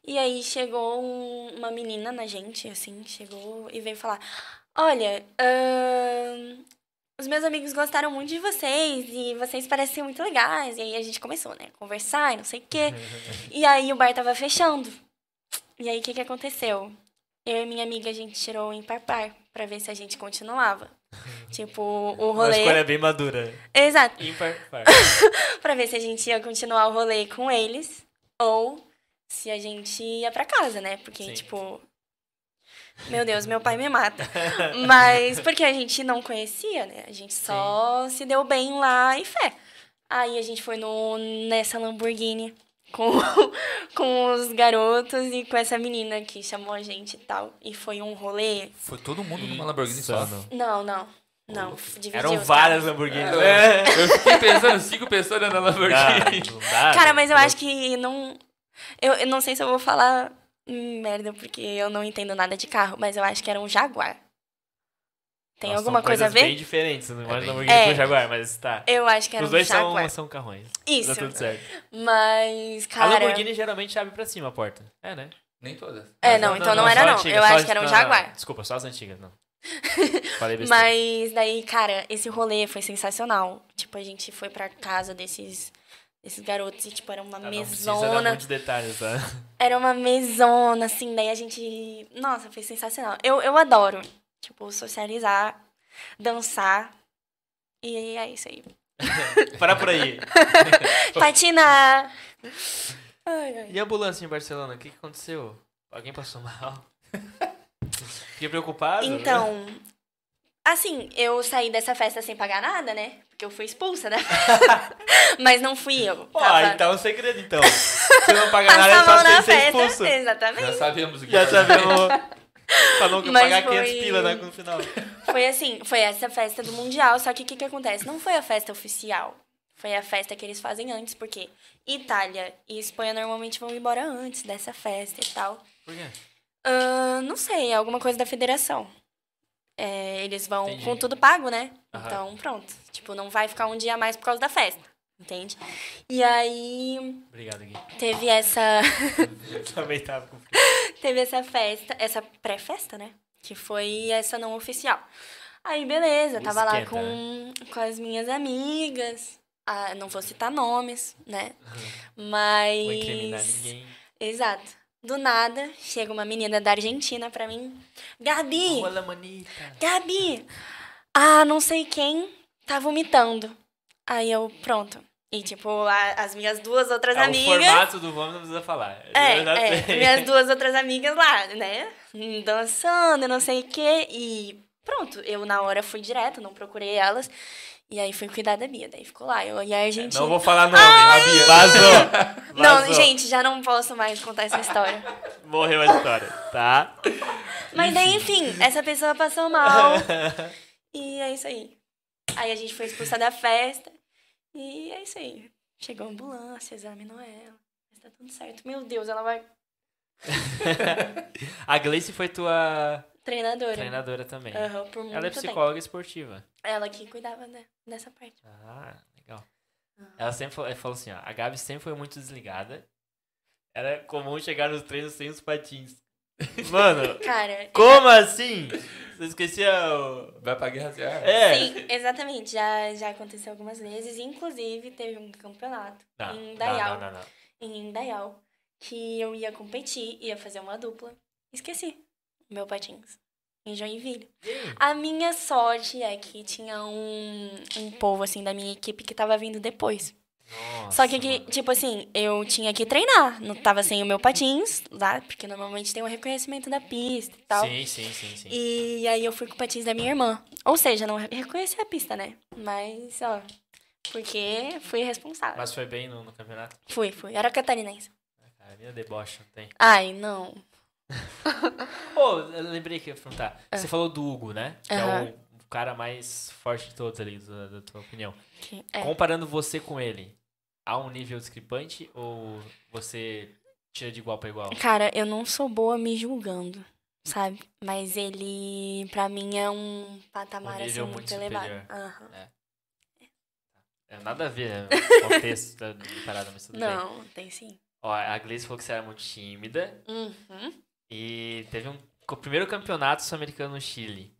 [SPEAKER 3] E aí chegou um- uma menina na gente, assim, chegou e veio falar: Olha, ahn, os meus amigos gostaram muito de vocês e vocês parecem ser muito legais. E aí a gente começou, né, a conversar e não sei o quê. E aí o bar tava fechando. E aí o que, que aconteceu? Eu e minha amiga, a gente tirou em par par pra ver se a gente continuava. tipo, o
[SPEAKER 1] Uma
[SPEAKER 3] rolê.
[SPEAKER 1] escolha bem madura.
[SPEAKER 3] Exato.
[SPEAKER 1] Ímpar, par.
[SPEAKER 3] Pra ver se a gente ia continuar o rolê com eles ou se a gente ia pra casa, né? Porque,
[SPEAKER 1] Sim.
[SPEAKER 3] tipo. Meu Deus, meu pai me mata. Mas porque a gente não conhecia, né? A gente só se deu bem lá e fé. Aí a gente foi no, nessa Lamborghini, com, com os garotos e com essa menina que chamou a gente e tal. E foi um rolê.
[SPEAKER 2] Foi todo mundo numa Lamborghini só.
[SPEAKER 1] Insano.
[SPEAKER 3] Não, não. Não, dividiu.
[SPEAKER 1] Eram
[SPEAKER 3] tá?
[SPEAKER 1] várias Lamborghinis.
[SPEAKER 2] É, eu fiquei pensando, sigo pensando na Lamborghini.
[SPEAKER 1] Ah, Não, não dá.
[SPEAKER 3] Cara, mas eu acho que não. Eu, eu não sei se eu vou falar merda, porque eu não entendo nada de carro, mas eu acho que era um Jaguar. Tem
[SPEAKER 1] Nossa,
[SPEAKER 3] alguma
[SPEAKER 1] são
[SPEAKER 3] coisa a
[SPEAKER 1] coisas
[SPEAKER 3] ver?
[SPEAKER 1] bem diferentes. Não imagina
[SPEAKER 2] bem-
[SPEAKER 1] Lamborghini
[SPEAKER 3] É.
[SPEAKER 1] com Jaguar, mas tá.
[SPEAKER 3] Eu acho que era
[SPEAKER 1] Os
[SPEAKER 3] um
[SPEAKER 1] dois
[SPEAKER 3] Jaguar.
[SPEAKER 1] são, são carrões. Tá
[SPEAKER 3] Isso.
[SPEAKER 1] tudo certo.
[SPEAKER 3] Mas, cara.
[SPEAKER 1] A Lamborghini geralmente abre pra cima a porta. É, né?
[SPEAKER 2] Nem todas.
[SPEAKER 3] É, não, então não era
[SPEAKER 1] só
[SPEAKER 3] não.
[SPEAKER 1] antiga,
[SPEAKER 3] eu
[SPEAKER 1] só
[SPEAKER 3] acho
[SPEAKER 1] as-
[SPEAKER 3] que era um
[SPEAKER 1] não,
[SPEAKER 3] Jaguar.
[SPEAKER 1] não, Desculpa, só as antigas, não. Falei besteira.
[SPEAKER 3] Mas daí, cara, esse rolê foi sensacional. Tipo, a gente foi pra casa desses, desses garotos e, tipo, era
[SPEAKER 1] Tá,
[SPEAKER 3] uma
[SPEAKER 1] não precisa dar
[SPEAKER 3] mesona.
[SPEAKER 1] muitos detalhes, tá?
[SPEAKER 3] Era uma mesona, assim, daí a gente. Nossa, foi sensacional. Eu, eu adoro, tipo, socializar, dançar. E é isso aí.
[SPEAKER 1] Para por aí.
[SPEAKER 3] Patinar! Ai, ai.
[SPEAKER 1] E a ambulância em Barcelona? O que que aconteceu? Alguém passou mal? Fiquei preocupado. né?
[SPEAKER 3] Então, assim, eu saí dessa festa sem pagar nada, né? Porque eu fui expulsa, né? Mas não fui eu.
[SPEAKER 1] Ó,
[SPEAKER 3] tava-
[SPEAKER 1] então é um segredo, então. Você não paga nada, é
[SPEAKER 3] Passava
[SPEAKER 1] só
[SPEAKER 3] na
[SPEAKER 1] você ser
[SPEAKER 3] festa,
[SPEAKER 1] expulso.
[SPEAKER 3] Exatamente.
[SPEAKER 2] Já sabemos o que
[SPEAKER 1] Já
[SPEAKER 2] fazer.
[SPEAKER 1] sabemos. Pra não
[SPEAKER 3] Mas
[SPEAKER 1] pagar
[SPEAKER 3] foi-
[SPEAKER 1] 500 pila, né, no final.
[SPEAKER 3] Foi assim, foi essa festa do Mundial, só que o que, que acontece? Não foi a festa oficial. Foi a festa que eles fazem antes, porque Itália e Espanha normalmente vão embora antes dessa festa e tal.
[SPEAKER 1] Por quê?
[SPEAKER 3] Ahn, não sei, é alguma coisa da federação. É, eles vão
[SPEAKER 1] Entendi.
[SPEAKER 3] com tudo pago, né?
[SPEAKER 1] Aham.
[SPEAKER 3] Então, pronto. Tipo, não vai ficar um dia a mais por causa da festa, entende? E aí
[SPEAKER 1] Obrigado, Gui.
[SPEAKER 3] teve essa.
[SPEAKER 1] Também tava com
[SPEAKER 3] teve essa festa, essa pré-festa, né? Que foi essa não oficial. Aí, beleza,
[SPEAKER 1] O
[SPEAKER 3] tava lá
[SPEAKER 1] esquenta, né?
[SPEAKER 3] com, com as minhas amigas. Ah, não vou citar nomes, né? Mas.
[SPEAKER 1] Vou incriminar ninguém.
[SPEAKER 3] Exato. Do nada, chega uma menina da Argentina pra mim. Gabi!
[SPEAKER 1] Olha, manita.
[SPEAKER 3] Gabi! Ah, não sei quem tá vomitando. Aí eu, pronto. E, tipo, a- as minhas duas outras
[SPEAKER 1] Ah, o
[SPEAKER 3] amigas.
[SPEAKER 1] formato do vômito não precisa falar.
[SPEAKER 3] É,
[SPEAKER 1] Eu já
[SPEAKER 3] é,
[SPEAKER 1] sei.
[SPEAKER 3] minhas duas outras amigas lá, né? Dançando, não sei o quê. E pronto, eu na hora fui direto, não procurei elas. E aí fui cuidar da Bia, daí ficou lá. Eu, e a Argentina.
[SPEAKER 1] É, Não vou falar nome. A Bia. Vazou.
[SPEAKER 3] Não,
[SPEAKER 1] Vazou.
[SPEAKER 3] gente, já não posso mais contar essa história.
[SPEAKER 1] Morreu a história, tá?
[SPEAKER 3] Mas daí, enfim, essa pessoa passou mal. E é isso aí. Aí a gente foi expulsa da festa. E é isso aí. Chegou a ambulância, examinou ela. Mas tá tudo certo. Meu Deus, ela é vai.
[SPEAKER 1] a Gleice foi tua
[SPEAKER 3] Treinadora.
[SPEAKER 1] treinadora também.
[SPEAKER 3] Aham, por muito
[SPEAKER 1] Ela é
[SPEAKER 3] tempo.
[SPEAKER 1] psicóloga esportiva.
[SPEAKER 3] Ela que cuidava né, dessa parte.
[SPEAKER 1] Ah, legal. Ela sempre falou, falou assim, ó, a Gabi sempre foi muito desligada. Era comum chegar nos treinos sem os patins. Mano,
[SPEAKER 3] Cara.
[SPEAKER 1] como assim? Você esquecia o...
[SPEAKER 2] Vai pra guerra zero.
[SPEAKER 1] É.
[SPEAKER 3] Sim, exatamente. Já, já aconteceu algumas vezes. Inclusive, teve um campeonato
[SPEAKER 1] Não,
[SPEAKER 3] em
[SPEAKER 1] não,
[SPEAKER 3] Dayal.
[SPEAKER 1] não, não, não.
[SPEAKER 3] em Indaial que eu ia competir, ia fazer uma dupla. Esqueci o meu patins. Em Joinville.
[SPEAKER 1] Hum.
[SPEAKER 3] A minha sorte é que tinha um, um povo, assim, da minha equipe que tava vindo depois.
[SPEAKER 1] Nossa,
[SPEAKER 3] Só que, que,
[SPEAKER 1] mano.
[SPEAKER 3] tipo assim, eu tinha que treinar. Não tava sem o meu patins lá, porque normalmente tem um reconhecimento da pista e tal.
[SPEAKER 1] Sim, sim, sim, sim.
[SPEAKER 3] E aí eu fui com o patins da minha irmã. Ou seja, não reconheci a pista, né? Mas, ó, porque fui responsável.
[SPEAKER 1] Mas foi bem no, no campeonato?
[SPEAKER 3] Fui, fui. Era catarinense.
[SPEAKER 1] Cara, minha deboche, não tem.
[SPEAKER 3] Ai, não.
[SPEAKER 1] Pô, eu lembrei que eu ia perguntar. Você falou do Hugo, né? Que é
[SPEAKER 3] Ah. Aham.
[SPEAKER 1] o, o cara mais forte de todos ali, da, da tua opinião.
[SPEAKER 3] Que- é.
[SPEAKER 1] Comparando você com ele, há um nível discrepante ou você tira de igual pra igual?
[SPEAKER 3] Cara, eu não sou boa me julgando, sabe? Mas ele, pra mim, é um patamar
[SPEAKER 1] Um
[SPEAKER 3] assim
[SPEAKER 1] nível
[SPEAKER 3] muito,
[SPEAKER 1] muito
[SPEAKER 3] elevado.
[SPEAKER 1] superior.
[SPEAKER 3] Aham.
[SPEAKER 1] É, nada a ver, né? O contexto da da parada, mas tudo bem.
[SPEAKER 3] Não, tem sim.
[SPEAKER 1] Ó, a Gleice falou que você era muito tímida
[SPEAKER 3] Uhum.
[SPEAKER 1] e teve um o primeiro campeonato sul-americano no Chile.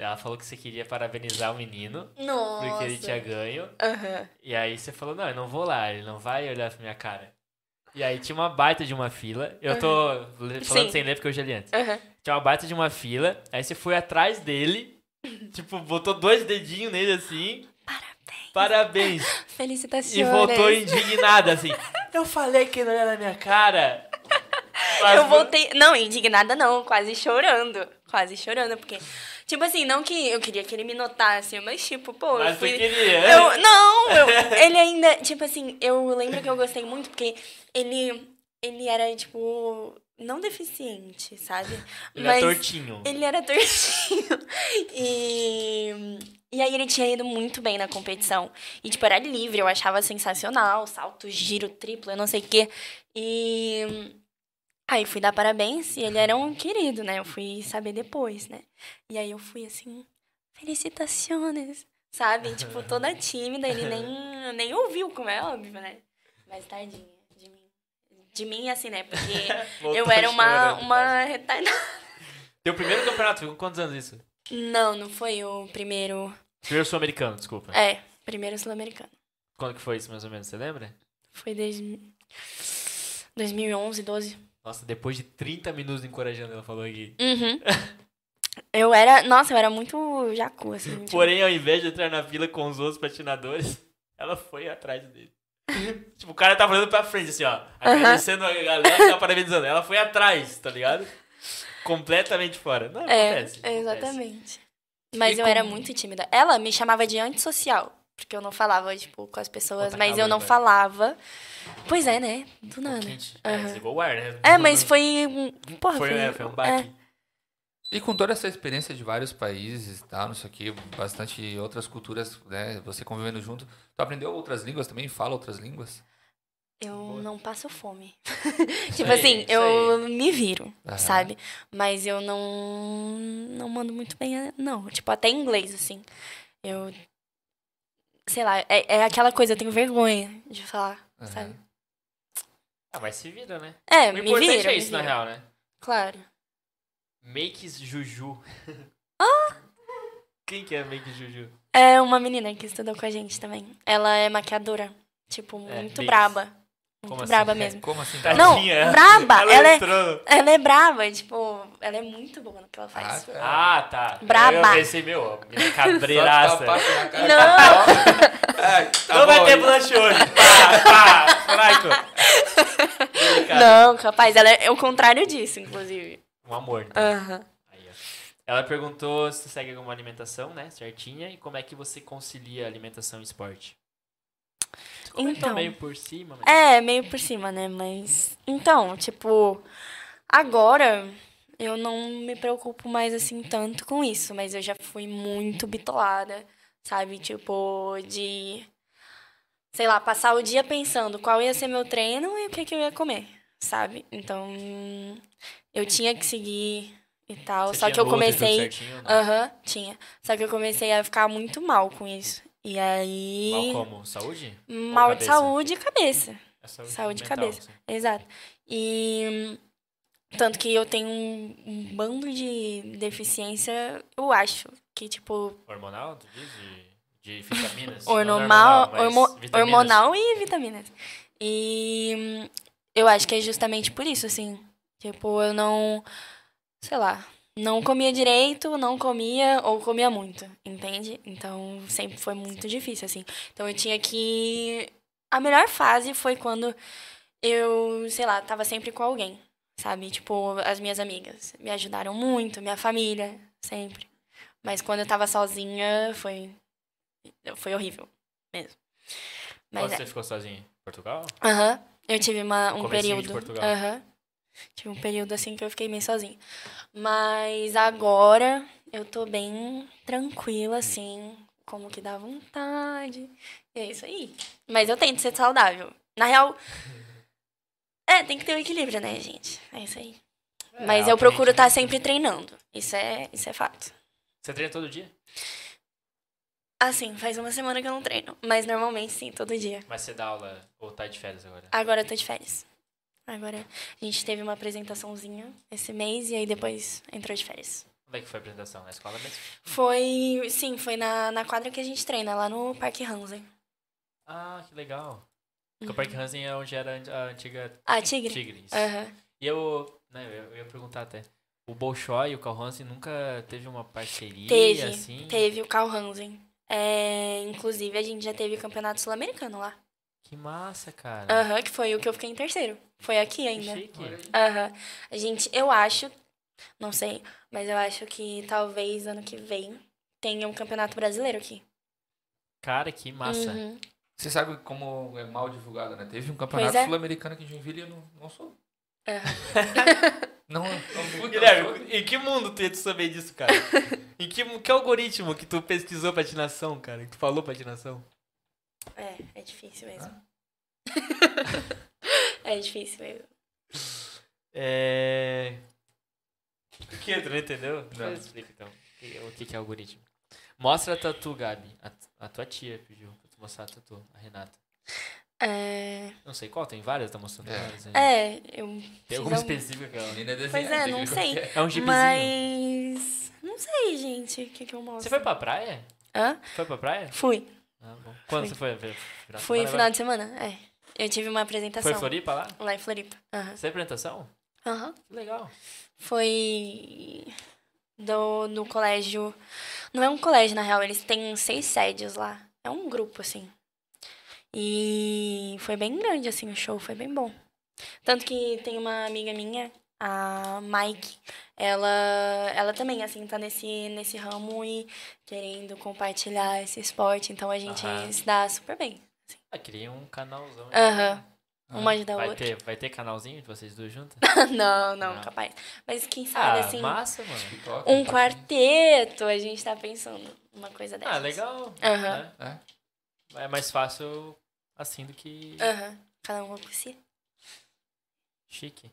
[SPEAKER 1] Ela falou que você queria parabenizar o menino
[SPEAKER 3] Nossa.
[SPEAKER 1] porque ele tinha ganho.
[SPEAKER 3] Aham.
[SPEAKER 1] E aí você falou, não, eu não vou lá, ele não vai olhar pra minha cara. E aí tinha uma baita de uma fila. Eu tô le- falando
[SPEAKER 3] Sim.
[SPEAKER 1] sem ler porque eu já li antes.
[SPEAKER 3] Aham.
[SPEAKER 1] Tinha uma baita de uma fila, aí você foi atrás dele, tipo, botou dois dedinhos nele assim,
[SPEAKER 3] Parabéns.
[SPEAKER 1] parabéns.
[SPEAKER 3] Felicitações.
[SPEAKER 1] E voltou indignada assim. Eu falei que não olhar na minha cara. Mas
[SPEAKER 3] Eu voltei. Não, indignada não, quase chorando. Quase chorando, porque Tipo assim, não que eu queria que ele me notasse, mas tipo, pô, eu
[SPEAKER 1] Mas tu
[SPEAKER 3] fui.
[SPEAKER 1] queria. né?
[SPEAKER 3] Eu, não, eu- ele ainda, tipo assim, eu lembro que eu gostei muito porque ele, ele era, tipo, não deficiente, sabe?
[SPEAKER 1] Ele é tortinho.
[SPEAKER 3] ele era tortinho. E, e aí ele tinha ido muito bem na competição. E, tipo, era livre, eu achava sensacional. Salto, giro, triplo, eu não sei o quê. E aí fui dar parabéns e ele era um querido, né? Eu fui saber depois, né? E aí eu fui assim, felicitaciones, sabe? Tipo, toda tímida, ele nem, nem ouviu, como é óbvio, né? Mas tadinha de mim. De mim, assim, né? Porque eu
[SPEAKER 1] Voltou
[SPEAKER 3] era uma,
[SPEAKER 1] chorando. né?
[SPEAKER 3] uma retardada.
[SPEAKER 1] Teu primeiro campeonato, ficou quantos anos isso?
[SPEAKER 3] Não, não foi o primeiro.
[SPEAKER 1] Primeiro sul-americano, desculpa.
[SPEAKER 3] É, primeiro sul-americano.
[SPEAKER 1] Quando que foi isso, mais ou menos? Você lembra?
[SPEAKER 3] Foi desde 2011, 12.
[SPEAKER 1] Nossa, depois de 30 minutos encorajando, ela falou aqui.
[SPEAKER 3] Uhum. Eu era. Nossa, eu era muito jacu, assim. tipo,
[SPEAKER 1] Porém, ao invés de entrar na fila com os outros patinadores, ela foi atrás dele. tipo, o cara tava olhando pra frente, assim, ó. Agradecendo a galera que tava parabenizando. Ela foi atrás, tá ligado? Completamente fora. Não,
[SPEAKER 3] é,
[SPEAKER 1] acontece. acontece.
[SPEAKER 3] exatamente. Mas
[SPEAKER 1] E
[SPEAKER 3] eu era
[SPEAKER 1] como-
[SPEAKER 3] muito tímida. Ela me chamava de antissocial. Porque eu não falava, tipo, com as pessoas,
[SPEAKER 1] Pô, tá
[SPEAKER 3] mas eu
[SPEAKER 1] calor,
[SPEAKER 3] não
[SPEAKER 1] velho.
[SPEAKER 3] falava. Pois é, né? Do
[SPEAKER 1] Tá
[SPEAKER 3] nada.
[SPEAKER 1] quente. É,
[SPEAKER 3] Aham.
[SPEAKER 1] desligou o ar, né?
[SPEAKER 3] É, mas foi. um- Porra,
[SPEAKER 1] Foi,
[SPEAKER 3] foi,
[SPEAKER 1] é, foi um baque.
[SPEAKER 2] E com toda essa experiência de vários países, tá, não sei o que, bastante outras culturas, né, você convivendo junto, tu aprendeu outras línguas também? Fala outras línguas?
[SPEAKER 3] Eu
[SPEAKER 1] Boa.
[SPEAKER 3] não passo fome.
[SPEAKER 1] Isso
[SPEAKER 3] Tipo
[SPEAKER 1] aí,
[SPEAKER 3] assim,
[SPEAKER 1] isso
[SPEAKER 3] eu
[SPEAKER 1] aí.
[SPEAKER 3] me viro,
[SPEAKER 2] Aham.
[SPEAKER 3] sabe? Mas eu não não mando muito bem, não. Tipo, até inglês, assim. Eu. Sei lá, é, é aquela coisa, eu tenho vergonha de falar,
[SPEAKER 2] Aham.
[SPEAKER 3] sabe?
[SPEAKER 1] Ah, mas se vira, né?
[SPEAKER 3] É,
[SPEAKER 1] o
[SPEAKER 3] me
[SPEAKER 1] importante é
[SPEAKER 3] vira. me
[SPEAKER 1] isso, na
[SPEAKER 3] vira.
[SPEAKER 1] real, né?
[SPEAKER 3] Claro.
[SPEAKER 1] Makes Juju. Quem que é Make Juju?
[SPEAKER 3] É uma menina que estudou com a gente também. Ela é maquiadora. Tipo,
[SPEAKER 1] É,
[SPEAKER 3] muito
[SPEAKER 1] bem-
[SPEAKER 3] braba. Muito
[SPEAKER 1] Como assim?
[SPEAKER 3] braba
[SPEAKER 1] É,
[SPEAKER 3] mesmo.
[SPEAKER 2] Como assim?
[SPEAKER 1] Tá-
[SPEAKER 2] Não.
[SPEAKER 3] Não,
[SPEAKER 1] Tadinha.
[SPEAKER 3] braba! Ela, é,
[SPEAKER 1] entrou.
[SPEAKER 3] ela é braba, tipo, ela é muito boa no que ela
[SPEAKER 2] Ah,
[SPEAKER 3] faz.
[SPEAKER 2] tá.
[SPEAKER 1] Ah, tá.
[SPEAKER 3] Braba.
[SPEAKER 1] Eu pensei, meu, minha cabreiraça.
[SPEAKER 2] Só tapa assim na cara.
[SPEAKER 3] Não!
[SPEAKER 2] Ah, tá
[SPEAKER 1] não vai
[SPEAKER 2] bom,
[SPEAKER 1] ter
[SPEAKER 2] hein?
[SPEAKER 1] blush hoje. Pá, pá, Franco. Delicado.
[SPEAKER 3] Não, rapaz, ela é o contrário disso, inclusive.
[SPEAKER 1] Um amor. então.
[SPEAKER 3] Aham.
[SPEAKER 1] Aí, ó. Ela perguntou se segue alguma alimentação, né? Certinha. E como é que você concilia alimentação e esporte? Você comentou
[SPEAKER 3] Então.
[SPEAKER 1] meio por cima, mas...
[SPEAKER 3] É, meio por cima, né? Mas. Então, tipo, agora eu não me preocupo mais assim tanto com isso, mas eu já fui muito bitolada, sabe? Tipo, de. Sei lá, passar o dia pensando qual ia ser meu treino e o que, que eu ia comer, sabe? Então, eu tinha que seguir e tal.
[SPEAKER 1] Você
[SPEAKER 3] É, só
[SPEAKER 1] tinha
[SPEAKER 3] que eu
[SPEAKER 1] luta e tudo
[SPEAKER 3] comecei.
[SPEAKER 1] certinho, né? não?
[SPEAKER 3] Aham, tinha. Só que eu comecei a ficar muito mal com isso. E aí.
[SPEAKER 1] Mal como? Saúde? Ou
[SPEAKER 3] mal de
[SPEAKER 1] cabeça?
[SPEAKER 3] saúde e cabeça.
[SPEAKER 1] É saúde,
[SPEAKER 3] Saúde e
[SPEAKER 1] mental,
[SPEAKER 3] cabeça.
[SPEAKER 1] assim.
[SPEAKER 3] Exato. E hum, tanto que eu tenho um, um bando de deficiência, eu acho, que tipo,
[SPEAKER 1] Hormonal, tu diz? De, de vitaminas?
[SPEAKER 3] hormonal,
[SPEAKER 1] Não é
[SPEAKER 3] hormo-
[SPEAKER 1] mas vitaminas.
[SPEAKER 3] hormonal e vitaminas. E hum, eu acho que é justamente por isso, assim. Tipo, eu não, sei lá, não comia direito, não comia ou comia muito, entende? Então, sempre foi muito difícil, assim. Então, eu tinha que... A melhor fase foi quando eu, sei lá, tava sempre com alguém, sabe? Tipo, as minhas amigas me ajudaram muito, minha família, sempre. Mas quando eu tava sozinha, foi foi horrível mesmo. Mas
[SPEAKER 1] Quando
[SPEAKER 3] é.
[SPEAKER 1] você ficou sozinha? Em Portugal?
[SPEAKER 3] Aham. Eu tive uma, um
[SPEAKER 1] Comecinho de
[SPEAKER 3] período.
[SPEAKER 1] Portugal.
[SPEAKER 3] Aham. Tive um período assim que eu fiquei meio sozinha. Mas agora eu tô bem
[SPEAKER 1] Hum.
[SPEAKER 3] tranquila, assim, como que dá vontade. E é isso aí. Mas eu tento ser saudável. Na real. É, tem que ter um equilíbrio, né, gente? É isso aí. Mas
[SPEAKER 1] É,
[SPEAKER 3] eu
[SPEAKER 1] aparentemente,
[SPEAKER 3] procuro estar
[SPEAKER 1] né?
[SPEAKER 3] sempre treinando. Isso é, isso é fato.
[SPEAKER 1] Você treina todo dia?
[SPEAKER 3] Assim, faz uma semana que eu não treino. Mas normalmente sim, todo dia.
[SPEAKER 1] Mas você dá aula ou tá de férias agora?
[SPEAKER 3] Agora eu tô de férias. Agora a gente teve uma apresentaçãozinha esse mês e aí depois entrou de férias.
[SPEAKER 1] Como é que foi a apresentação? Na escola mesmo?
[SPEAKER 3] Foi, sim, foi na, na quadra que a gente treina, lá no Parque Hansen.
[SPEAKER 1] Ah, que legal. Porque o Parque Hansen é onde era a antiga
[SPEAKER 3] Ah, Uhum. Tigre?
[SPEAKER 1] Tigre. isso.
[SPEAKER 3] Aham.
[SPEAKER 1] E eu, né, eu eu ia perguntar até. O Bolshoi e o Carl Hansen nunca teve uma parceria
[SPEAKER 3] Teve,
[SPEAKER 1] assim?
[SPEAKER 3] Teve o Carl Hansen. É, inclusive a gente já teve campeonato sul-americano lá.
[SPEAKER 1] Que massa, cara.
[SPEAKER 3] Aham, que foi o que eu fiquei em terceiro. Foi aqui
[SPEAKER 1] que
[SPEAKER 3] ainda.
[SPEAKER 1] chique.
[SPEAKER 3] Aham. A gente, eu acho, Não sei, mas eu acho que talvez ano que vem tenha um campeonato brasileiro aqui.
[SPEAKER 1] Cara, que massa.
[SPEAKER 3] Uhum.
[SPEAKER 2] Você sabe como é mal divulgado, né? Teve um campeonato
[SPEAKER 3] Pois é.
[SPEAKER 2] sul-americano aqui em Joinville e eu não, não sou.
[SPEAKER 3] É.
[SPEAKER 2] não, não, não,
[SPEAKER 1] Guilherme, em que mundo tu ia te saber disso, cara? em que, mu- que algoritmo que tu pesquisou patinação, cara? Que tu falou patinação?
[SPEAKER 3] É, é difícil mesmo. é difícil mesmo.
[SPEAKER 1] É. O que? Tu não entendeu?
[SPEAKER 2] Não.
[SPEAKER 1] Depois Explica então. O que- O que, que é algoritmo? Mostra a tatu, Gabi. A, t- a tua tia pediu pra tu mostrar a tatu, a Renata.
[SPEAKER 3] É,
[SPEAKER 1] Não sei qual, tem várias, tá mostrando
[SPEAKER 2] É.
[SPEAKER 1] várias aí.
[SPEAKER 3] é eu.
[SPEAKER 1] Tem
[SPEAKER 3] fiz
[SPEAKER 1] alguma
[SPEAKER 3] algum-
[SPEAKER 1] específica que ela.
[SPEAKER 2] Menina é
[SPEAKER 3] Pois é,
[SPEAKER 2] desenhada,
[SPEAKER 3] não
[SPEAKER 2] que
[SPEAKER 3] sei.
[SPEAKER 2] qualquer-
[SPEAKER 1] É um gibizinho.
[SPEAKER 3] Mas. Não sei, gente, o que, que eu
[SPEAKER 1] Você
[SPEAKER 3] mostro.
[SPEAKER 1] foi pra praia?
[SPEAKER 3] Hã?
[SPEAKER 1] Foi pra praia?
[SPEAKER 3] Fui.
[SPEAKER 1] Ah, bom. Quando
[SPEAKER 3] Fui.
[SPEAKER 1] você foi? Foi- final de
[SPEAKER 3] Fui
[SPEAKER 1] semana
[SPEAKER 3] no final
[SPEAKER 1] agora?
[SPEAKER 3] de semana. É. Eu tive uma apresentação
[SPEAKER 1] Foi em Floripa lá?
[SPEAKER 3] lá em Floripa. Aham.
[SPEAKER 1] Você é apresentação?
[SPEAKER 3] Aham.
[SPEAKER 1] Que legal.
[SPEAKER 3] Foi do, no colégio. Não é um colégio, na real, eles têm seis sédios lá. É um grupo, assim. E foi bem grande, assim, o show, foi bem bom. Tanto que tem uma amiga minha, a Mike, ela, ela também, assim, tá nesse, nesse ramo e querendo compartilhar esse esporte. Então a gente
[SPEAKER 1] Aham.
[SPEAKER 3] se dá super bem.
[SPEAKER 1] Ah, queria um canalzão.
[SPEAKER 3] Aham.
[SPEAKER 2] Ah,
[SPEAKER 3] Uma ajuda a
[SPEAKER 1] Vai
[SPEAKER 3] outra.
[SPEAKER 1] ter, vai ter canalzinho de vocês duas juntas?
[SPEAKER 3] não, não,
[SPEAKER 1] Não.
[SPEAKER 3] capaz. Mas quem sabe,
[SPEAKER 1] Ah,
[SPEAKER 3] assim.
[SPEAKER 1] massa, mano.
[SPEAKER 2] TikTok,
[SPEAKER 3] Um
[SPEAKER 2] tá
[SPEAKER 3] quarteto, a gente tá pensando. Uma coisa dessa.
[SPEAKER 1] Ah, legal.
[SPEAKER 3] Aham.
[SPEAKER 1] né?
[SPEAKER 2] É.
[SPEAKER 1] É mais fácil assim do que
[SPEAKER 3] Aham. Cada um uma por si.
[SPEAKER 1] chique.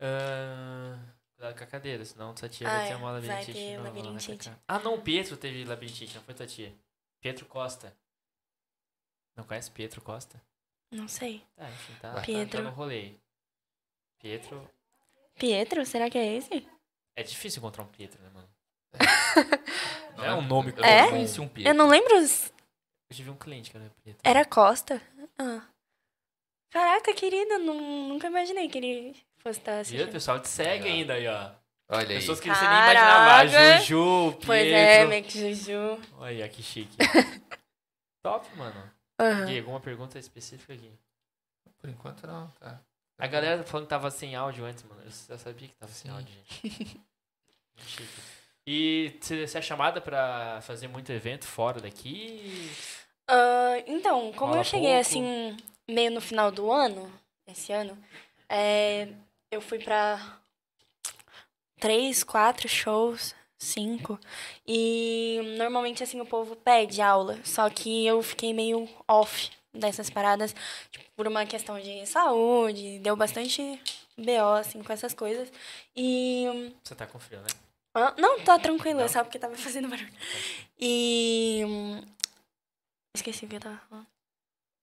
[SPEAKER 1] Ahn, cuidado com a cadeira, senão tua tia
[SPEAKER 3] Ah,
[SPEAKER 1] vai ter
[SPEAKER 3] é.
[SPEAKER 1] uma
[SPEAKER 3] Vai
[SPEAKER 1] labirintite.
[SPEAKER 3] ter
[SPEAKER 1] no- na
[SPEAKER 3] labirintite.
[SPEAKER 1] caca. Ah, não, o Pietro teve labirintite, não foi tua tia. Pietro Costa. Não conhece Pietro Costa?
[SPEAKER 3] Não sei.
[SPEAKER 1] Tá, enfim, tá, tá-
[SPEAKER 3] Pietro.
[SPEAKER 1] tá no rolê. aí. Pietro...
[SPEAKER 3] Pietro, será que é esse?
[SPEAKER 1] É difícil encontrar um Pietro, né, mano?
[SPEAKER 2] Não
[SPEAKER 1] é um nome
[SPEAKER 2] Eu
[SPEAKER 1] comum.
[SPEAKER 2] não conheci um Pietro.
[SPEAKER 3] Eu não lembro. os-
[SPEAKER 1] Eu tive um cliente que era Pietro.
[SPEAKER 3] Era Costa. Ah. Caraca, querido, nun- nunca imaginei que ele fosse estar assim.
[SPEAKER 1] Viu? O
[SPEAKER 3] assistindo.
[SPEAKER 1] pessoal te segue
[SPEAKER 2] Legal.
[SPEAKER 1] ainda aí, ó.
[SPEAKER 2] Olha aí.
[SPEAKER 1] Pessoas que você nem imaginava. Ah,
[SPEAKER 3] Caraca.
[SPEAKER 1] Juju, Pietro.
[SPEAKER 3] Pois é, meio que Juju.
[SPEAKER 1] Olha que chique. Top, mano.
[SPEAKER 3] Aham.
[SPEAKER 1] Gui, alguma pergunta específica aqui?
[SPEAKER 2] Por enquanto não, tá.
[SPEAKER 1] A galera falando que tava sem áudio antes, mano. Eu já sabia que tava sem
[SPEAKER 2] Sim.
[SPEAKER 1] áudio, gente. Que chique. E você você é chamada pra fazer muito evento fora daqui?
[SPEAKER 3] Ah, então, como
[SPEAKER 1] Fala
[SPEAKER 3] eu cheguei
[SPEAKER 1] pouco.
[SPEAKER 3] assim, meio no final do ano, esse ano, é, eu fui pra três, quatro shows, cinco. E normalmente assim o povo pede aula, só que eu fiquei meio off dessas paradas tipo, por uma questão de saúde, deu bastante BO assim com essas coisas. E
[SPEAKER 1] Você tá com frio, né?
[SPEAKER 3] ah, Não, tá tranquilo,
[SPEAKER 1] Não?
[SPEAKER 3] é só porque tava fazendo barulho. E. hum, Esqueci o que eu tava falando.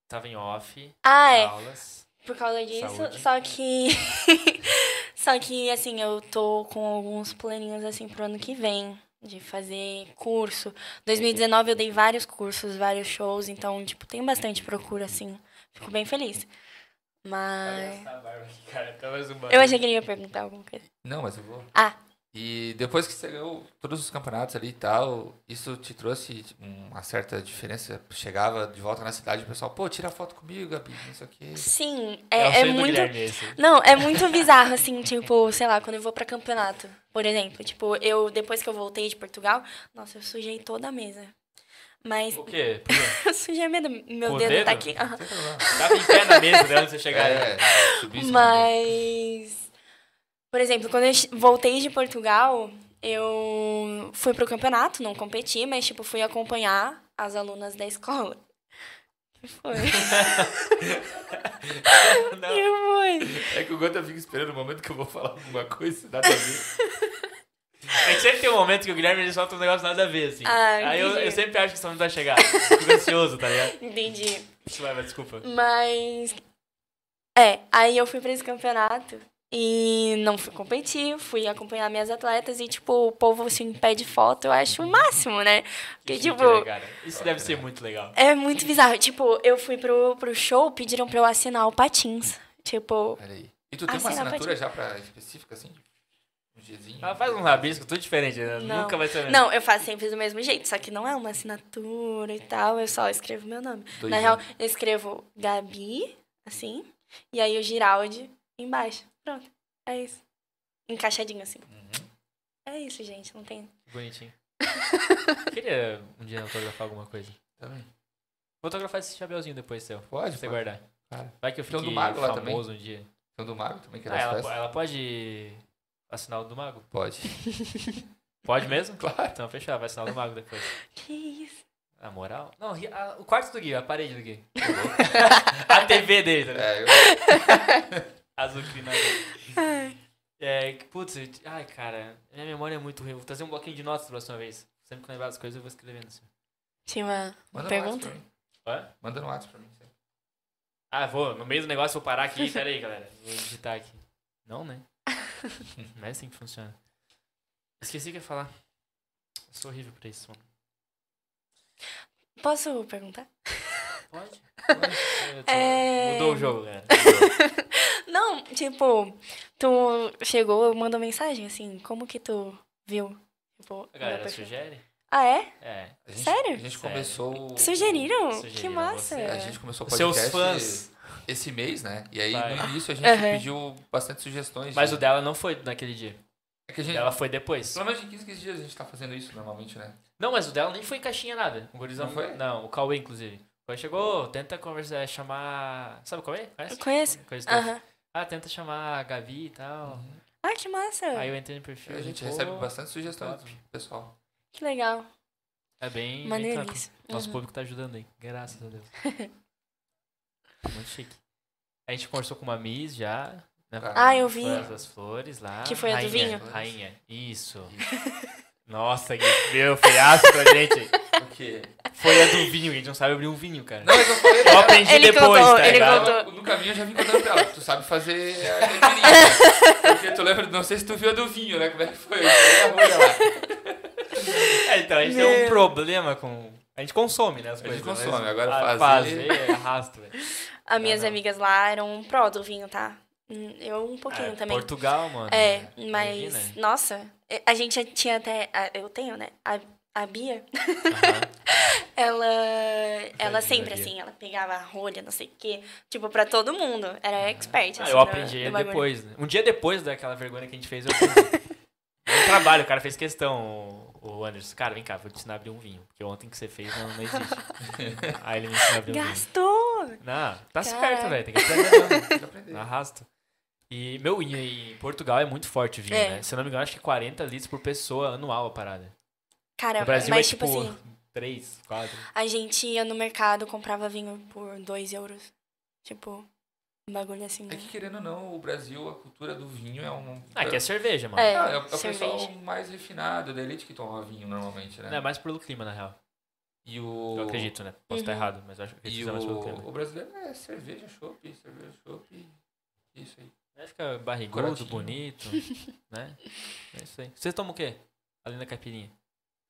[SPEAKER 1] Tava em off,
[SPEAKER 3] Ah, é.
[SPEAKER 1] aulas.
[SPEAKER 3] Por causa disso,
[SPEAKER 1] Saúde.
[SPEAKER 3] só que. só que, assim, eu tô com alguns planinhos, assim, pro ano que vem. De fazer curso. 2019 eu dei vários cursos, vários shows, então, tipo, tem bastante procura, assim. Fico bem feliz. Mas. Ah, é. Eu achei que ele ia perguntar alguma coisa.
[SPEAKER 2] Não, mas eu vou.
[SPEAKER 3] Ah.
[SPEAKER 2] E depois que você ganhou todos os campeonatos ali e tal, isso te trouxe uma certa diferença? Chegava de volta na cidade e o pessoal, pô, tira foto comigo, Gabi, não sei o quê.
[SPEAKER 3] Sim,
[SPEAKER 1] É, o
[SPEAKER 3] é, é
[SPEAKER 1] sonho do
[SPEAKER 3] muito.
[SPEAKER 1] Guilherme esse.
[SPEAKER 3] Não, é muito bizarro, assim, tipo, sei lá, quando eu vou pra campeonato, por exemplo. Tipo, eu, depois que eu voltei de Portugal, nossa, eu sujei toda a mesa. Mas
[SPEAKER 1] O quê? Por quê?
[SPEAKER 3] eu sujei a mesa, meu
[SPEAKER 1] O
[SPEAKER 3] dedo,
[SPEAKER 1] dedo?
[SPEAKER 3] tá aqui. aham.
[SPEAKER 2] Não tem problema.
[SPEAKER 1] Tava em pé na mesa né, antes de você chegar.
[SPEAKER 2] É, subir isso também.
[SPEAKER 3] Mas, por exemplo, quando eu che- voltei de Portugal, eu fui pro campeonato, não competi, mas, tipo, fui acompanhar as alunas da escola. Foi.
[SPEAKER 1] Não.
[SPEAKER 3] Eu fui.
[SPEAKER 2] É que o Gota fica esperando o momento que eu vou falar alguma coisa, nada a ver.
[SPEAKER 1] É que sempre tem um momento que o Guilherme ele solta um negócio nada a ver, assim.
[SPEAKER 3] Ah,
[SPEAKER 1] Aí eu,
[SPEAKER 3] entendi.
[SPEAKER 1] eu sempre acho que isso não vai chegar. Fico ansioso, tá ligado?
[SPEAKER 3] Entendi.
[SPEAKER 1] Isso vai, mas desculpa.
[SPEAKER 3] Mas. É, aí eu fui pra esse campeonato e não fui competir, fui acompanhar minhas atletas e, tipo, o povo assim, pede foto, eu acho o máximo, né? Porque,
[SPEAKER 1] Gente,
[SPEAKER 3] tipo,
[SPEAKER 1] né, cara? Isso deve ser muito legal.
[SPEAKER 3] é muito bizarro. Tipo, eu fui pro, pro show, pediram pra eu assinar o patins. Tipo,
[SPEAKER 2] Pera aí. E tu tem uma
[SPEAKER 3] Ah, sei lá,
[SPEAKER 2] assinatura
[SPEAKER 3] pode-
[SPEAKER 2] já pra específica, assim? Um Gzinho?
[SPEAKER 1] Ela faz um rabisco, tudo diferente, né?
[SPEAKER 3] Não.
[SPEAKER 1] Nunca vai ser mesmo.
[SPEAKER 3] não, eu faço sempre do mesmo jeito, só que não é uma assinatura e tal, eu só escrevo meu nome.
[SPEAKER 2] Dois
[SPEAKER 3] Na real, eu escrevo Gabi, assim, e aí o Giraldi embaixo. Pronto, é isso. encaixadinho assim.
[SPEAKER 2] Uhum.
[SPEAKER 3] É isso, gente, não tem.
[SPEAKER 1] Bonitinho. Queria um dia autografar alguma coisa.
[SPEAKER 2] Também.
[SPEAKER 1] Vou autografar esse chapeuzinho depois, seu. Pra
[SPEAKER 2] Pode,
[SPEAKER 1] você
[SPEAKER 2] pode.
[SPEAKER 1] guardar.
[SPEAKER 2] Claro.
[SPEAKER 1] Vai que eu
[SPEAKER 2] Tem
[SPEAKER 1] fique
[SPEAKER 2] o do Mago lá também?
[SPEAKER 1] famoso um dia.
[SPEAKER 2] Tem o do Mago também, que
[SPEAKER 1] Ah,
[SPEAKER 2] era
[SPEAKER 1] ela,
[SPEAKER 2] as
[SPEAKER 1] po-
[SPEAKER 2] festas.
[SPEAKER 1] ela pode assinar o do Mago?
[SPEAKER 2] Pode.
[SPEAKER 1] Pode mesmo?
[SPEAKER 2] Claro.
[SPEAKER 1] Então fechar, vai assinar o do Mago depois.
[SPEAKER 3] Que isso?
[SPEAKER 1] A moral? Não, ri- a- o quarto do Gui, a parede do Gui.
[SPEAKER 2] Tá
[SPEAKER 1] a TV dele, tá ligado?
[SPEAKER 2] É, eu...
[SPEAKER 1] Azucrina. É, que, putz, eu- ai, cara, minha memória é muito ruim. Vou trazer um bloquinho de notas da próxima vez. Sempre que eu lembrar das coisas, eu vou escrevendo assim.
[SPEAKER 3] Tinha uma, uma
[SPEAKER 2] Manda no WhatsApp
[SPEAKER 3] pergunta?
[SPEAKER 2] pra mim.
[SPEAKER 1] Hã?
[SPEAKER 2] Manda no WhatsApp pra mim.
[SPEAKER 1] Ah, vou, no meio do negócio, vou parar aqui. Pera aí, galera. Vou digitar aqui. Não, né? Não é assim que funciona. Esqueci o que eu ia falar. Eu sou horrível pra isso, mano.
[SPEAKER 3] Posso perguntar?
[SPEAKER 1] Pode? Eu tô-
[SPEAKER 3] É.
[SPEAKER 1] Mudou o jogo, galera.
[SPEAKER 3] Não, tipo, tu chegou, mandou mensagem assim, como que tu viu? Tipo,
[SPEAKER 1] A
[SPEAKER 3] meu
[SPEAKER 1] galera
[SPEAKER 3] perfil.
[SPEAKER 1] sugere?
[SPEAKER 3] Ah, é?
[SPEAKER 1] É.
[SPEAKER 2] A gente,
[SPEAKER 3] Sério?
[SPEAKER 2] A gente
[SPEAKER 1] Sério.
[SPEAKER 2] começou... o-
[SPEAKER 3] Sugeriram? que
[SPEAKER 1] Sugeriram
[SPEAKER 3] massa.
[SPEAKER 1] você.
[SPEAKER 2] A gente começou o
[SPEAKER 1] Os seus
[SPEAKER 2] podcast...
[SPEAKER 1] fãs.
[SPEAKER 2] esse mês, né? E aí
[SPEAKER 1] Vai.
[SPEAKER 2] no início a gente
[SPEAKER 3] Aham.
[SPEAKER 2] pediu bastante sugestões.
[SPEAKER 1] Mas
[SPEAKER 2] de-
[SPEAKER 1] o dela não foi naquele dia.
[SPEAKER 2] é que a
[SPEAKER 1] O
[SPEAKER 2] gente,
[SPEAKER 1] dela foi depois.
[SPEAKER 2] pelo menos em 15, 15 dias a gente tá fazendo isso normalmente, né?
[SPEAKER 1] Não, mas o dela nem foi em caixinha nada. O gurizão
[SPEAKER 2] Não foi?
[SPEAKER 1] Não, o Cauê, inclusive. O Cauê chegou, tenta conversar, é, chamar. Sabe o Cauê? Conhece?
[SPEAKER 3] Conheço.
[SPEAKER 1] Conhece todos.
[SPEAKER 3] Aham.
[SPEAKER 1] Ah, tenta chamar a Gavi e tal.
[SPEAKER 3] Ah, que massa.
[SPEAKER 1] Aí eu entrei no perfil.
[SPEAKER 2] A
[SPEAKER 1] e,
[SPEAKER 2] gente
[SPEAKER 1] pô,
[SPEAKER 2] recebe bastante sugestões
[SPEAKER 1] top.
[SPEAKER 2] do pessoal.
[SPEAKER 3] Que legal.
[SPEAKER 1] É bem. bem
[SPEAKER 3] Maneiro
[SPEAKER 1] tranquilo.
[SPEAKER 3] isso.
[SPEAKER 1] Nosso
[SPEAKER 3] Uhum.
[SPEAKER 1] público tá ajudando aí. Graças a Deus. Muito chique. A gente conversou com uma Miss já. Né?
[SPEAKER 2] Ah,
[SPEAKER 3] Ah, eu vi.
[SPEAKER 1] Flores das flores lá.
[SPEAKER 3] Que foi a do
[SPEAKER 1] Rainha,
[SPEAKER 2] vinho?
[SPEAKER 1] Rainha. Isso. Nossa, Gui, meu, foi aço pra gente.
[SPEAKER 2] Porque...
[SPEAKER 1] Foi a do vinho, a gente não sabe abrir um vinho, cara.
[SPEAKER 2] Não, mas eu falei...
[SPEAKER 1] Eu
[SPEAKER 2] né?
[SPEAKER 1] aprendi
[SPEAKER 3] Ele
[SPEAKER 1] depois,
[SPEAKER 3] contou,
[SPEAKER 1] tá
[SPEAKER 3] ele
[SPEAKER 1] ligado?
[SPEAKER 3] contou.
[SPEAKER 2] Ela- No caminho eu já vim contando pra ela. Tu sabe fazer a caipirinha, né? Porque tu lembra, não sei se tu viu a do vinho, né? Como é que foi? Eu falei, "Ah, olha lá."
[SPEAKER 1] É, então, a gente tem um problema com. A gente consome, né? As
[SPEAKER 2] A
[SPEAKER 1] coisas.
[SPEAKER 2] gente
[SPEAKER 1] mas-
[SPEAKER 2] consome, agora
[SPEAKER 1] Ah,
[SPEAKER 2] fazer-
[SPEAKER 1] fazer é arrasto, velho.
[SPEAKER 3] As minhas
[SPEAKER 1] não.
[SPEAKER 3] amigas lá eram um pró do vinho, tá? Hum, Eu um pouquinho
[SPEAKER 1] Ah,
[SPEAKER 3] também.
[SPEAKER 1] Portugal, mano.
[SPEAKER 3] É, mas,
[SPEAKER 1] Imagina. né?
[SPEAKER 3] nossa, a gente já tinha até. a- Eu tenho, né? A, a Bia,
[SPEAKER 1] Aham.
[SPEAKER 3] ela. Ela
[SPEAKER 1] da
[SPEAKER 3] sempre,
[SPEAKER 1] Bia.
[SPEAKER 3] assim, ela pegava a rolha, não sei o quê. Tipo, pra todo mundo. Era expert.
[SPEAKER 1] Ah,
[SPEAKER 3] assim,
[SPEAKER 1] eu
[SPEAKER 3] no-
[SPEAKER 1] aprendi
[SPEAKER 3] no bagulho.
[SPEAKER 1] depois, né? Um dia depois daquela vergonha que a gente fez, eu aprendi. No trabalho, o cara fez questão, o- o Anderson. Cara, vem cá, vou te ensinar a abrir um vinho. Porque ontem que você fez não, não existe. Aí ele me ensinou a abrir um vinho.
[SPEAKER 3] Gastou!
[SPEAKER 1] Não, tá certo,
[SPEAKER 3] Caraca.
[SPEAKER 1] velho. Tem que aprender mesmo.
[SPEAKER 2] Tem que
[SPEAKER 3] É.
[SPEAKER 2] aprender.
[SPEAKER 1] Arrasta. E, meu, e em Portugal é muito forte o vinho,
[SPEAKER 3] É.
[SPEAKER 1] né? Se eu não me engano, acho que 40 litros por pessoa anual a parada.
[SPEAKER 3] Cara,
[SPEAKER 1] no Brasil
[SPEAKER 3] mas
[SPEAKER 1] é
[SPEAKER 3] tipo
[SPEAKER 1] tipo,
[SPEAKER 3] assim,
[SPEAKER 1] 3, 4.
[SPEAKER 2] É.
[SPEAKER 3] a gente ia no mercado, comprava vinho por 2 euros. Tipo, um bagulho assim.
[SPEAKER 2] É que querendo ou não, o Brasil, a cultura do vinho é um...
[SPEAKER 1] Ah, que é cerveja, mano.
[SPEAKER 3] É,
[SPEAKER 2] Ah, é o é o
[SPEAKER 3] cerveja.
[SPEAKER 2] pessoal mais refinado da elite que toma vinho normalmente, né?
[SPEAKER 1] Não, é mais pelo clima, na real.
[SPEAKER 2] E o...
[SPEAKER 1] Eu acredito, né? Posso estar
[SPEAKER 3] Uhum.
[SPEAKER 1] errado, mas eu acho que
[SPEAKER 2] E
[SPEAKER 1] acredito que é mais pelo
[SPEAKER 2] o,
[SPEAKER 1] clima.
[SPEAKER 2] o brasileiro é cerveja, chopp, cerveja, chopp, isso aí.
[SPEAKER 1] Aí fica é barrigudo,
[SPEAKER 2] Coratinho.
[SPEAKER 1] bonito, né? É isso aí. Vocês tomam o quê? Além da caipirinha.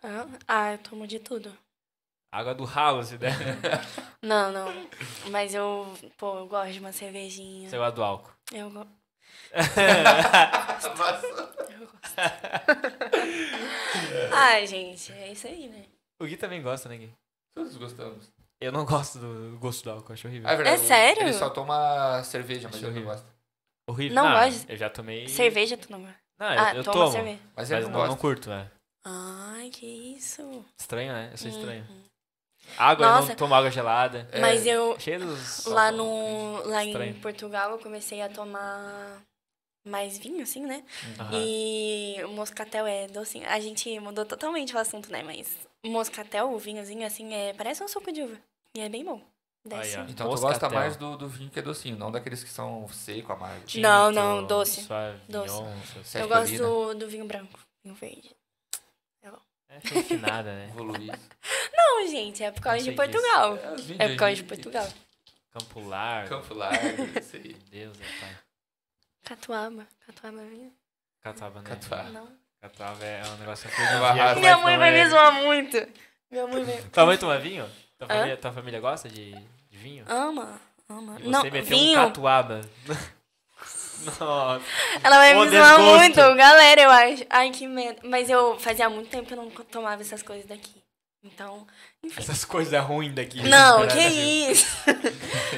[SPEAKER 3] Ah, ah, eu tomo de tudo.
[SPEAKER 1] Água do ralo, se der.
[SPEAKER 3] Não, não. Mas eu, pô, eu gosto de uma cervejinha.
[SPEAKER 1] Você gosta do álcool.
[SPEAKER 3] Eu gosto.
[SPEAKER 2] Nossa.
[SPEAKER 3] Ai, gente, é isso aí, né?
[SPEAKER 1] O Gui também gosta, né, Gui?
[SPEAKER 2] Todos gostamos.
[SPEAKER 1] Eu não gosto do do gosto do álcool, acho horrível.
[SPEAKER 2] Ah, verdade,
[SPEAKER 3] É
[SPEAKER 2] o-
[SPEAKER 3] sério?
[SPEAKER 2] Ele só toma cerveja, mas
[SPEAKER 1] Acho
[SPEAKER 2] ele não
[SPEAKER 1] horrível.
[SPEAKER 2] gosta.
[SPEAKER 1] Horrível.
[SPEAKER 3] Não
[SPEAKER 1] Ah,
[SPEAKER 3] gosto.
[SPEAKER 1] Eu já tomei...
[SPEAKER 3] Cerveja tu não gosta?
[SPEAKER 1] Não, eu,
[SPEAKER 3] Ah,
[SPEAKER 1] eu
[SPEAKER 3] toma
[SPEAKER 1] tomo.
[SPEAKER 3] cerveja.
[SPEAKER 2] Mas ele
[SPEAKER 1] Mas
[SPEAKER 2] não,
[SPEAKER 1] não, não
[SPEAKER 2] gosta.
[SPEAKER 1] curto, é.
[SPEAKER 3] Ai, que isso.
[SPEAKER 1] Estranho, né? Eu sou estranho.
[SPEAKER 3] Uhum.
[SPEAKER 1] Água, eu
[SPEAKER 3] Nossa.
[SPEAKER 1] não tomo água gelada.
[SPEAKER 2] É,
[SPEAKER 3] Mas eu,
[SPEAKER 1] Cheio dos...
[SPEAKER 3] lá no lá em
[SPEAKER 1] Estranho.
[SPEAKER 3] Portugal, eu comecei a tomar mais vinho, assim, né?
[SPEAKER 1] Aham.
[SPEAKER 3] E o moscatel é docinho. A gente mudou totalmente o assunto, né? Mas o moscatel, o vinhozinho, assim, é parece um suco de uva. E é bem bom. Desce.
[SPEAKER 1] Aí, ó.
[SPEAKER 2] Então tu gosta
[SPEAKER 1] Moscatel.
[SPEAKER 2] mais do, do vinho que é docinho, não daqueles que são seco, amargo.
[SPEAKER 1] Tinto,
[SPEAKER 3] Não, não, doce.
[SPEAKER 1] Sauvignon,
[SPEAKER 3] Doce.
[SPEAKER 1] essas-
[SPEAKER 2] Sete
[SPEAKER 3] eu gosto
[SPEAKER 2] Colina.
[SPEAKER 3] do, do vinho branco, vinho verde.
[SPEAKER 1] É refinada, né?
[SPEAKER 2] Evoluir.
[SPEAKER 3] Não, gente, é por causa
[SPEAKER 1] Não
[SPEAKER 3] de
[SPEAKER 1] sei disso.
[SPEAKER 3] Portugal.
[SPEAKER 2] É, os vinhos
[SPEAKER 3] É por causa de
[SPEAKER 2] aí,
[SPEAKER 3] Portugal.
[SPEAKER 1] Campo Largo.
[SPEAKER 2] Campo Largo, isso aí.
[SPEAKER 1] Meu Deus, meu pai.
[SPEAKER 3] Catuaba. Catuaba é vinho?
[SPEAKER 1] Catava, né?
[SPEAKER 2] Catuaba.
[SPEAKER 3] Não.
[SPEAKER 1] Catava é um negócio que
[SPEAKER 2] Eu
[SPEAKER 1] eu
[SPEAKER 2] arraso.
[SPEAKER 1] não
[SPEAKER 3] Minha mãe vai me zoar muito. Minha mãe vai...
[SPEAKER 1] Tua mãe toma vinho? Tua família, tua família gosta de, de vinho?
[SPEAKER 3] Ama, ama.
[SPEAKER 1] E
[SPEAKER 3] Não,
[SPEAKER 1] você meteu
[SPEAKER 3] vinho.
[SPEAKER 1] um catuaba. Nossa.
[SPEAKER 3] Ela vai
[SPEAKER 1] Ô,
[SPEAKER 3] me zoar
[SPEAKER 1] desgosto.
[SPEAKER 3] muito, galera, eu acho. Ai, que merda. Mas eu fazia muito tempo que eu não tomava essas coisas daqui. Então, enfim.
[SPEAKER 1] Essas coisas ruins é daqui.
[SPEAKER 3] Não, que
[SPEAKER 1] Caralho.
[SPEAKER 3] isso.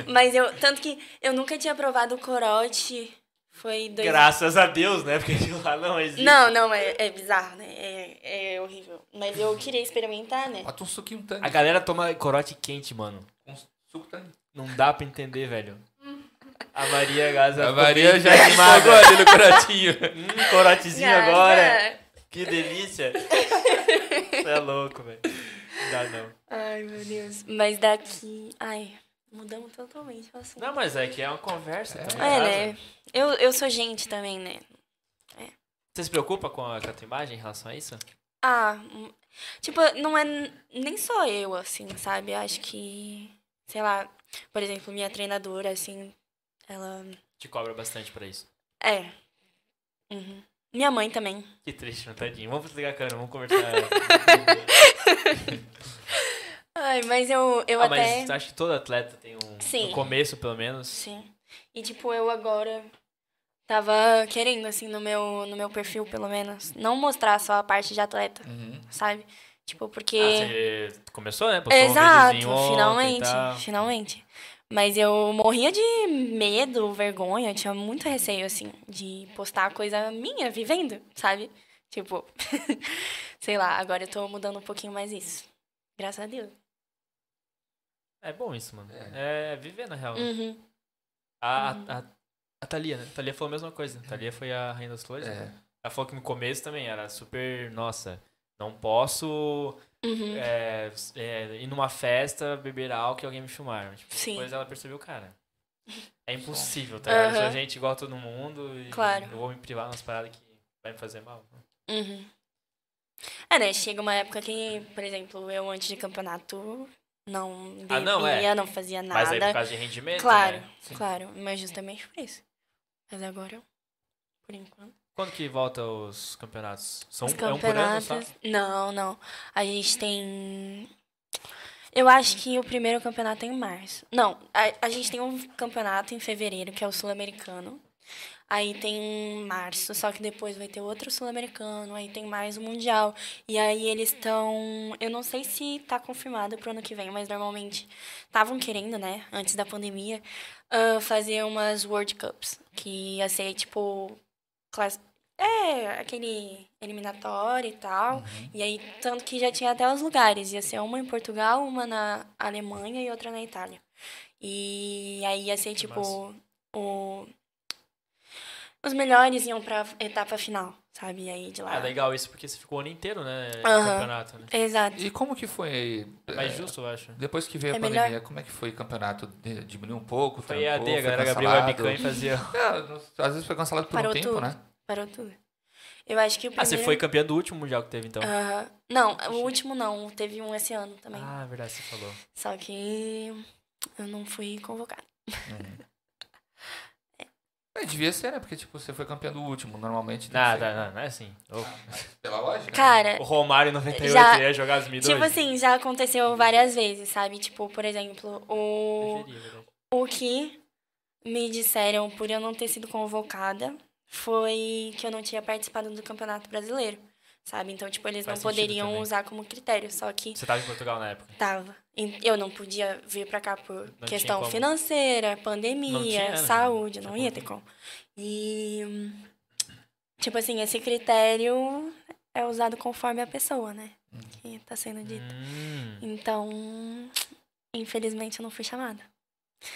[SPEAKER 3] Mas eu, tanto que eu nunca tinha provado o corote Foi dois
[SPEAKER 1] Graças a Deus, né? Porque de lá não existe.
[SPEAKER 3] Não, não, é, é bizarro, né? É, é horrível. Mas eu queria experimentar, né?
[SPEAKER 2] Bota um suquinho tangue.
[SPEAKER 1] A galera toma corote quente, mano.
[SPEAKER 2] Um suco tangue.
[SPEAKER 1] Não dá pra entender, velho. A Maria Gaza.
[SPEAKER 2] A Maria já esmagou ali no corotinho.
[SPEAKER 1] Hum, corotezinho agora.
[SPEAKER 3] Gaza.
[SPEAKER 1] Que delícia. Você é louco, velho. Não dá, não.
[SPEAKER 3] Ai, meu Deus. Mas daqui. Ai, mudamos totalmente o assunto.
[SPEAKER 1] Não, mas é que é uma conversa. É,
[SPEAKER 3] É, né? Eu, eu sou gente também, né?
[SPEAKER 1] Você se preocupa com a, com a tua imagem em relação a isso?
[SPEAKER 3] Ah, hum, tipo, não é n- nem só eu, assim, sabe? Eu acho que, sei lá, por exemplo, minha treinadora, assim, ela.
[SPEAKER 1] Te cobra bastante pra isso.
[SPEAKER 3] É. Uhum. Minha mãe também.
[SPEAKER 1] Que triste, mano, tadinho. Vamos desligar a câmera, vamos conversar.
[SPEAKER 3] Ai, mas eu, eu
[SPEAKER 1] ah,
[SPEAKER 3] até.
[SPEAKER 1] mas acho que todo atleta tem um.
[SPEAKER 3] Sim.
[SPEAKER 1] No começo, pelo menos.
[SPEAKER 3] Sim. E tipo, eu agora tava querendo, assim, no meu, no meu perfil, pelo menos, não mostrar só a parte de atleta,
[SPEAKER 2] Uhum,
[SPEAKER 3] sabe? Tipo, porque.
[SPEAKER 1] Ah, você começou, né? Postou um
[SPEAKER 3] Exato,
[SPEAKER 1] videozinho ontem e
[SPEAKER 3] finalmente,
[SPEAKER 1] tal.
[SPEAKER 3] finalmente. Mas eu morria de medo, vergonha, eu tinha muito receio, assim, de postar coisa minha, vivendo, sabe? Tipo, sei lá, agora eu tô mudando um pouquinho mais isso. Graças a Deus.
[SPEAKER 1] É bom isso, mano. É, viver, na real.
[SPEAKER 3] Uhum.
[SPEAKER 1] A, a, a, a Thalia, né? A Thalia falou a mesma coisa. A Thalia foi a Rainha das Flores. né?
[SPEAKER 2] É.
[SPEAKER 1] Ela falou que no começo também era super, nossa, não posso
[SPEAKER 3] Uhum.
[SPEAKER 1] é, é, ir numa festa, beber álcool e alguém me filmar. Tipo,
[SPEAKER 3] Sim.
[SPEAKER 1] Depois ela percebeu, cara, é impossível, tá ligado? Eu sou
[SPEAKER 3] Aham.
[SPEAKER 1] gente igual a todo mundo e
[SPEAKER 3] Claro.
[SPEAKER 1] eu vou me privar nas paradas que vai me fazer mal.
[SPEAKER 3] Uhum. É, né? Chega uma época que, por exemplo, eu antes de campeonato não bebia,
[SPEAKER 1] Ah, não,
[SPEAKER 3] não fazia
[SPEAKER 1] Mas aí por
[SPEAKER 3] nada.
[SPEAKER 1] causa de rendimento,
[SPEAKER 3] Claro,
[SPEAKER 1] né?
[SPEAKER 3] claro. Mas justamente por isso. Mas agora eu, por enquanto.
[SPEAKER 1] Quando que volta os campeonatos? São
[SPEAKER 3] Os
[SPEAKER 1] um- é um por ano só?
[SPEAKER 3] campeonatos. Não, não. A gente tem. Eu acho que o primeiro campeonato é em março. Não, a, a gente tem um campeonato em fevereiro, que é o Sul-Americano. Aí tem em março, só que depois vai ter outro Sul-Americano, aí tem mais o Mundial. E aí eles estão. Eu não sei se tá confirmado pro ano que vem, mas normalmente estavam querendo, né, antes da pandemia, ah, fazer umas World Cups. Que ia ser tipo. class- É, aquele eliminatório e tal.
[SPEAKER 1] Uhum.
[SPEAKER 3] E aí, tanto que já tinha até os lugares. Ia ser uma em Portugal, uma na Alemanha e outra na Itália. E aí ia ser, tipo, o... os melhores iam pra etapa final, sabe? E aí de lá.
[SPEAKER 1] Ah, legal isso, porque você ficou o ano inteiro, né? no
[SPEAKER 3] Aham.
[SPEAKER 1] Campeonato, né?
[SPEAKER 3] Exato.
[SPEAKER 2] E como que foi?
[SPEAKER 1] Mais
[SPEAKER 2] eh,
[SPEAKER 1] justo, eu acho.
[SPEAKER 2] Depois que veio a
[SPEAKER 3] É melhor-
[SPEAKER 2] pandemia, como é que foi o campeonato? De- Diminuiu um pouco?
[SPEAKER 1] Foi
[SPEAKER 2] trancou,
[SPEAKER 1] EAD, a galera abriu a
[SPEAKER 2] cancelado?
[SPEAKER 1] webcam e fazia.
[SPEAKER 2] É, não- às vezes foi cancelado por
[SPEAKER 3] Parou
[SPEAKER 2] um tempo,
[SPEAKER 3] tudo.
[SPEAKER 2] né?
[SPEAKER 3] Parou tudo. Eu acho que o
[SPEAKER 1] Ah,
[SPEAKER 3] primeiro... É,
[SPEAKER 1] você foi campeã do último mundial que teve, então.
[SPEAKER 3] Aham. Não, o último não. Teve um esse ano também.
[SPEAKER 1] Ah, é verdade, você falou.
[SPEAKER 3] Só que eu não fui convocada.
[SPEAKER 2] É, devia ser, né? Porque, tipo, você foi campeão do último, normalmente. né? tem
[SPEAKER 1] Não,
[SPEAKER 2] que ser.
[SPEAKER 1] não, não, não é assim. O,
[SPEAKER 2] Pela
[SPEAKER 1] Tá.
[SPEAKER 2] lógica.
[SPEAKER 3] Cara,
[SPEAKER 1] o Romário em 98
[SPEAKER 3] É. Já-
[SPEAKER 1] ia jogar as midas.
[SPEAKER 3] Tipo assim, já aconteceu várias vezes, sabe? Tipo, por exemplo, o,
[SPEAKER 1] é
[SPEAKER 3] o que me disseram por eu não ter sido convocada foi que eu não tinha participado do Campeonato Brasileiro, sabe? Então, tipo, eles
[SPEAKER 1] Faz
[SPEAKER 3] não
[SPEAKER 1] sentido
[SPEAKER 3] poderiam
[SPEAKER 1] também.
[SPEAKER 3] usar como critério, só que
[SPEAKER 1] Você tava em Portugal na época.
[SPEAKER 3] tava. E Eu não podia vir pra cá por
[SPEAKER 1] tinha
[SPEAKER 3] questão
[SPEAKER 1] como.
[SPEAKER 3] financeira, pandemia,
[SPEAKER 1] Não tinha, né?
[SPEAKER 3] saúde, não
[SPEAKER 1] Tinha
[SPEAKER 3] ia ter como. E, hum, tipo assim, esse critério é usado conforme a pessoa, né?
[SPEAKER 1] Uhum.
[SPEAKER 3] Que tá sendo dito.
[SPEAKER 1] Hum.
[SPEAKER 3] Então, infelizmente eu não fui chamada.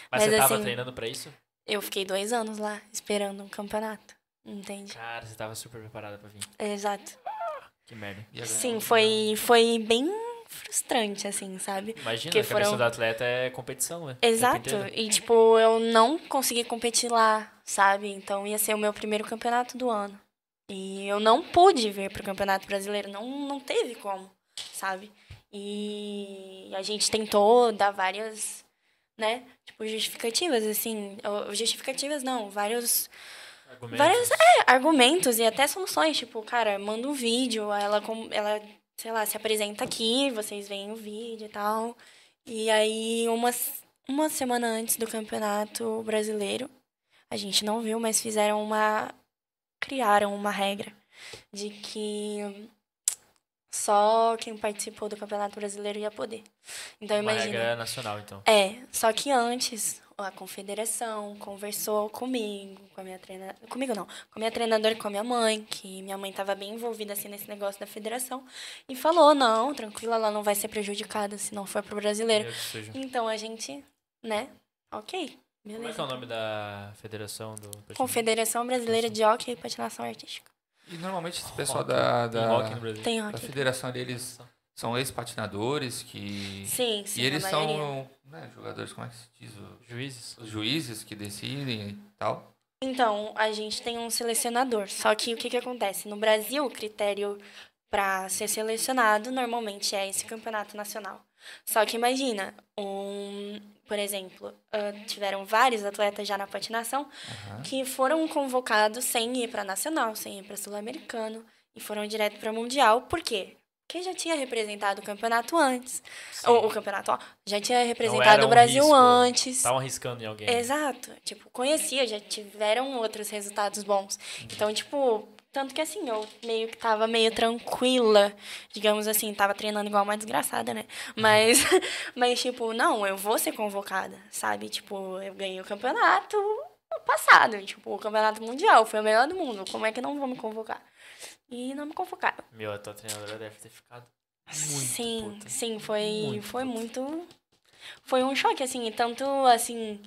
[SPEAKER 1] Mas,
[SPEAKER 3] Mas
[SPEAKER 1] você tava
[SPEAKER 3] assim-
[SPEAKER 1] treinando pra isso?
[SPEAKER 3] Eu fiquei dois anos lá esperando um campeonato. Entende?
[SPEAKER 1] Cara, você tava super preparada pra vir.
[SPEAKER 3] Exato.
[SPEAKER 1] Que merda.
[SPEAKER 2] Ia ganhar
[SPEAKER 3] Sim,
[SPEAKER 2] um-
[SPEAKER 3] foi, foi bem frustrante, assim, sabe?
[SPEAKER 1] Imagina,
[SPEAKER 3] Porque
[SPEAKER 1] a cabeça
[SPEAKER 3] foram-
[SPEAKER 1] do atleta é competição, né? O tempo
[SPEAKER 3] Exato.
[SPEAKER 1] inteiro.
[SPEAKER 3] E, tipo, eu não consegui competir lá, sabe? Então ia ser o meu primeiro campeonato do ano. E eu não pude vir pro Campeonato Brasileiro. Não, não teve como, sabe? E a gente tentou dar várias, né? Tipo, justificativas, assim. ou- Justificativas não, vários
[SPEAKER 1] Argumentos.
[SPEAKER 3] Várias- argumentos e até soluções. Tipo, cara, manda um vídeo, ela, com- ela sei lá, se apresenta aqui, vocês veem o vídeo e tal. E aí, uma, s- uma semana antes do campeonato brasileiro, a gente não viu, mas fizeram uma. criaram uma regra de que hum, só quem participou do campeonato brasileiro ia poder. Então,
[SPEAKER 1] Uma
[SPEAKER 3] imagina.
[SPEAKER 1] regra nacional, então.
[SPEAKER 3] É, só que antes, a confederação conversou comigo, com a minha treinadora. Comigo não, com a minha treinadora e com a minha mãe, que minha mãe estava bem envolvida assim nesse negócio da federação. E falou: não, tranquila, ela não vai ser prejudicada se não for pro brasileiro.
[SPEAKER 1] Eu que seja.
[SPEAKER 3] Então a gente, né? Ok.
[SPEAKER 1] Como é que
[SPEAKER 3] Beleza.
[SPEAKER 1] é o nome da federação do...
[SPEAKER 3] Confederação Brasileira de Hockey e Patinação Artística.
[SPEAKER 2] E normalmente esse pessoal da,
[SPEAKER 1] Tem
[SPEAKER 2] da,
[SPEAKER 1] rock no Brasil.
[SPEAKER 3] Tem
[SPEAKER 2] da
[SPEAKER 3] hockey.
[SPEAKER 2] federação ali, eles são ex-patinadores que.
[SPEAKER 3] Sim, sim.
[SPEAKER 2] e eles
[SPEAKER 3] a maioria.
[SPEAKER 2] são né, jogadores, como é que se diz? O-
[SPEAKER 1] Juízes?
[SPEAKER 2] Os juízes que decidem e tal.
[SPEAKER 3] Então, a gente tem um selecionador. Só que o que, que acontece? No Brasil, o critério para ser selecionado normalmente é esse campeonato nacional. Só que imagina, um, por exemplo, ah, tiveram vários atletas já na patinação
[SPEAKER 2] Aham.
[SPEAKER 3] que foram convocados sem ir para nacional, sem ir para sul-americano e foram direto para mundial. Por quê? Porque já tinha representado o campeonato antes. Ou o campeonato, ó, já tinha representado
[SPEAKER 1] um
[SPEAKER 3] o Brasil
[SPEAKER 1] risco.
[SPEAKER 3] antes.
[SPEAKER 1] Estavam arriscando em alguém.
[SPEAKER 3] Exato. Tipo, conhecia, já tiveram outros resultados bons. Então, tipo, tanto que assim, eu meio que tava meio tranquila, digamos assim, tava treinando igual uma desgraçada, né? Mas, mas tipo, não, eu vou ser convocada, sabe? Tipo, eu ganhei o campeonato passado, tipo, o campeonato mundial, foi o melhor do mundo. Como é que não vão me convocar? E não me convocaram.
[SPEAKER 1] Meu, a tua treinadora deve ter ficado muito
[SPEAKER 3] Sim,
[SPEAKER 1] puta.
[SPEAKER 3] sim, foi
[SPEAKER 1] Muito
[SPEAKER 3] foi
[SPEAKER 1] puta.
[SPEAKER 3] muito foi um choque assim, e tanto assim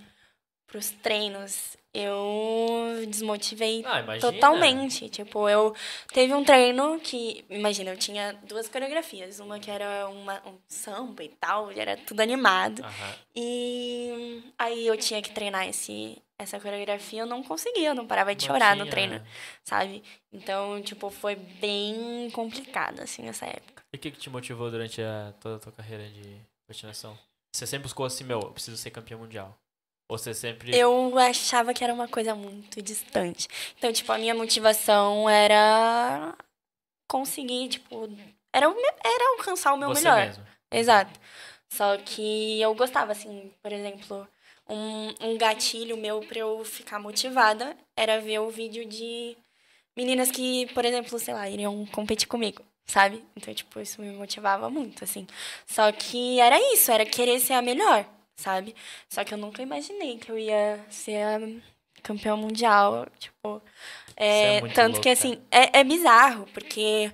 [SPEAKER 3] pros treinos, eu desmotivei
[SPEAKER 1] Ah, imagina.
[SPEAKER 3] totalmente. Tipo, eu teve um treino que, imagina, eu tinha duas coreografias, uma que era uma, um samba e tal, e era tudo animado.
[SPEAKER 1] Aham.
[SPEAKER 3] E aí eu tinha que treinar esse essa coreografia, eu não conseguia, eu não parava de
[SPEAKER 1] Não
[SPEAKER 3] chorar no
[SPEAKER 1] tinha- é.
[SPEAKER 3] treino, sabe? Então, tipo, foi bem complicado assim essa época.
[SPEAKER 1] E o que, que te motivou durante a, toda a tua carreira de patinação? Você sempre buscou assim, meu, eu preciso ser campeão mundial. Ou você sempre.
[SPEAKER 3] Eu achava que era uma coisa muito distante. Então, tipo, a minha motivação era conseguir, tipo, era, o me- era alcançar o meu
[SPEAKER 1] você
[SPEAKER 3] melhor.
[SPEAKER 1] mesmo.
[SPEAKER 3] Exato. Só que eu gostava, assim, por exemplo, um, um gatilho meu pra eu ficar motivada era ver o vídeo de meninas que, por exemplo, sei lá, iriam competir comigo, sabe? Então, tipo, isso me motivava muito, assim. Só que era isso, era querer ser a melhor, sabe? Só que eu nunca imaginei que eu ia ser a campeã mundial, tipo...
[SPEAKER 1] é
[SPEAKER 3] é,
[SPEAKER 1] muito
[SPEAKER 3] tanto
[SPEAKER 1] louco, né?
[SPEAKER 3] que,
[SPEAKER 1] cara.
[SPEAKER 3] assim, é, é bizarro, porque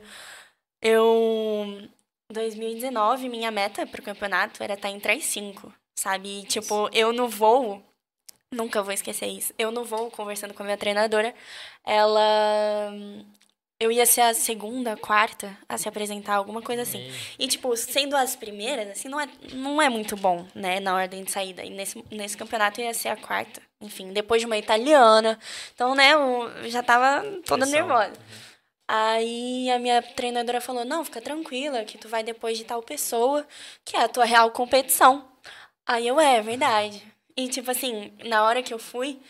[SPEAKER 3] eu... 2019, minha meta pro campeonato era tá estar em 3-5, sabe? E, tipo, eu no voo, nunca vou esquecer isso, eu no voo, conversando com a minha treinadora, ela... Eu ia ser a segunda, a quarta a se apresentar, alguma coisa assim.
[SPEAKER 1] E-
[SPEAKER 3] E, tipo, sendo as primeiras, assim, não é, não é muito bom, né, na ordem de saída. E nesse, nesse campeonato ia ser a quarta. Enfim, depois de uma italiana. Então, né, eu já tava toda
[SPEAKER 1] pressão.
[SPEAKER 3] nervosa.
[SPEAKER 1] Uhum.
[SPEAKER 3] Aí a minha treinadora falou: não, fica tranquila, que tu vai depois de tal pessoa, que é a tua real competição. Aí eu, é, é verdade. E, tipo assim, na hora que eu fui,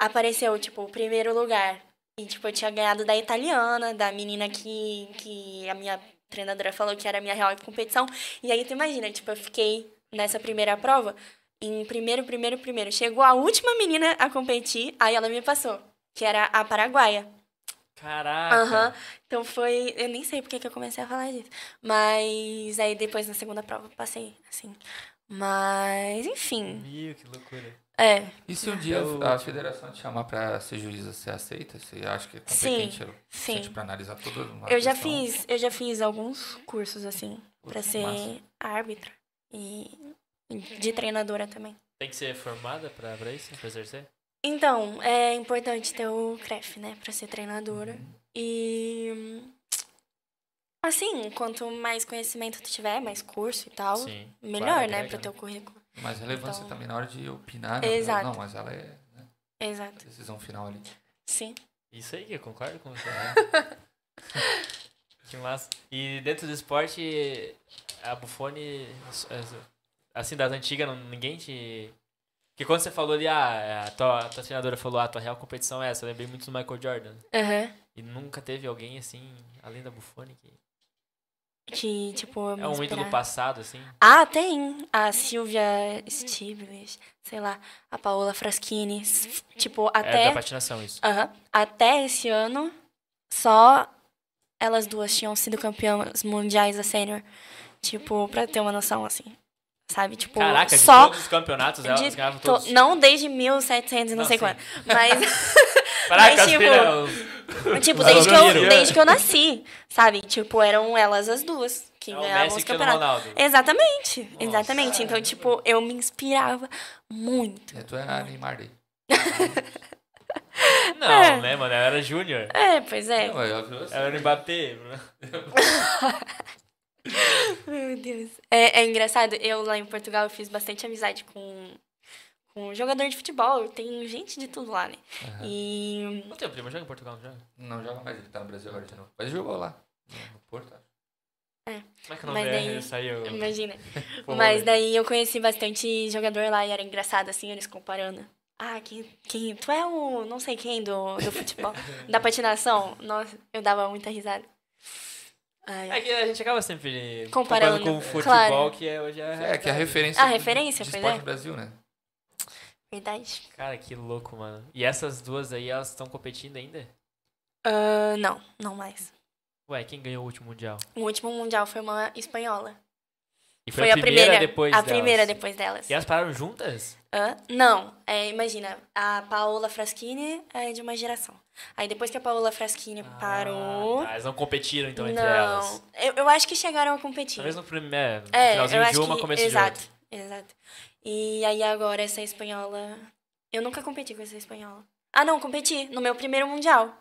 [SPEAKER 3] apareceu, tipo, o primeiro lugar. E, tipo, eu tinha ganhado da italiana, da menina que, que a minha treinadora falou que era a minha real competição. E aí tu imagina, tipo, eu fiquei nessa primeira prova em primeiro, primeiro, primeiro. Chegou a última menina a competir, aí ela me passou, que era a paraguaia. Aham.
[SPEAKER 1] Caraca.
[SPEAKER 3] Então foi. Eu nem sei porque que eu comecei a falar disso. Mas aí depois na segunda prova eu passei, assim. Mas, enfim.
[SPEAKER 1] Meu, que loucura.
[SPEAKER 3] É.
[SPEAKER 2] E se um dia
[SPEAKER 1] Eu-
[SPEAKER 2] a federação te chamar pra ser juíza, você aceita? Você acha que é competente o
[SPEAKER 3] sim.
[SPEAKER 2] suficiente pra analisar tudo? uma
[SPEAKER 3] Eu já
[SPEAKER 2] questão?
[SPEAKER 3] fiz, eu já fiz alguns cursos, assim, pra
[SPEAKER 2] Putz,
[SPEAKER 3] ser
[SPEAKER 2] massa.
[SPEAKER 3] árbitra e e de treinadora também.
[SPEAKER 1] Tem que ser formada pra, pra isso? Pra exercer?
[SPEAKER 3] Então, é importante ter o CREF, né? Pra ser treinadora. E. hum, Assim, quanto mais conhecimento tu tiver, mais curso e tal,
[SPEAKER 1] Sim.
[SPEAKER 3] melhor,
[SPEAKER 1] Claro,
[SPEAKER 3] né?
[SPEAKER 1] agrega,
[SPEAKER 3] Pro teu currículo.
[SPEAKER 2] Mais relevância
[SPEAKER 3] Então-
[SPEAKER 2] também na hora de opinar. né?
[SPEAKER 3] Exato.
[SPEAKER 2] Não, mas ela é né, a
[SPEAKER 3] Exato.
[SPEAKER 2] decisão final ali.
[SPEAKER 3] Sim.
[SPEAKER 1] Isso aí, eu concordo com você. né? que massa. E dentro do esporte, a Bufone, assim, das antigas, não- ninguém te... Porque quando você falou ali, ah, a tua, a tua treinadora falou, ah, a tua real competição é essa, eu lembrei muito do Michael Jordan.
[SPEAKER 3] Aham.
[SPEAKER 1] E nunca teve alguém, assim, além da Bufone, que
[SPEAKER 3] Que, tipo, eu me
[SPEAKER 1] é um ídolo
[SPEAKER 3] inspirava.
[SPEAKER 1] passado, assim.
[SPEAKER 3] Ah, tem. A Silvia Stiblis, sei lá, a Paola Fraschini. s- Tipo,
[SPEAKER 1] É
[SPEAKER 3] até.
[SPEAKER 1] da patinação, isso.
[SPEAKER 3] Aham. Até esse ano, só elas duas tinham sido campeãs mundiais da sênior. Tipo, pra ter uma noção, assim. Sabe? Tipo,
[SPEAKER 1] Caraca, de
[SPEAKER 3] só.
[SPEAKER 1] todos os campeonatos,
[SPEAKER 3] de-
[SPEAKER 1] elas ganhavam
[SPEAKER 3] to-
[SPEAKER 1] todos.
[SPEAKER 3] Não desde 1700 e não,
[SPEAKER 1] Não,
[SPEAKER 3] sei
[SPEAKER 1] sim.
[SPEAKER 3] quanto. Mas,
[SPEAKER 1] Caraca,
[SPEAKER 3] mas,
[SPEAKER 1] as
[SPEAKER 3] tipo,
[SPEAKER 1] filhas-
[SPEAKER 3] tipo,
[SPEAKER 1] Mas
[SPEAKER 3] desde que,
[SPEAKER 1] eu
[SPEAKER 3] eu,
[SPEAKER 1] viro.
[SPEAKER 3] desde que eu nasci, sabe? Tipo, eram elas as duas que
[SPEAKER 1] é o
[SPEAKER 3] ganhavam
[SPEAKER 1] Messi
[SPEAKER 3] os
[SPEAKER 1] e Cristiano
[SPEAKER 3] campeonatos. É.
[SPEAKER 1] Ronaldo.
[SPEAKER 3] Exatamente,
[SPEAKER 1] Nossa.
[SPEAKER 3] exatamente. Então, tipo, eu me inspirava muito.
[SPEAKER 2] É, tu é a Neymar dele.
[SPEAKER 3] É.
[SPEAKER 1] Não, né, mano? Ela era Júnior.
[SPEAKER 3] É, pois é.
[SPEAKER 2] Não, eu- eu-
[SPEAKER 1] Ela era Mbappé. né?
[SPEAKER 3] Meu Deus. É, é engraçado, eu lá em Portugal eu fiz bastante amizade com, com jogador de futebol. Tem gente de tudo lá, né?
[SPEAKER 2] Aham.
[SPEAKER 3] E.
[SPEAKER 1] Não tem primo, joga em Portugal, não joga?
[SPEAKER 2] Não joga mais, ele tá no Brasil agora de novo. Mas jogou lá. no- No Porto. acho.
[SPEAKER 1] Como é que o
[SPEAKER 3] Mas
[SPEAKER 1] nome
[SPEAKER 3] daí-
[SPEAKER 1] dele saiu?
[SPEAKER 3] Imagina.
[SPEAKER 1] Pô,
[SPEAKER 3] Mas
[SPEAKER 1] moleque.
[SPEAKER 3] daí eu conheci bastante jogador lá e era engraçado, assim, eles comparando. Ah, quem, quem, tu é o não sei quem do, do futebol, da patinação. Nossa, eu dava muita risada. Ai,
[SPEAKER 1] É que a gente acaba sempre
[SPEAKER 3] Comparando, né?
[SPEAKER 1] comparando, com o futebol,
[SPEAKER 3] claro.
[SPEAKER 1] que é, hoje é...
[SPEAKER 2] É, que é a referência.
[SPEAKER 3] Ah,
[SPEAKER 2] do-
[SPEAKER 3] referência,
[SPEAKER 2] de
[SPEAKER 3] pois
[SPEAKER 2] esporte
[SPEAKER 3] é.
[SPEAKER 2] no Brasil, né?
[SPEAKER 3] verdade?
[SPEAKER 1] Cara, que louco, mano. E essas duas aí, elas estão competindo ainda?
[SPEAKER 3] Ah, não, não mais.
[SPEAKER 1] Ué, quem ganhou o último mundial?
[SPEAKER 3] O último mundial foi uma espanhola.
[SPEAKER 1] E
[SPEAKER 3] Foi, a primeira,
[SPEAKER 1] depois
[SPEAKER 3] A
[SPEAKER 1] delas.
[SPEAKER 3] primeira depois delas.
[SPEAKER 1] E elas pararam juntas?
[SPEAKER 3] Hã? Não, é, imagina, a Paola Fraschini é de uma geração. Aí depois que a Paola Fraschini parou.
[SPEAKER 1] Ah, tá, elas não competiram, então, entre elas.
[SPEAKER 3] não, eu, eu acho que chegaram a competir.
[SPEAKER 1] Talvez no primeiro, no
[SPEAKER 3] é,
[SPEAKER 1] finalzinho
[SPEAKER 3] eu
[SPEAKER 1] de
[SPEAKER 3] acho
[SPEAKER 1] uma,
[SPEAKER 3] que,
[SPEAKER 1] começo
[SPEAKER 3] exato,
[SPEAKER 1] de outra.
[SPEAKER 3] Exato. E aí agora essa espanhola. Eu nunca competi com essa espanhola. Ah, não, competi no meu primeiro mundial.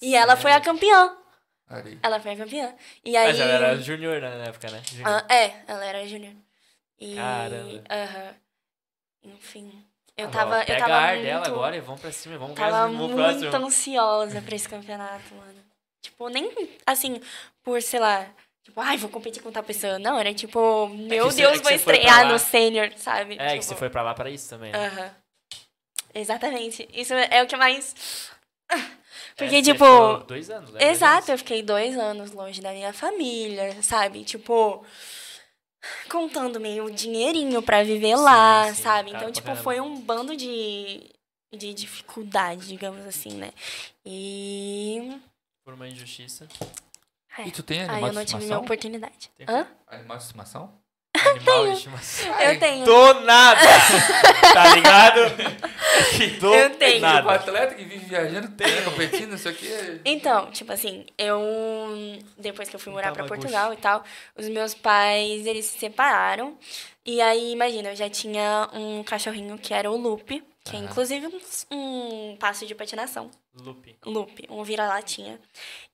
[SPEAKER 3] E ela foi a campeã.
[SPEAKER 2] Ali.
[SPEAKER 3] Ela foi a campeã. E aí.
[SPEAKER 1] é. Mas ela era junior na época, né? Júnior.
[SPEAKER 3] Ah, é, ela era júnior. E,
[SPEAKER 1] Caramba.
[SPEAKER 3] aham. Enfim. Eu
[SPEAKER 1] Ah,
[SPEAKER 3] tava.
[SPEAKER 1] ó,
[SPEAKER 3] eu
[SPEAKER 1] Pega
[SPEAKER 3] tava
[SPEAKER 1] a ar
[SPEAKER 3] muito,
[SPEAKER 1] dela agora e vamos pra cima, vamos ganhar
[SPEAKER 3] Tava
[SPEAKER 1] esse- vamos
[SPEAKER 3] muito
[SPEAKER 1] pro próximo.
[SPEAKER 3] ansiosa pra esse campeonato, mano. Tipo, nem assim, por, sei lá, tipo, ai, vou competir com tal pessoa. Não, era tipo, meu
[SPEAKER 1] que você- é
[SPEAKER 3] Deus,
[SPEAKER 1] que
[SPEAKER 3] vou
[SPEAKER 1] você foi pra
[SPEAKER 3] estrear
[SPEAKER 1] lá.
[SPEAKER 3] no sênior, sabe?
[SPEAKER 1] É, que
[SPEAKER 3] Tipo,
[SPEAKER 1] você foi pra lá pra isso também. né?
[SPEAKER 3] Aham. Exatamente. Isso é o que mais. Porque,
[SPEAKER 1] É, você
[SPEAKER 3] tipo,
[SPEAKER 1] ficou Dois anos, né? Dois
[SPEAKER 3] Exato,
[SPEAKER 1] anos.
[SPEAKER 3] eu fiquei dois anos longe da minha família, sabe? Tipo, contando meio dinheirinho pra viver
[SPEAKER 1] Sim,
[SPEAKER 3] lá,
[SPEAKER 1] sim,
[SPEAKER 3] sabe?
[SPEAKER 1] cara,
[SPEAKER 3] Então,
[SPEAKER 1] pra
[SPEAKER 3] tipo,
[SPEAKER 1] caramba.
[SPEAKER 3] foi um bando de, de dificuldade, digamos assim, né? E.
[SPEAKER 1] Por uma injustiça.
[SPEAKER 2] E tu tem
[SPEAKER 3] É. Aí
[SPEAKER 2] animal
[SPEAKER 3] eu
[SPEAKER 2] de
[SPEAKER 3] não tive minha
[SPEAKER 2] estimação?
[SPEAKER 3] oportunidade.
[SPEAKER 1] Tem
[SPEAKER 3] Hã?
[SPEAKER 2] Animal de estimação?
[SPEAKER 1] Animal de estimação.
[SPEAKER 3] Eu tenho.
[SPEAKER 1] Do nada! tá ligado? Que do
[SPEAKER 3] Eu tenho. tipo,
[SPEAKER 2] O
[SPEAKER 1] nada.
[SPEAKER 2] atleta que vive viajando tem, né, competindo, isso aqui é...
[SPEAKER 3] Então, tipo assim, eu. Depois que eu fui morar
[SPEAKER 1] Então,
[SPEAKER 3] pra
[SPEAKER 1] uma
[SPEAKER 3] Portugal e tal, os meus pais, eles se separaram. E aí, imagina, eu já tinha um cachorrinho que era o Lupe, que é
[SPEAKER 2] Aham.
[SPEAKER 3] inclusive um, um passo de patinação.
[SPEAKER 1] Lupe.
[SPEAKER 3] Lupe, um vira-latinha.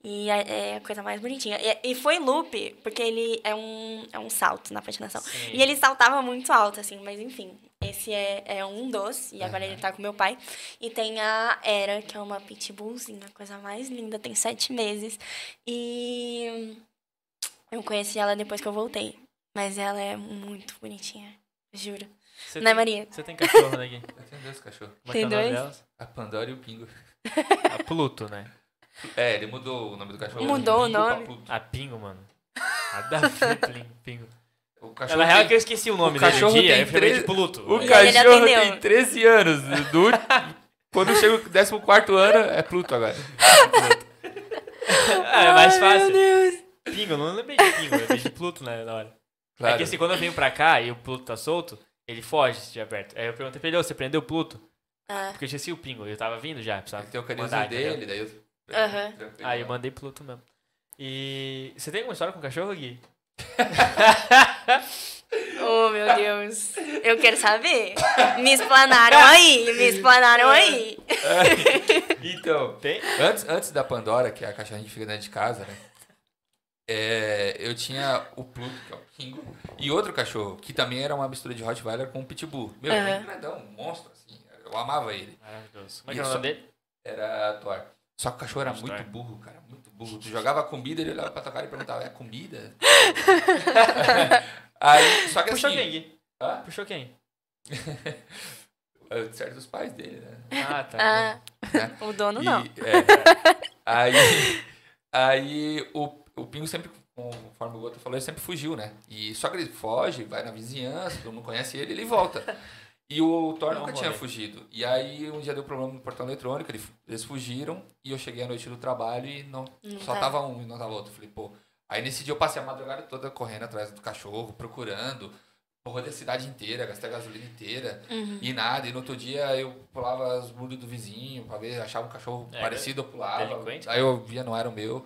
[SPEAKER 3] E é, é a coisa mais bonitinha. E, e foi Lupe, porque ele é um, é um salto na patinação.
[SPEAKER 1] Sim.
[SPEAKER 3] E ele saltava muito alto, assim, mas enfim. Esse é, é um dos, e agora ele tá com meu pai. E tem a Era, que é uma pitbullzinha, coisa mais linda, tem sete meses. E eu conheci ela depois que eu voltei. Mas ela é muito bonitinha, juro.
[SPEAKER 1] Você
[SPEAKER 3] Né,
[SPEAKER 1] tem-
[SPEAKER 3] Maria?
[SPEAKER 1] Você tem cachorro, né, Gui?
[SPEAKER 2] Eu tenho dois cachorros.
[SPEAKER 1] Como é que
[SPEAKER 3] Tem
[SPEAKER 1] é o nome
[SPEAKER 3] dois?
[SPEAKER 1] delas?
[SPEAKER 2] A Pandora e o Pingo.
[SPEAKER 1] A Pluto, né?
[SPEAKER 2] É, ele mudou o nome do cachorro.
[SPEAKER 3] Mudou o
[SPEAKER 2] Pingo pra
[SPEAKER 3] nome?
[SPEAKER 2] Pluto.
[SPEAKER 1] A Pingo, mano. A Davi Pingo. Pingo.
[SPEAKER 2] O
[SPEAKER 1] Na
[SPEAKER 2] cachorro
[SPEAKER 1] real é
[SPEAKER 2] tem-
[SPEAKER 1] que eu esqueci o nome
[SPEAKER 2] o
[SPEAKER 1] dele um
[SPEAKER 2] cachorro
[SPEAKER 1] dia,
[SPEAKER 2] tem
[SPEAKER 1] eu chamei de
[SPEAKER 2] três-
[SPEAKER 1] Pluto. É.
[SPEAKER 2] O
[SPEAKER 1] Aí-
[SPEAKER 3] ele
[SPEAKER 2] cachorro
[SPEAKER 3] atendeu.
[SPEAKER 2] tem 13 anos. Do... Quando chega o 14 ano, é Pluto agora.
[SPEAKER 1] Ah, é mais
[SPEAKER 3] Meu
[SPEAKER 1] fácil.
[SPEAKER 3] Deus!
[SPEAKER 1] Pingo, eu não lembrei de Pingo, eu lembrei de Pluto né, na hora. É
[SPEAKER 2] Claro.
[SPEAKER 1] que assim, quando eu venho pra cá e o Pluto tá solto, ele foge de aberto. Aí eu perguntei pra ele, ô, você prendeu o Pluto?
[SPEAKER 3] Ah,
[SPEAKER 1] Porque eu esqueci o Pingo, eu tava vindo já, precisava
[SPEAKER 2] Ele tem o
[SPEAKER 1] mandar,
[SPEAKER 2] carinhozinho
[SPEAKER 1] entendeu?
[SPEAKER 2] dele, daí eu...
[SPEAKER 3] Aham.
[SPEAKER 2] Tranquilo.
[SPEAKER 1] né? Aí eu mandei Pluto mesmo. E você tem alguma história com cachorro, Gui?
[SPEAKER 3] Oh, meu Deus. Eu quero saber. Me explanaram aí, me explanaram aí.
[SPEAKER 2] Então,
[SPEAKER 1] Tem?
[SPEAKER 2] antes, antes da Pandora, que é a cachorrinha que fica dentro de casa, né? é, eu tinha o Pluto, que é o Kingo, e outro cachorro, que também era uma mistura de Rottweiler com um Pitbull. Meu, ele era
[SPEAKER 3] Aham.
[SPEAKER 2] um grandão, um monstro, assim. Eu amava ele.
[SPEAKER 1] Maravilhoso. Como é que é o
[SPEAKER 2] Isso.
[SPEAKER 1] nome dele?
[SPEAKER 2] Era Thor. Só que o cachorro era
[SPEAKER 1] Thor.
[SPEAKER 2] muito burro, cara, muito burro. Tu jogava comida, ele olhava pra tua cara e perguntava, é comida? Aí, só que
[SPEAKER 1] Puxou
[SPEAKER 2] assim...
[SPEAKER 1] quem, Gui?
[SPEAKER 2] Hã?
[SPEAKER 1] Puxou quem?
[SPEAKER 2] É, Certo dos pais dele, né?
[SPEAKER 1] Ah, tá.
[SPEAKER 3] Ah,
[SPEAKER 2] Né?
[SPEAKER 3] o dono
[SPEAKER 2] E-
[SPEAKER 3] não.
[SPEAKER 2] é. aí aí o, o Pingo sempre, conforme o Goto falou, ele sempre fugiu, né? E só que ele foge, vai na vizinhança, todo mundo conhece ele, ele volta. E o Thor
[SPEAKER 1] Não
[SPEAKER 2] nunca
[SPEAKER 1] rolê.
[SPEAKER 2] tinha fugido. E aí um dia deu problema no portão eletrônico, ele- eles fugiram e eu cheguei à noite do trabalho e não,
[SPEAKER 3] Não
[SPEAKER 2] só
[SPEAKER 3] tá.
[SPEAKER 2] tava um e não tava outro. Falei, pô. Aí nesse dia eu passei a madrugada toda correndo atrás do cachorro, procurando. rodei a cidade inteira, gastei a gasolina inteira
[SPEAKER 3] Uhum.
[SPEAKER 2] e nada. E no outro dia eu pulava os muros do vizinho pra ver, achava um cachorro
[SPEAKER 1] É,
[SPEAKER 2] parecido, eu pulava.
[SPEAKER 1] delinquente. né?
[SPEAKER 2] Aí eu via, não era o meu.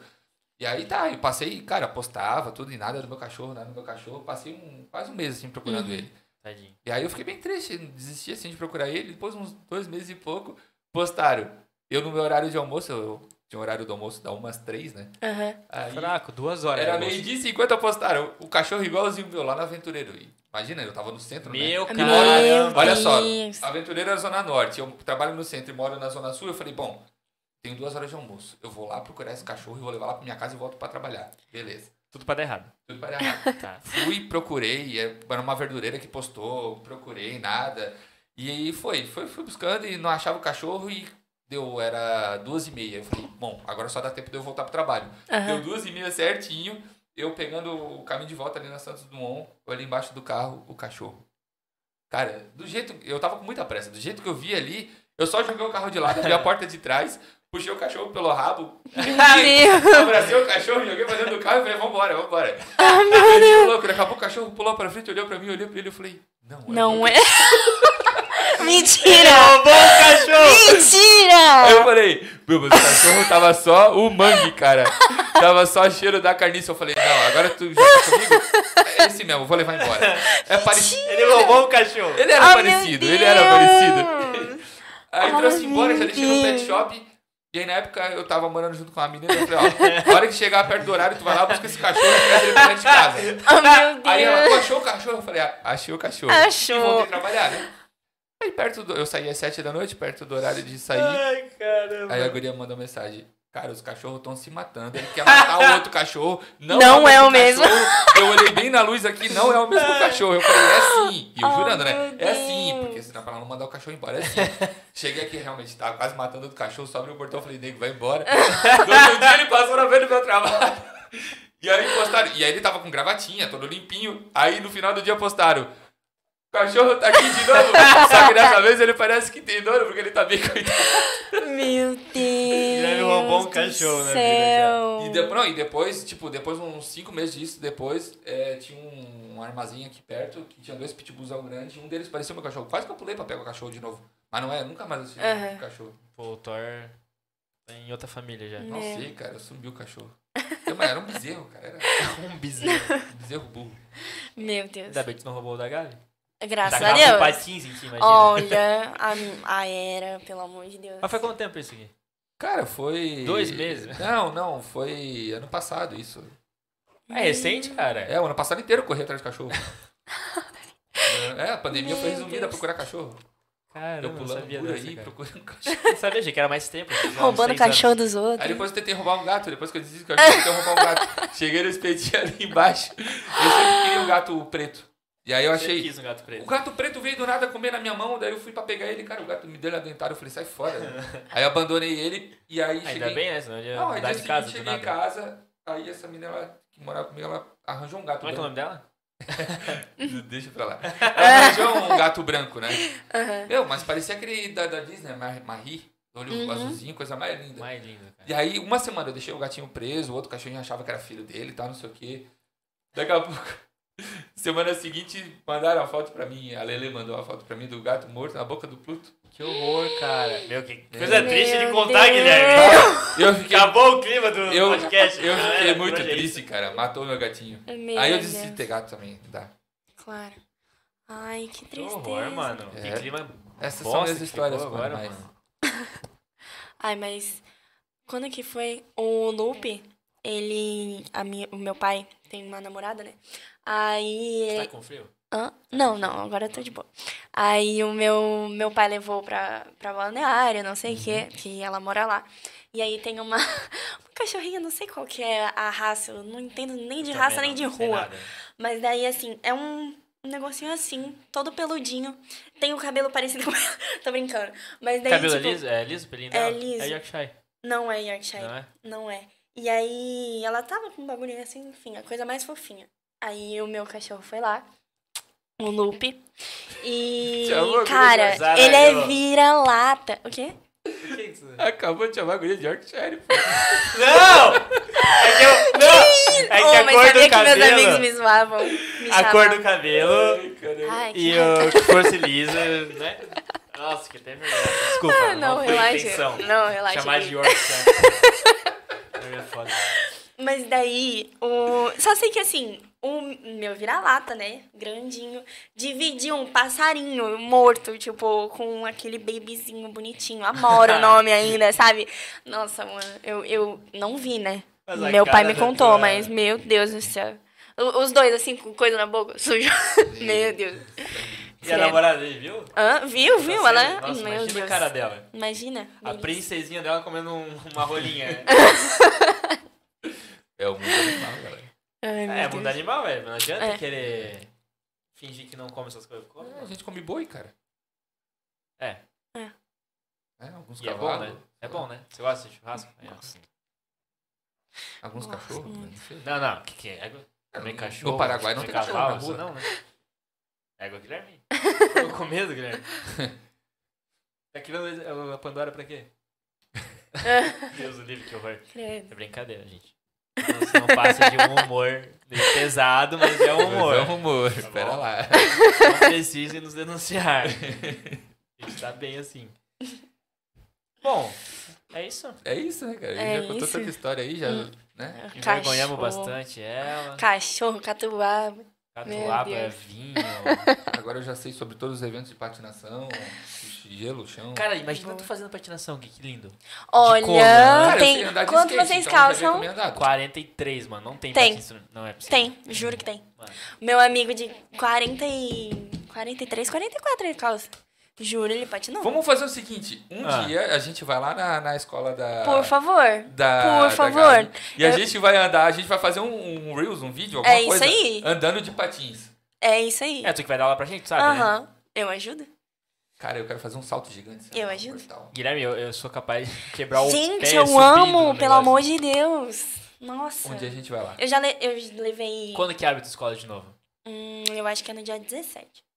[SPEAKER 2] E aí tá, eu passei, cara, postava tudo e nada do meu cachorro, nada do meu cachorro. Passei um, quase um mês assim procurando ele.
[SPEAKER 1] Tadinho.
[SPEAKER 2] E aí eu fiquei bem triste, desisti assim de procurar ele. Depois, uns dois meses e pouco, postaram. Eu no meu horário de almoço, eu tinha um horário do almoço da umas três, né?
[SPEAKER 3] Aham.
[SPEAKER 2] Aí,
[SPEAKER 1] Fraco, duas horas.
[SPEAKER 2] era
[SPEAKER 1] de almoço.
[SPEAKER 2] meio dia e cinquenta postaram. O cachorro igualzinho o meu lá no Aventureiro. E, imagina, eu tava no centro, né?
[SPEAKER 1] Meu
[SPEAKER 3] Meu
[SPEAKER 1] caramba.
[SPEAKER 2] Olha só,
[SPEAKER 3] Deus.
[SPEAKER 2] Aventureiro é a Zona Norte. Eu trabalho no centro e moro na Zona Sul. Eu falei, bom, tenho duas horas de almoço. Eu vou lá procurar esse cachorro e vou levar lá pra minha casa e volto pra trabalhar. Beleza.
[SPEAKER 1] Tudo pra dar errado.
[SPEAKER 2] Tudo para errado.
[SPEAKER 1] Tá.
[SPEAKER 2] Fui, procurei, é, era uma verdureira que postou, procurei, nada. E aí foi, foi, fui buscando e não achava o cachorro e deu, era duas e meia. Eu falei, bom, agora só dá tempo de eu voltar pro trabalho. Deu
[SPEAKER 3] Aham.
[SPEAKER 2] duas e meia certinho, eu pegando o caminho de volta ali na Santos Dumont, olhei embaixo do carro, o cachorro. Cara, do jeito, eu tava com muita pressa, do jeito que eu vi ali, eu só joguei o carro de lado, abri a porta de trás, puxei o cachorro pelo rabo,
[SPEAKER 3] Meu.
[SPEAKER 2] abracei o cachorro, joguei pra dentro do carro e falei, vambora, vambora.
[SPEAKER 3] Ah,
[SPEAKER 2] Eu fiquei louco, daqui a pouco o cachorro pulou pra frente, olhou pra mim, olhei pra ele e falei, não,
[SPEAKER 3] Não
[SPEAKER 2] meu.
[SPEAKER 3] é. Mentira!
[SPEAKER 1] Roubou o cachorro!
[SPEAKER 2] Aí
[SPEAKER 3] Mentira!
[SPEAKER 2] eu falei, meu, mas o cachorro tava só o mangue, cara. Tava só o cheiro da carniça. Eu falei, não, agora tu joga comigo? É esse mesmo, eu vou levar embora. É parecido.
[SPEAKER 1] Ele roubou o cachorro.
[SPEAKER 2] Ele era
[SPEAKER 3] Ah, meu
[SPEAKER 2] parecido, ele era
[SPEAKER 3] Deus.
[SPEAKER 2] parecido. Aí trouxe
[SPEAKER 3] Ai,
[SPEAKER 2] embora, já deixei no
[SPEAKER 3] meu
[SPEAKER 2] pet shop. E aí na época eu tava morando junto com uma menina, eu falei, ó, a hora que chegar perto do horário, tu vai lá, busca esse cachorro e traz ele pra dentro de casa.
[SPEAKER 3] Oh, meu Deus.
[SPEAKER 2] Aí ela "Tu achou o cachorro, eu falei, ah, achei o cachorro. E
[SPEAKER 3] Achou.
[SPEAKER 2] voltei a trabalhar, né? Aí perto do. Eu saí às sete da noite, perto do horário de sair.
[SPEAKER 1] Ai, caramba.
[SPEAKER 2] Aí a guria mandou mensagem. Cara, os cachorros estão se matando. Ele quer matar o outro cachorro. Não,
[SPEAKER 3] Não é o
[SPEAKER 2] mesmo cachorro." Eu olhei bem na luz aqui, não é o mesmo cachorro. Eu falei, é sim. E eu
[SPEAKER 3] Oh,
[SPEAKER 2] jurando, né?
[SPEAKER 3] meu
[SPEAKER 2] É sim,
[SPEAKER 3] Deus.
[SPEAKER 2] porque senão pra ela não mandar o cachorro embora, é sim. Cheguei aqui realmente, tava quase matando outro cachorro, só abri o portão e falei, nego, vai embora. No outro dia ele passou na frente do meu trabalho. E aí postaram. E aí ele tava com gravatinha, todo limpinho. Aí no final do dia postaram. O cachorro tá aqui de novo. Só que dessa vez ele parece que tem dono, porque ele tá bem coitado.
[SPEAKER 3] Meu Deus. Ele
[SPEAKER 1] roubou um cachorro na vida,
[SPEAKER 3] céu.
[SPEAKER 2] E, de, não, e depois, tipo, depois uns cinco meses disso, depois, é, tinha um, um armazém aqui perto que tinha dois pitbullzão grandes. Um deles parecia meu cachorro. Quase que eu pulei pra pegar o cachorro de novo. Mas não é, nunca mais eu tive
[SPEAKER 3] Aham.
[SPEAKER 2] o cachorro.
[SPEAKER 1] Pô, o Thor tá em outra família já.
[SPEAKER 2] Não
[SPEAKER 3] Meu.
[SPEAKER 2] sei, cara, eu subi o cachorro. Eu, mas era um bezerro, cara. Era
[SPEAKER 1] Um bezerro.
[SPEAKER 2] um bezerro burro.
[SPEAKER 3] Meu Deus.
[SPEAKER 1] Ainda bem que tu não roubou o da Gabi.
[SPEAKER 3] Graças
[SPEAKER 1] da
[SPEAKER 3] a
[SPEAKER 1] Gabi com
[SPEAKER 3] Deus.
[SPEAKER 1] mais 15 aqui, imagina.
[SPEAKER 3] Olha, a, a era, pelo amor de Deus.
[SPEAKER 1] Mas foi quanto tempo isso aqui?
[SPEAKER 2] Cara, foi.
[SPEAKER 1] Dois meses?
[SPEAKER 2] Não, não, foi ano passado isso.
[SPEAKER 1] É recente, cara.
[SPEAKER 2] É, o ano passado inteiro eu corri atrás de cachorro. É, a pandemia foi
[SPEAKER 3] Meu
[SPEAKER 2] resumida a
[SPEAKER 3] Deus.
[SPEAKER 2] procurar cachorro.
[SPEAKER 1] Cara, eu
[SPEAKER 2] eu
[SPEAKER 1] não
[SPEAKER 2] pulando
[SPEAKER 1] sabia
[SPEAKER 2] por
[SPEAKER 1] dessa,
[SPEAKER 2] aí,
[SPEAKER 1] cara.
[SPEAKER 2] procurando cachorro.
[SPEAKER 1] Não sabia, achei que era mais tempo. assim, já uns
[SPEAKER 3] Roubando o
[SPEAKER 1] seis anos.
[SPEAKER 3] cachorro dos
[SPEAKER 2] Aí
[SPEAKER 3] outros.
[SPEAKER 2] depois eu tentei roubar um gato, depois que eu desisti que eu achei que eu tentei roubar um gato. Cheguei no espetinho ali embaixo. Eu sempre queria um gato preto. E aí eu
[SPEAKER 1] Eu
[SPEAKER 2] achei.
[SPEAKER 1] quis um gato preto.
[SPEAKER 2] O gato preto veio do nada comer na minha mão, daí eu fui pra pegar ele, cara, o gato me deu na dentada, eu falei, sai fora. aí eu abandonei ele e aí cheguei.
[SPEAKER 1] Ainda bem, né? Senão ele ia
[SPEAKER 2] Não, aí
[SPEAKER 1] mudar
[SPEAKER 2] dia
[SPEAKER 1] de casa
[SPEAKER 2] seguinte
[SPEAKER 1] do
[SPEAKER 2] cheguei em
[SPEAKER 1] nada.
[SPEAKER 2] casa, aí essa menina ela, que morava comigo, ela arranjou um gato
[SPEAKER 1] Como é que é o
[SPEAKER 2] branco.
[SPEAKER 1] nome dela?
[SPEAKER 2] Deixa pra lá. Ela arranjou um gato branco, né?
[SPEAKER 3] Aham.
[SPEAKER 2] Meu, mas parecia aquele da, da Disney, Mar- Marie, olho
[SPEAKER 3] Uhum.
[SPEAKER 2] azulzinho, coisa mais linda.
[SPEAKER 1] Mais lindo, cara.
[SPEAKER 2] E aí, uma semana eu deixei o gatinho preso, o outro cachorrinho achava que era filho dele e tal, não sei o quê. Daqui a pouco, semana seguinte, mandaram a foto pra mim. A Lele mandou uma foto pra mim do gato morto na boca do Pluto.
[SPEAKER 1] Que horror, cara. Meu, que
[SPEAKER 2] coisa
[SPEAKER 1] coisa
[SPEAKER 3] Meu
[SPEAKER 1] triste de contar,
[SPEAKER 3] Deus.
[SPEAKER 1] Guilherme.
[SPEAKER 2] Eu fiquei,
[SPEAKER 1] Acabou o clima do
[SPEAKER 2] eu,
[SPEAKER 1] podcast. É,
[SPEAKER 2] eu fiquei muito triste, cara. Matou meu gatinho.
[SPEAKER 3] Meu
[SPEAKER 2] aí eu
[SPEAKER 3] Deus.
[SPEAKER 2] desisti de ter gato também. tá. não Dá.
[SPEAKER 3] É Claro. Ai, que
[SPEAKER 1] Que
[SPEAKER 3] tristeza.
[SPEAKER 1] horror, mano.
[SPEAKER 2] É.
[SPEAKER 1] Que clima
[SPEAKER 2] Essas são
[SPEAKER 1] bosta
[SPEAKER 2] minhas
[SPEAKER 1] que
[SPEAKER 2] histórias
[SPEAKER 1] ficou
[SPEAKER 2] com
[SPEAKER 1] agora,
[SPEAKER 2] animais.
[SPEAKER 1] mano.
[SPEAKER 3] Ai, mas quando que foi o Lupe? Ele, a minha, o meu pai tem uma namorada, né? Aí
[SPEAKER 1] Você
[SPEAKER 3] ele-
[SPEAKER 1] tá com frio?
[SPEAKER 3] Hã? Não, não, agora eu tô de boa. Aí o meu, meu pai levou pra, pra balneária, não sei o quê,
[SPEAKER 1] Uhum.
[SPEAKER 3] que ela mora lá. E aí tem uma, uma cachorrinha, não sei qual que é a raça, eu não entendo nem de
[SPEAKER 1] Também
[SPEAKER 3] raça nem
[SPEAKER 1] tá não,
[SPEAKER 3] de
[SPEAKER 1] sei
[SPEAKER 3] rua.
[SPEAKER 1] nada.
[SPEAKER 3] Mas daí, assim, é um um negocinho assim, todo peludinho. Tem o cabelo parecido com Tô brincando. Mas daí,
[SPEAKER 1] Cabelo
[SPEAKER 3] tipo,
[SPEAKER 1] liso? É liso, pelinho
[SPEAKER 3] é
[SPEAKER 1] dela?
[SPEAKER 3] liso.
[SPEAKER 1] É Yorkshire,
[SPEAKER 3] não é Yorkshire.
[SPEAKER 1] não é?
[SPEAKER 3] Não é. E aí, ela tava com um bagulhinho assim, enfim, a coisa mais fofinha. Aí o meu cachorro foi lá, o Lupe. E,
[SPEAKER 2] Te amou,
[SPEAKER 3] cara,
[SPEAKER 1] guria,
[SPEAKER 3] ele é
[SPEAKER 1] zaralhou.
[SPEAKER 3] vira-lata. O quê?
[SPEAKER 2] Acabou de chamar a guria de Yorkshire. pô.
[SPEAKER 1] Não! É que eu... Não! É que
[SPEAKER 3] Oh,
[SPEAKER 1] a
[SPEAKER 3] mas
[SPEAKER 1] cor
[SPEAKER 3] sabia
[SPEAKER 1] do
[SPEAKER 3] que meus
[SPEAKER 1] cabelo-
[SPEAKER 3] amigos me zoavam. Me
[SPEAKER 1] A cor do
[SPEAKER 3] chamavam.
[SPEAKER 1] cabelo
[SPEAKER 2] Caramba.
[SPEAKER 3] Ai, que
[SPEAKER 1] e
[SPEAKER 3] raiva.
[SPEAKER 1] o que fosse lisa, né? Nossa, que até vergonha. Desculpa,
[SPEAKER 3] Ah,
[SPEAKER 1] não,
[SPEAKER 3] não,
[SPEAKER 1] foi
[SPEAKER 3] relaxa.
[SPEAKER 1] intenção.
[SPEAKER 3] Não, relaxa.
[SPEAKER 1] Chamar
[SPEAKER 3] amigo.
[SPEAKER 1] de Yorkshire. é foda.
[SPEAKER 3] Mas daí, o... só sei que assim, o meu vira-lata, né? Grandinho, dividiu um passarinho morto, tipo, com aquele babyzinho bonitinho. Amora o nome ainda, sabe? Nossa, mano, eu, eu não vi, né?
[SPEAKER 1] Mas a
[SPEAKER 3] meu pai
[SPEAKER 1] cara
[SPEAKER 3] me
[SPEAKER 1] da é-
[SPEAKER 3] contou,
[SPEAKER 1] tua-
[SPEAKER 3] mas meu Deus do céu. O- Os dois, assim, com coisa na boca, sujo. meu Deus.
[SPEAKER 1] E a namorada aí, viu?
[SPEAKER 3] Hã? Viu, viu?
[SPEAKER 1] Nossa, Tá
[SPEAKER 3] Ela. é?
[SPEAKER 1] Nossa,
[SPEAKER 3] meu
[SPEAKER 1] imagina
[SPEAKER 3] Deus.
[SPEAKER 1] a cara dela.
[SPEAKER 3] Imagina.
[SPEAKER 1] A
[SPEAKER 3] Delícia.
[SPEAKER 1] princesinha dela comendo um- uma rolinha.
[SPEAKER 2] É o mundo animal, galera.
[SPEAKER 3] Ai, meu
[SPEAKER 1] é,
[SPEAKER 3] Deus.
[SPEAKER 1] mundo animal, velho. Não adianta
[SPEAKER 3] É.
[SPEAKER 1] querer fingir que não come essas coisas. Come, né?
[SPEAKER 2] A
[SPEAKER 1] mano.
[SPEAKER 2] gente come boi, cara.
[SPEAKER 1] É.
[SPEAKER 3] É.
[SPEAKER 2] É, alguns
[SPEAKER 1] E é bom,
[SPEAKER 2] cavalos.
[SPEAKER 1] né? É bom, né? Você gosta de churrasco? É.
[SPEAKER 2] Alguns
[SPEAKER 3] Nossa,
[SPEAKER 2] cachorros.
[SPEAKER 3] muito.
[SPEAKER 2] né? Não sei.
[SPEAKER 1] Não, não. O que, que é? Égua?
[SPEAKER 2] É,
[SPEAKER 1] Comer
[SPEAKER 2] no-
[SPEAKER 1] cachorro?
[SPEAKER 2] No Paraguai não
[SPEAKER 1] comer
[SPEAKER 2] tem cachorro
[SPEAKER 1] cavalo,
[SPEAKER 2] na
[SPEAKER 1] isso
[SPEAKER 2] rua. É
[SPEAKER 1] Não, né? Égua Guilherme? Tô com medo, Guilherme. Aquilo é a Pandora pra quê? Deus do livre, que horror.
[SPEAKER 3] Credo.
[SPEAKER 1] É brincadeira, gente. Não, Você não passa de um humor meio pesado, mas é um humor.
[SPEAKER 2] É um humor.
[SPEAKER 1] bom?
[SPEAKER 2] Pera lá.
[SPEAKER 1] Não precisem nos denunciar. A gente tá bem assim. Bom, é isso.
[SPEAKER 2] É isso, né, cara? A gente
[SPEAKER 3] É
[SPEAKER 2] já contou
[SPEAKER 3] isso.
[SPEAKER 2] tanta história aí, já,
[SPEAKER 3] Hum.
[SPEAKER 2] né?
[SPEAKER 1] Envergonhamos
[SPEAKER 3] Cachorro.
[SPEAKER 1] bastante ela.
[SPEAKER 3] Cachorro, catuaba.
[SPEAKER 1] Catuaba,
[SPEAKER 3] Meu Deus.
[SPEAKER 1] vinho.
[SPEAKER 2] Agora eu já sei sobre todos os eventos de patinação, gelo, chão.
[SPEAKER 1] Cara, imagina tu fazendo patinação, que, que lindo.
[SPEAKER 3] Olha,
[SPEAKER 1] colã.
[SPEAKER 2] eu sei
[SPEAKER 3] tem.
[SPEAKER 2] andar de
[SPEAKER 3] Quanto
[SPEAKER 2] skate,
[SPEAKER 3] vocês
[SPEAKER 2] então já é
[SPEAKER 3] calçam?
[SPEAKER 2] recomendado.
[SPEAKER 1] 43, mano. Não tem,
[SPEAKER 3] Tem.
[SPEAKER 1] patinação. Não é possível.
[SPEAKER 3] Tem, juro que tem.
[SPEAKER 1] Mano,
[SPEAKER 3] Meu amigo de 40 e... 43, 44 ele calça. Juro, ele patinou.
[SPEAKER 2] Vamos fazer o seguinte: um
[SPEAKER 1] Ah.
[SPEAKER 2] dia a gente vai lá na, na escola da.
[SPEAKER 3] Por favor.
[SPEAKER 2] da-
[SPEAKER 3] por
[SPEAKER 2] da
[SPEAKER 3] favor.
[SPEAKER 2] Gabi. e a
[SPEAKER 3] Eu-
[SPEAKER 2] gente vai andar, a gente vai fazer um, um Reels, um vídeo, alguma
[SPEAKER 3] É isso
[SPEAKER 2] coisa.
[SPEAKER 3] aí.
[SPEAKER 2] Andando de patins.
[SPEAKER 3] É isso aí.
[SPEAKER 1] É, tu que vai dar aula pra gente, sabe? né?
[SPEAKER 3] Aham. Eu ajudo?
[SPEAKER 2] Cara, eu quero fazer um salto gigante. sabe?
[SPEAKER 3] Eu ajudo.
[SPEAKER 2] Tal.
[SPEAKER 1] Guilherme, eu, eu sou capaz de quebrar o pé
[SPEAKER 3] Gente, eu
[SPEAKER 1] subindo no
[SPEAKER 3] amo,
[SPEAKER 1] negócio.
[SPEAKER 3] pelo
[SPEAKER 1] é?
[SPEAKER 3] amor de Deus. Nossa.
[SPEAKER 2] Um dia a gente vai lá.
[SPEAKER 3] Eu já le- eu levei.
[SPEAKER 1] Quando que abre a tua escola de novo?
[SPEAKER 3] Hum, eu acho que é no dia 17.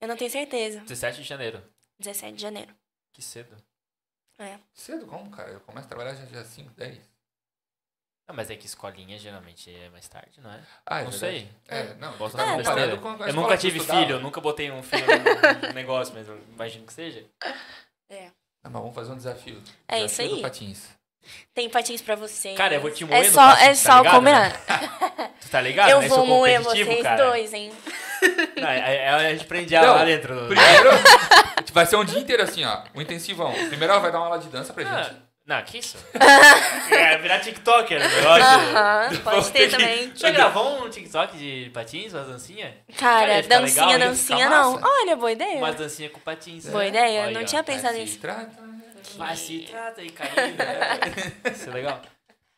[SPEAKER 3] Eu não tenho certeza.
[SPEAKER 1] 17 de janeiro.
[SPEAKER 3] 17 de janeiro.
[SPEAKER 1] Que cedo.
[SPEAKER 2] Cedo como, cara? Eu começo a trabalhar já já 5, 10.
[SPEAKER 1] Ah, mas é que escolinha geralmente é mais tarde, não é?
[SPEAKER 2] Ah, é
[SPEAKER 1] não
[SPEAKER 2] verdade.
[SPEAKER 1] sei.
[SPEAKER 2] É, não.
[SPEAKER 1] Posso
[SPEAKER 2] tá
[SPEAKER 1] estar falando
[SPEAKER 2] comparando
[SPEAKER 1] besteira.
[SPEAKER 2] com a
[SPEAKER 1] Eu
[SPEAKER 2] escola
[SPEAKER 1] nunca
[SPEAKER 2] que eu
[SPEAKER 1] tive
[SPEAKER 2] estudava.
[SPEAKER 1] filho, eu nunca botei um filho no negócio, mas eu imagino que seja.
[SPEAKER 2] Ah, mas vamos fazer um desafio.
[SPEAKER 3] É
[SPEAKER 2] Desafio
[SPEAKER 3] isso aí.
[SPEAKER 2] do patins.
[SPEAKER 3] Tem patins pra vocês.
[SPEAKER 1] Cara, eu vou te moer
[SPEAKER 3] É
[SPEAKER 1] no
[SPEAKER 3] só,
[SPEAKER 1] patins,
[SPEAKER 3] é
[SPEAKER 1] tá
[SPEAKER 3] só
[SPEAKER 1] ligado,
[SPEAKER 3] combinar.
[SPEAKER 1] Tu tá ligado?
[SPEAKER 3] eu
[SPEAKER 1] né?
[SPEAKER 3] vou
[SPEAKER 1] Sou
[SPEAKER 3] moer
[SPEAKER 1] competitivo,
[SPEAKER 3] vocês
[SPEAKER 1] cara.
[SPEAKER 3] dois, hein?
[SPEAKER 1] Não, é- é- a gente prende ela
[SPEAKER 2] Não,
[SPEAKER 1] lá dentro. do-
[SPEAKER 2] Primeiro, vai ser um dia inteiro assim, ó. Um intensivão. Primeiro ela vai dar uma aula de dança pra gente.
[SPEAKER 1] Ah, não, que isso? é, virar TikToker, o negócio.
[SPEAKER 3] Aham, pode ter também.
[SPEAKER 2] É.
[SPEAKER 1] Já gravou um TikTok de patins, umas dancinhas? Cara,
[SPEAKER 3] Cara,
[SPEAKER 1] ia ficar
[SPEAKER 3] dancinha,
[SPEAKER 1] legal, ia
[SPEAKER 3] dancinha
[SPEAKER 1] ficar
[SPEAKER 3] não.
[SPEAKER 1] massa.
[SPEAKER 3] Olha, boa ideia.
[SPEAKER 1] Umas dancinhas com patins.
[SPEAKER 3] É. Boa
[SPEAKER 1] né?
[SPEAKER 3] ideia,
[SPEAKER 1] Olha tá
[SPEAKER 3] não
[SPEAKER 1] aí,
[SPEAKER 3] tinha
[SPEAKER 1] ó.
[SPEAKER 3] pensado
[SPEAKER 2] Mas
[SPEAKER 3] nisso.
[SPEAKER 2] se trata-
[SPEAKER 1] Mas se trata aí caindo. né? Isso é legal.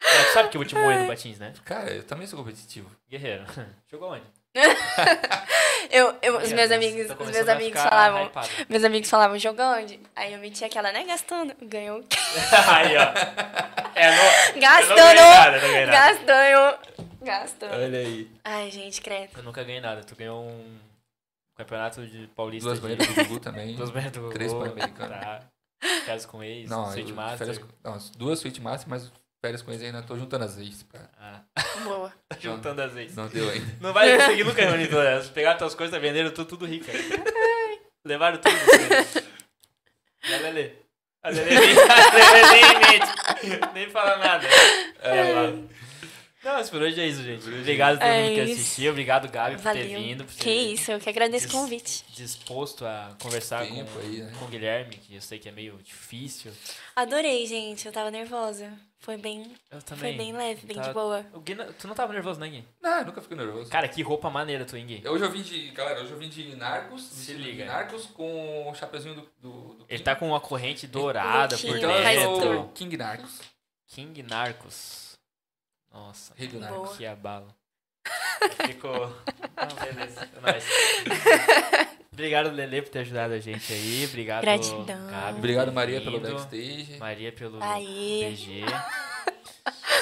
[SPEAKER 1] Mas tu sabe que eu vou te moer no patins, né?
[SPEAKER 2] Cara, eu também sou competitivo.
[SPEAKER 1] Guerreiro. Jogou onde?
[SPEAKER 3] Eu, eu, os
[SPEAKER 1] Guerreiro,
[SPEAKER 3] meus
[SPEAKER 1] tá
[SPEAKER 3] amigos, os meus
[SPEAKER 1] começando a
[SPEAKER 3] amigos
[SPEAKER 1] ficar
[SPEAKER 3] falavam.
[SPEAKER 1] hypado.
[SPEAKER 3] Meus amigos falavam, joga onde? Aí eu metia aquela, né? Gastando. Ganhou.
[SPEAKER 1] Aí, ó. É, não,
[SPEAKER 3] Gastou,
[SPEAKER 1] eu não ganhei
[SPEAKER 3] não.
[SPEAKER 1] nada, eu não ganhei nada.
[SPEAKER 3] Gastou, eu. Gastou.
[SPEAKER 2] Olha aí.
[SPEAKER 3] Ai, gente, credo.
[SPEAKER 1] Eu nunca ganhei nada. Tu ganhou um campeonato de paulista.
[SPEAKER 2] Duas
[SPEAKER 1] de...
[SPEAKER 2] banheiras do Gugu também.
[SPEAKER 1] Duas banheiras do
[SPEAKER 2] Três
[SPEAKER 1] Gugu,
[SPEAKER 2] pan-americanos.
[SPEAKER 1] tá. Caso com ex,
[SPEAKER 2] Não,
[SPEAKER 1] suíte
[SPEAKER 2] eu-
[SPEAKER 1] master.
[SPEAKER 2] férias com- não, duas suíte master, mas férias com eles ainda tô juntando as ex, cara.
[SPEAKER 1] Ah,
[SPEAKER 3] Boa.
[SPEAKER 1] tá juntando as ex.
[SPEAKER 2] Não deu ainda.
[SPEAKER 1] Não vai conseguir nunca reunir todas elas. Pegaram tuas coisas, venderam tudo, tudo rico. aí. Levaram tudo. cara. E a Lelê? A Lelê nem, a Lelê nem mente. Nem fala nada. É, mano. não, mas por hoje é isso, gente. Obrigado a todo
[SPEAKER 3] É
[SPEAKER 1] mundo que
[SPEAKER 3] isso.
[SPEAKER 1] assistiu. Obrigado, Gabi, por ter vindo.
[SPEAKER 3] Valeu.
[SPEAKER 1] Por ter
[SPEAKER 3] Que isso, eu que agradeço o
[SPEAKER 1] dis-
[SPEAKER 3] convite.
[SPEAKER 1] Disposto a conversar com,
[SPEAKER 2] Tempo aí, né?
[SPEAKER 1] com o Guilherme, que eu sei que é meio difícil.
[SPEAKER 3] Adorei, gente. Eu tava nervosa. Foi bem,
[SPEAKER 1] Eu
[SPEAKER 3] foi
[SPEAKER 1] também.
[SPEAKER 3] bem leve, bem
[SPEAKER 1] Tá-
[SPEAKER 3] de boa.
[SPEAKER 1] O Gui não- tu não tava nervoso, né, Gui?
[SPEAKER 2] Não, eu nunca fico nervoso.
[SPEAKER 1] Cara, que roupa maneira tu, hein, Gui?
[SPEAKER 2] Hoje eu vim de. Galera, hoje eu vim de Narcos.
[SPEAKER 1] Se
[SPEAKER 2] vestido de
[SPEAKER 1] liga.
[SPEAKER 2] Narcos com o chapeuzinho do. do, do
[SPEAKER 1] Ele tá com uma corrente dourada por
[SPEAKER 3] Bonitinho,
[SPEAKER 2] Então eu
[SPEAKER 3] faz
[SPEAKER 1] dentro.
[SPEAKER 2] sou King Narcos.
[SPEAKER 1] King Narcos. Nossa, é
[SPEAKER 2] Rei do
[SPEAKER 3] Boa.
[SPEAKER 2] Narcos.
[SPEAKER 1] que abalo. Ficou. Não, beleza. É nóis. Obrigado, Lele, por ter ajudado a gente aí. Obrigado,
[SPEAKER 3] Gratidão.
[SPEAKER 1] Gabi, por
[SPEAKER 2] Obrigado,
[SPEAKER 1] ter
[SPEAKER 2] Maria, pelo
[SPEAKER 1] vindo.
[SPEAKER 2] backstage.
[SPEAKER 1] Maria, pelo
[SPEAKER 3] Aí.
[SPEAKER 1] BG.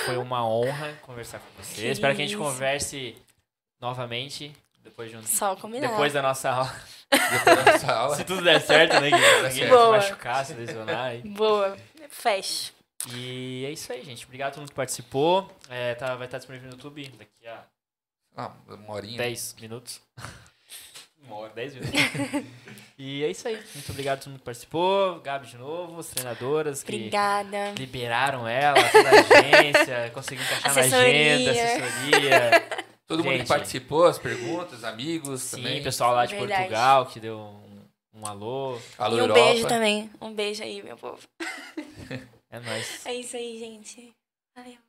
[SPEAKER 1] Foi uma honra conversar com você.
[SPEAKER 3] Que
[SPEAKER 1] Espero que a gente
[SPEAKER 3] isso.
[SPEAKER 1] converse novamente. Depois, de um...
[SPEAKER 3] Só combinar.
[SPEAKER 1] depois da nossa aula.
[SPEAKER 2] Depois da nossa aula. Tá
[SPEAKER 1] Se tudo der certo, né, Gui? Ninguém se
[SPEAKER 3] Boa.
[SPEAKER 1] machucar, se lesionar. aí.
[SPEAKER 3] Boa. Fecho.
[SPEAKER 1] E é isso aí, gente. Obrigado a todo mundo que participou. É, tá, vai estar disponível no YouTube daqui a
[SPEAKER 2] Ah, uma horinha.
[SPEAKER 1] 10 minutos. Uma hora, 10 minutos. e é isso aí. Muito obrigado a todo mundo que participou. Gabi de novo, as treinadoras que
[SPEAKER 3] Obrigada.
[SPEAKER 1] liberaram ela, toda a agência, conseguiu encaixar
[SPEAKER 3] Assessoria.
[SPEAKER 1] na agenda, assessoria.
[SPEAKER 2] Todo mundo
[SPEAKER 1] Gente.
[SPEAKER 2] que participou, as perguntas, amigos
[SPEAKER 1] Sim,
[SPEAKER 2] também.
[SPEAKER 1] pessoal lá de
[SPEAKER 3] Verdade.
[SPEAKER 1] Portugal que deu um, um alô.
[SPEAKER 2] Alô,
[SPEAKER 3] E um
[SPEAKER 2] Europa.
[SPEAKER 3] beijo também. Um beijo aí, meu povo.
[SPEAKER 1] É nóis.
[SPEAKER 3] É isso aí, gente. Valeu.